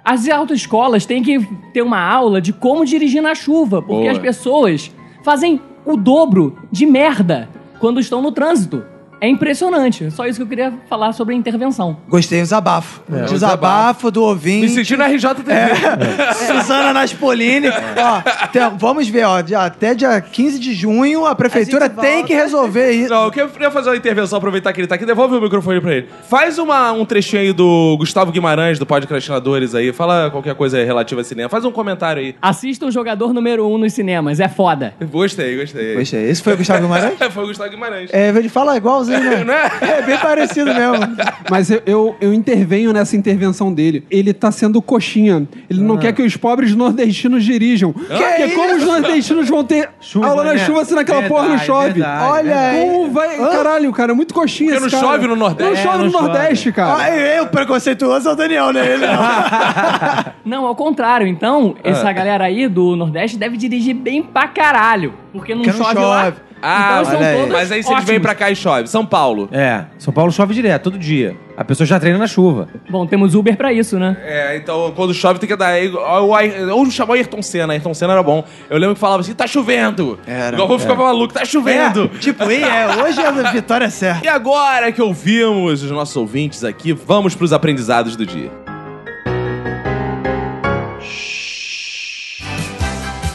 Speaker 12: As autoescolas têm que ter uma aula de como dirigir na chuva, porque
Speaker 1: Boa.
Speaker 12: as pessoas fazem o dobro de merda quando estão no trânsito. É impressionante. Só isso que eu queria falar sobre a intervenção.
Speaker 2: Gostei do desabafo. desabafo do
Speaker 1: Me
Speaker 2: ouvinte. É.
Speaker 1: senti na RJTV.
Speaker 4: É.
Speaker 2: Suzana Naspolini. ó, tem- vamos ver, ó. dia- Até dia 15 de junho a prefeitura
Speaker 5: A gente
Speaker 2: tem
Speaker 5: volta.
Speaker 2: que resolver isso.
Speaker 1: Não, eu queria fazer uma intervenção, aproveitar que ele tá aqui. Devolve o microfone pra ele. Faz uma, um trechinho aí do Gustavo Guimarães, do Podcastinadores aí. Fala qualquer coisa aí relativa a cinema. Faz um comentário aí.
Speaker 12: Assista o jogador número 1 um nos cinemas, é foda.
Speaker 1: Gostei, gostei.
Speaker 2: Poxa, é, esse foi o Gustavo Guimarães?
Speaker 1: Foi o Gustavo Guimarães.
Speaker 2: É, ele fala igualzinho igualzinho, né? É bem parecido mesmo.
Speaker 4: Mas eu, eu, eu intervenho nessa intervenção dele. Ele tá sendo coxinha. Ele
Speaker 2: Ah.
Speaker 4: não quer que os pobres nordestinos dirijam. Porque
Speaker 2: isso?
Speaker 4: como os nordestinos vão ter
Speaker 2: Chuva,
Speaker 4: aula na
Speaker 2: né?
Speaker 4: chuva se naquela
Speaker 2: Verdade,
Speaker 4: porra não chove?
Speaker 2: verdade, Olha verdade. aí.
Speaker 4: Como vai...
Speaker 2: Hã?
Speaker 4: Caralho, cara, é muito coxinha
Speaker 2: Porque
Speaker 4: esse
Speaker 2: não
Speaker 4: cara.
Speaker 2: chove no
Speaker 4: Não
Speaker 2: Nordeste. É,
Speaker 4: chove
Speaker 2: não
Speaker 4: no
Speaker 2: chove.
Speaker 4: Nordeste, cara.
Speaker 2: Ah, eu, eu, preconceituoso é o Daniel, né? Ele não.
Speaker 12: Não, ao contrário. Então,
Speaker 3: Ah.
Speaker 12: essa galera aí do Nordeste deve dirigir bem pra caralho. Porque não,
Speaker 3: Porque não
Speaker 12: chove,
Speaker 3: chove.
Speaker 12: lá.
Speaker 1: Ah,
Speaker 12: então
Speaker 1: mas-
Speaker 12: são todas
Speaker 1: mas aí se eles
Speaker 12: ótimas.
Speaker 1: vêm pra cá e chove. São Paulo.
Speaker 3: É, São Paulo chove direto, todo dia. A pessoa já treina na chuva.
Speaker 12: Então, Bom, temos Uber pra isso, né?
Speaker 1: É, então quando chove tem que dar. aí, ó, o Ai- Ou chamar o Ayrton Senna. Ayrton Senna era bom. Eu lembro que falava assim: tá chovendo. Era. Igual vou ficar
Speaker 2: era.
Speaker 1: maluco, tá chovendo.
Speaker 2: É, tipo, e é, hoje a vitória é certa.
Speaker 1: E agora que ouvimos os nossos ouvintes aqui, vamos pros aprendizados do dia.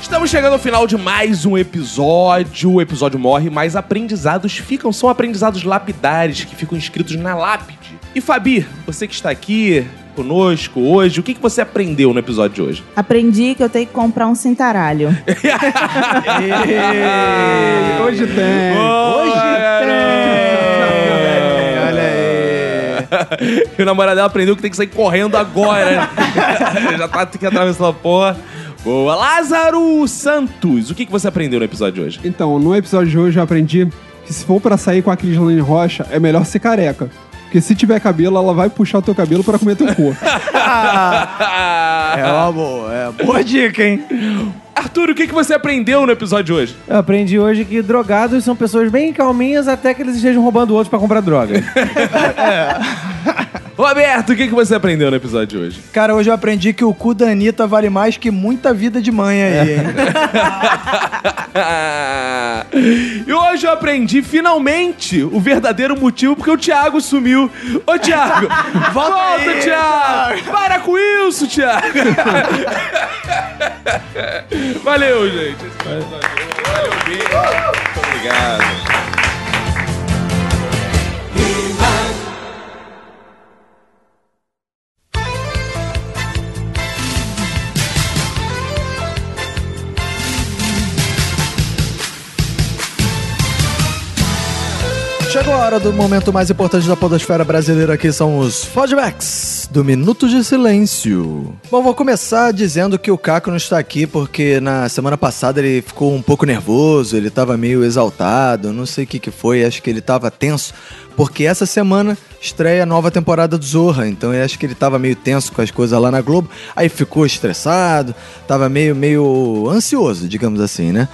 Speaker 1: Estamos chegando ao final de mais um episódio. O episódio morre, mas aprendizados ficam. São aprendizados lapidares que ficam inscritos na lápide. E Fabi, você que está aqui conosco hoje, o que, que você aprendeu no episódio de hoje?
Speaker 5: Aprendi que eu tenho que comprar um cintaralho.
Speaker 4: Hoje tem.
Speaker 1: e o namorado dela aprendeu que tem que sair correndo agora. Já tá tem que atravessar a porra. Boa. Lázaro Santos, o que, que você aprendeu no episódio de hoje?
Speaker 4: Então, no episódio de hoje eu aprendi que se for pra sair com a Crislane Rocha, é melhor ser careca. Porque se tiver cabelo, ela vai puxar o teu cabelo pra comer teu cu.
Speaker 1: é
Speaker 2: uma boa, é uma boa dica, hein?
Speaker 1: Arthur, o que, que você aprendeu no episódio de hoje?
Speaker 3: Eu aprendi hoje que drogados são pessoas bem calminhas até que eles estejam roubando outros pra comprar droga.
Speaker 1: Roberto, o que, que você aprendeu no episódio de hoje?
Speaker 2: Cara, hoje eu aprendi que o cu da Anitta vale mais que muita vida de mãe aí, hein?
Speaker 1: e hoje eu aprendi finalmente o verdadeiro motivo porque o Thiago sumiu. Ô Thiago, volta,
Speaker 2: aí,
Speaker 1: Thiago. Para com isso, Thiago! Valeu, gente! Esse foi o episódio de hoje. Valeu, Bia. Muito obrigado.
Speaker 2: Chegou a hora do momento mais importante da podosfera brasileira aqui, são os flashbacks do Minuto de Silêncio. Bom, vou começar dizendo que o Caco não está aqui porque na semana passada ele ficou um pouco nervoso, ele estava meio exaltado, não sei o que que foi, acho que ele estava tenso, porque essa semana estreia a nova temporada do Zorra, então eu acho que ele estava meio tenso com as coisas lá na Globo, aí ficou estressado, estava meio, meio ansioso, digamos assim, né?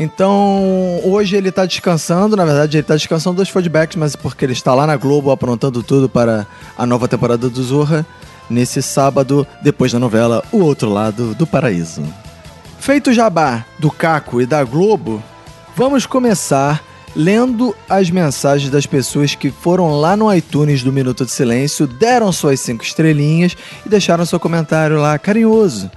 Speaker 2: Então, hoje ele tá descansando, na verdade ele tá descansando dos feedbacks, mas é porque ele está lá na Globo aprontando tudo para a nova temporada do Zorra, nesse sábado, depois da novela O Outro Lado do Paraíso. Feito o jabá do Caco e da Globo, vamos começar lendo as mensagens das pessoas que foram lá no iTunes do Minuto de Silêncio, deram suas cinco estrelinhas e deixaram seu comentário lá carinhoso.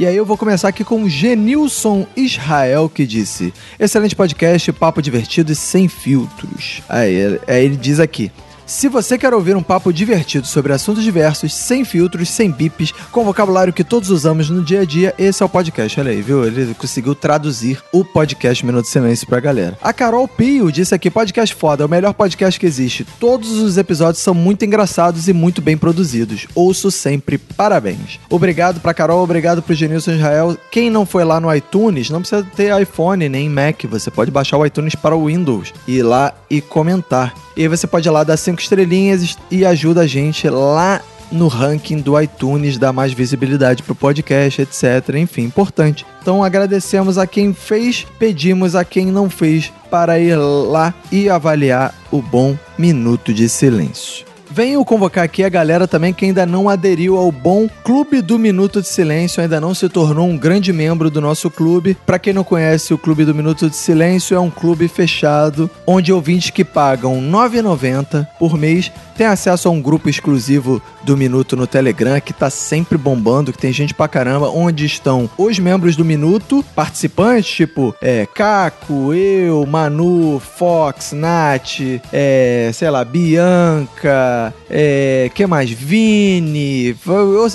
Speaker 2: E aí eu vou começar aqui com o Genilson Israel, que disse: Excelente podcast, papo divertido e sem filtros. Aí, ele- aí ele diz aqui. Se você quer ouvir um papo divertido sobre assuntos diversos, sem filtros, sem bips, com vocabulário que todos usamos no dia a dia, esse é o podcast. Olha aí, viu? Ele conseguiu traduzir o podcast Minuto de Silêncio pra galera. A Carol Pio disse aqui: podcast foda, é o melhor podcast que existe. Todos os episódios são muito engraçados e muito bem produzidos. Ouço sempre, parabéns. Obrigado pra Carol, obrigado pro Genilson Israel. Quem não foi lá no iTunes, não precisa ter iPhone nem Mac, você pode baixar o iTunes para o Windows, ir lá e comentar. E aí você pode ir lá dar cinco estrelinhas e ajuda a gente lá no ranking do iTunes, dar mais visibilidade pro podcast, etc. Enfim, importante. Então agradecemos a quem fez, pedimos a quem não fez para ir lá e avaliar o bom minuto de silêncio. Venho convocar aqui a galera também que ainda não aderiu ao bom Clube do Minuto de Silêncio, ainda não se tornou um grande membro do nosso clube. Para quem não conhece, o Clube do Minuto de Silêncio é um clube fechado onde ouvintes que pagam R$ 9,90 por mês têm acesso a um grupo exclusivo do Minuto no Telegram que tá sempre bombando, que tem gente pra caramba, onde estão os membros do Minuto, participantes tipo é, Caco, eu, Manu, Fox, Nath, é, sei lá, Bianca, é, que mais? Vini,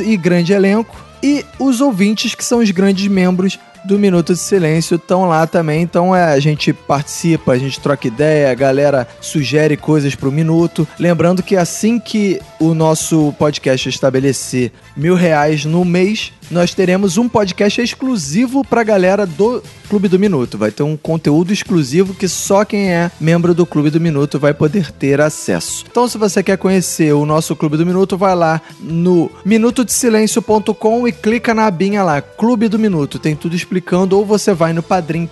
Speaker 2: e grande elenco. E os ouvintes que são os grandes membros do Minuto de Silêncio estão lá também. Então é, a gente participa, a gente troca ideia, a galera sugere coisas pro Minuto. Lembrando que assim que o nosso podcast estabelecer mil reais no mês, nós teremos um podcast exclusivo pra galera do Clube do Minuto. Vai ter um conteúdo exclusivo que só quem é membro do Clube do Minuto vai poder ter acesso. Então, se você quer conhecer o nosso Clube do Minuto, vai lá no minutodesilencio.com e clica na abinha lá, Clube do Minuto. Tem tudo explicando, ou você vai no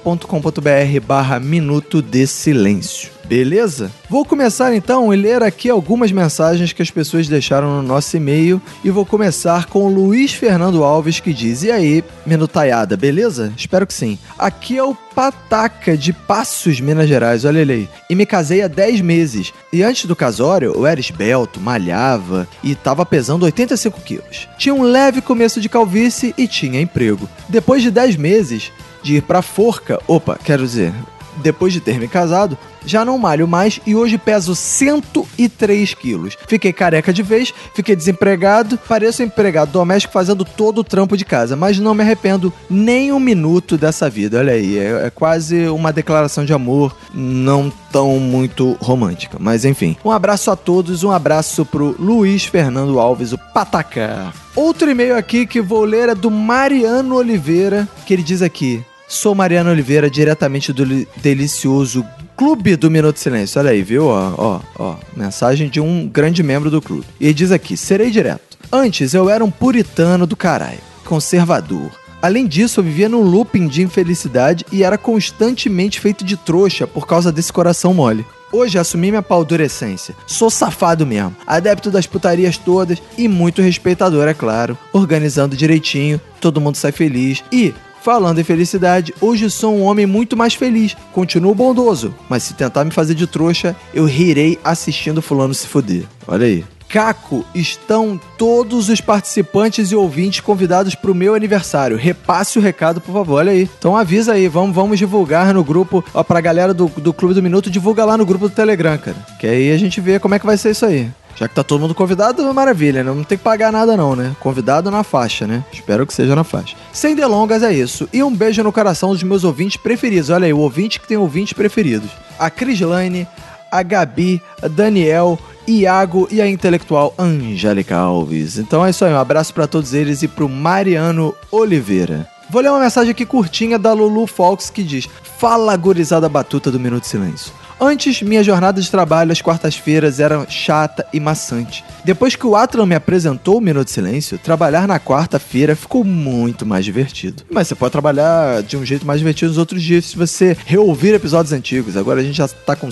Speaker 2: padrim.com.br barra Minuto de Silêncio. Beleza? Vou começar então e ler aqui algumas mensagens que as pessoas deixaram no nosso e-mail e vou começar com o Luiz Fernando Alves que diz: E aí, minutaiada, beleza? Espero que sim. Aqui é o Pataca de Passos, Minas Gerais, olha ele aí. E me casei há 10 meses. E antes do casório, eu era esbelto, malhava e tava pesando 85 quilos. Tinha um leve começo de calvície e tinha emprego. Depois de 10 meses de ir pra forca, opa, quero dizer, depois de ter me casado, já não malho mais e hoje peso 103 quilos. Fiquei careca de vez, fiquei desempregado, pareço um empregado doméstico fazendo todo o trampo de casa, mas não me arrependo nem um minuto dessa vida. Olha aí, é, é quase uma declaração de amor não tão muito romântica, mas enfim. Um abraço a todos, um abraço pro Luiz Fernando Alves, o Pataca. Outro e-mail aqui que vou ler é do Mariano Oliveira, que ele diz aqui: Sou Mariana Oliveira, diretamente do li- delicioso Clube do Minuto de Silêncio. Olha aí, viu? Ó, ó, ó. Mensagem de um grande membro do clube. E ele diz aqui: serei direto. Antes eu era um puritano do caralho, conservador. Além disso, eu vivia num looping de infelicidade e era constantemente feito de trouxa por causa desse coração mole. Hoje assumi minha paldurecência. Sou safado mesmo, adepto das putarias todas e muito respeitador, é claro. Organizando direitinho, todo mundo sai feliz e Falando em felicidade, hoje sou um homem muito mais feliz. Continuo bondoso, mas se tentar me fazer de trouxa, eu rirei assistindo fulano se fuder. Olha aí. Caco, estão todos os participantes e ouvintes convidados pro meu aniversário. Repasse o recado, por favor. Olha aí. Então avisa aí, vamos, vamos divulgar no grupo. Ó, pra galera do, do Clube do Minuto, divulga lá no grupo do Telegram, cara. Que aí a gente vê como é que vai ser isso aí. Já que tá todo mundo convidado, maravilha, né? Não tem que pagar nada não, né? Convidado na faixa, né? Espero que seja na faixa. Sem delongas é isso. E um beijo no coração dos meus ouvintes preferidos. Olha aí, o ouvinte que tem ouvintes preferidos. A Crislane, a Gabi, a Daniel, Iago e a intelectual Angélica Alves. Então é isso aí, um abraço pra todos eles e pro Mariano Oliveira. Vou ler uma mensagem aqui curtinha da Lulu Fox que diz: Fala gurizada batuta do Minuto de Silêncio. Antes, minha jornada de trabalho às quartas-feiras era chata e maçante. Depois que o Atlan me apresentou o Minuto de Silêncio, trabalhar na quarta-feira ficou muito mais divertido. Mas você pode trabalhar de um jeito mais divertido nos outros dias se você reouvir episódios antigos. Agora a gente já tá com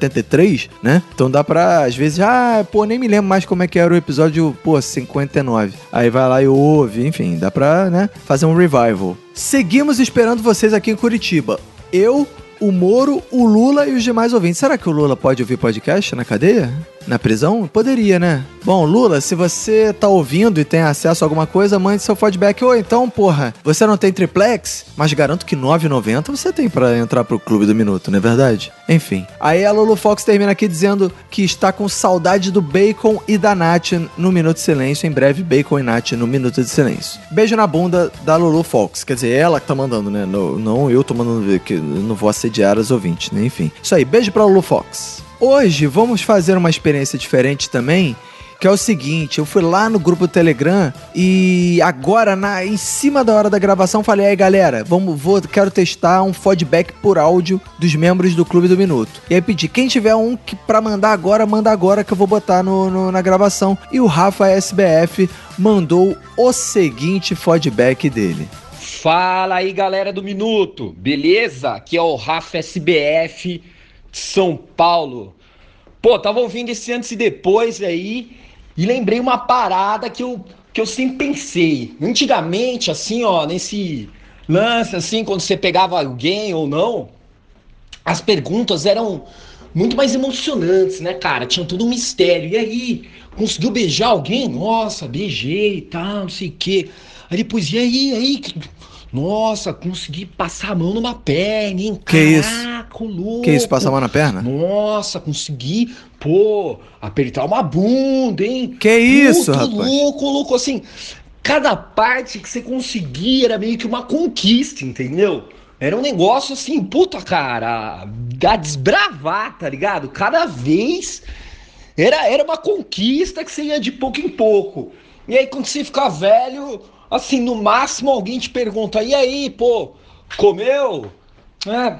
Speaker 2: 173, né? Então dá pra, às vezes, ah, pô, nem me lembro mais como é que era o episódio, pô, 59. Aí vai lá e ouve, enfim, dá pra, né, fazer um revival. Seguimos esperando vocês aqui em Curitiba. Eu, o Moro, o Lula e os demais ouvintes. Será que o Lula pode ouvir podcast na cadeia? Na prisão? Poderia, né? Bom, Lula, se você tá ouvindo e tem acesso a alguma coisa, mande seu feedback. Ou então, porra, você não tem triplex? Mas garanto que 9,90 você tem pra entrar pro Clube do Minuto, não é verdade? Enfim. Aí a Lulu Fox termina aqui dizendo que está com saudade do Bacon e da Nath no Minuto de Silêncio. Em breve, Bacon e Nath no Minuto de Silêncio. Beijo na bunda da Lulu Fox. Quer dizer, ela que tá mandando, né? Não, não eu tô mandando, que eu não vou assediar as ouvintes, né? Enfim. Isso aí, beijo pra Lulu Fox. Hoje vamos fazer uma experiência diferente também, que é o seguinte, eu fui lá no grupo do Telegram e agora, na, em cima da hora da gravação, falei, aí galera, vamos, vou, quero testar um feedback por áudio dos membros do Clube do Minuto. E aí pedi, quem tiver um que, pra mandar agora, manda agora que eu vou botar no- no- na gravação. E o Rafa SBF mandou o seguinte feedback dele.
Speaker 13: Fala aí, galera do Minuto, beleza? Aqui é o Rafa SBF de São Paulo. Pô, tava ouvindo esse antes e depois aí e lembrei uma parada que eu, que eu sempre pensei. Antigamente, assim, ó, nesse lance, assim, quando você pegava alguém ou não, as perguntas eram muito mais emocionantes, né, cara? Tinha todo um mistério. E aí, conseguiu beijar alguém? Nossa, beijei e tal, não sei o quê. Aí depois, e aí, e aí? Que- Nossa, consegui passar a mão numa perna, hein?
Speaker 2: Que isso?
Speaker 13: Caraca, louco.
Speaker 2: Que isso, passar a mão na perna?
Speaker 13: Nossa, consegui, pô, apertar uma bunda, hein?
Speaker 2: Que é isso,
Speaker 13: Puta,
Speaker 2: rapaz?
Speaker 13: louco, louco, assim. cada parte que você conseguia era meio que uma conquista, entendeu? Era um negócio assim, puta cara, a desbravar, tá ligado? Cada vez era, era uma conquista que você ia de pouco em pouco. E aí quando você ficar velho, assim, no máximo alguém te pergunta, e aí, pô, comeu? É,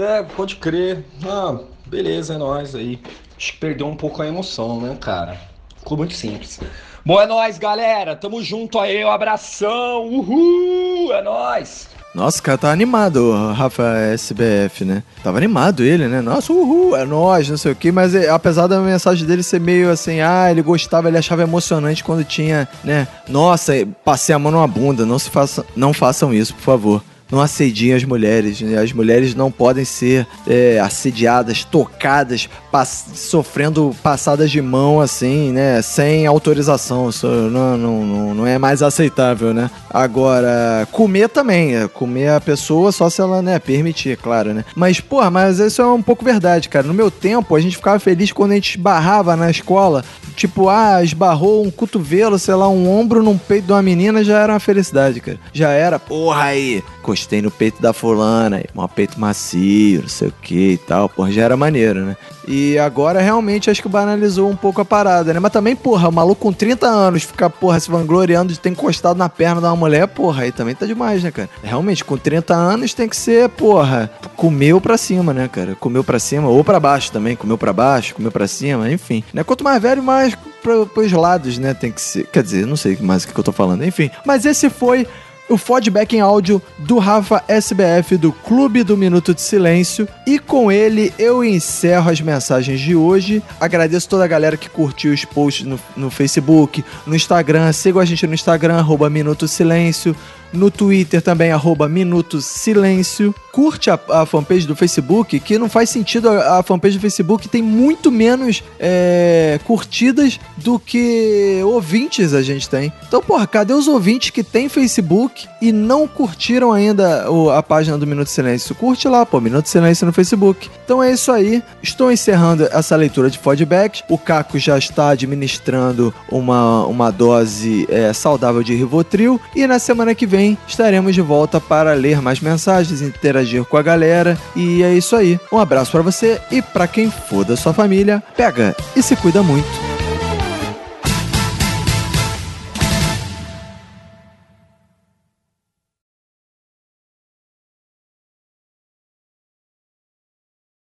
Speaker 13: é pode crer. Ah, beleza, é nóis aí. Acho que perdeu um pouco a emoção, né, cara? Ficou muito simples. Bom, é nóis, galera. Tamo junto aí, um abração. Uhul, é nóis.
Speaker 2: Nossa, o cara tá animado, o Rafa SBF, né? Tava animado ele, né? Nossa, uhul, é nóis, não sei o quê. Mas eh, apesar da mensagem dele ser meio assim, ah, ele gostava, ele achava emocionante quando tinha, né? Nossa, eh, passei a mão numa bunda, não, se faça, não façam isso, por favor. Não assediem as mulheres, né? as mulheres não podem ser eh, assediadas, tocadas, pass- sofrendo passadas de mão assim, né? Sem autorização, Isso não, não, não, não é mais aceitável, né? Agora, comer também, é, comer a pessoa só se ela, né, permitir, claro, né? Mas, porra, mas isso é um pouco verdade, cara. No meu tempo, a gente ficava feliz quando a gente esbarrava na escola, tipo, ah, esbarrou um cotovelo, sei lá, um ombro num peito de uma menina, já era uma felicidade, cara. Já era, porra aí, encostei no peito da fulana, aí, um peito macio, não sei o que e tal, porra, já era maneiro, né? E agora realmente acho que banalizou um pouco a parada, né? Mas também, porra, o maluco com 30 anos ficar, porra, se vangloriando de ter encostado na perna de uma mulher, porra, aí também tá demais, né, cara? Realmente, com 30 anos tem que ser, porra, comeu pra cima, né, cara? Comeu pra cima ou pra baixo também, comeu pra baixo, comeu pra cima, enfim. Né? Quanto mais velho, mais pro, pros lados, né, tem que ser. Quer dizer, não sei mais o que que eu tô falando, enfim. Mas esse foi o feedback em áudio do Rafa SBF do Clube do Minuto de Silêncio. E com ele eu encerro as mensagens de hoje. Agradeço toda a galera que curtiu os posts no, no Facebook, no Instagram. Sigam a gente no Instagram, arroba Minuto Silêncio. No Twitter também, arroba Minuto Silêncio. Curte a, a fanpage do Facebook, que não faz sentido. A, a fanpage do Facebook tem muito menos é, curtidas do que ouvintes a gente tem. Então, porra, cadê os ouvintes que tem Facebook e não curtiram ainda o- a página do Minuto Silêncio? Curte lá, pô, Minuto Silêncio no Facebook. Então é isso aí. Estou encerrando essa leitura de feedbacks. O Caco já está administrando uma, uma dose é, saudável de Rivotril. E na semana que vem estaremos de volta para ler mais mensagens, interagir com a galera. E é isso aí. Um abraço para você e para quem for da sua família. Pega e se cuida muito.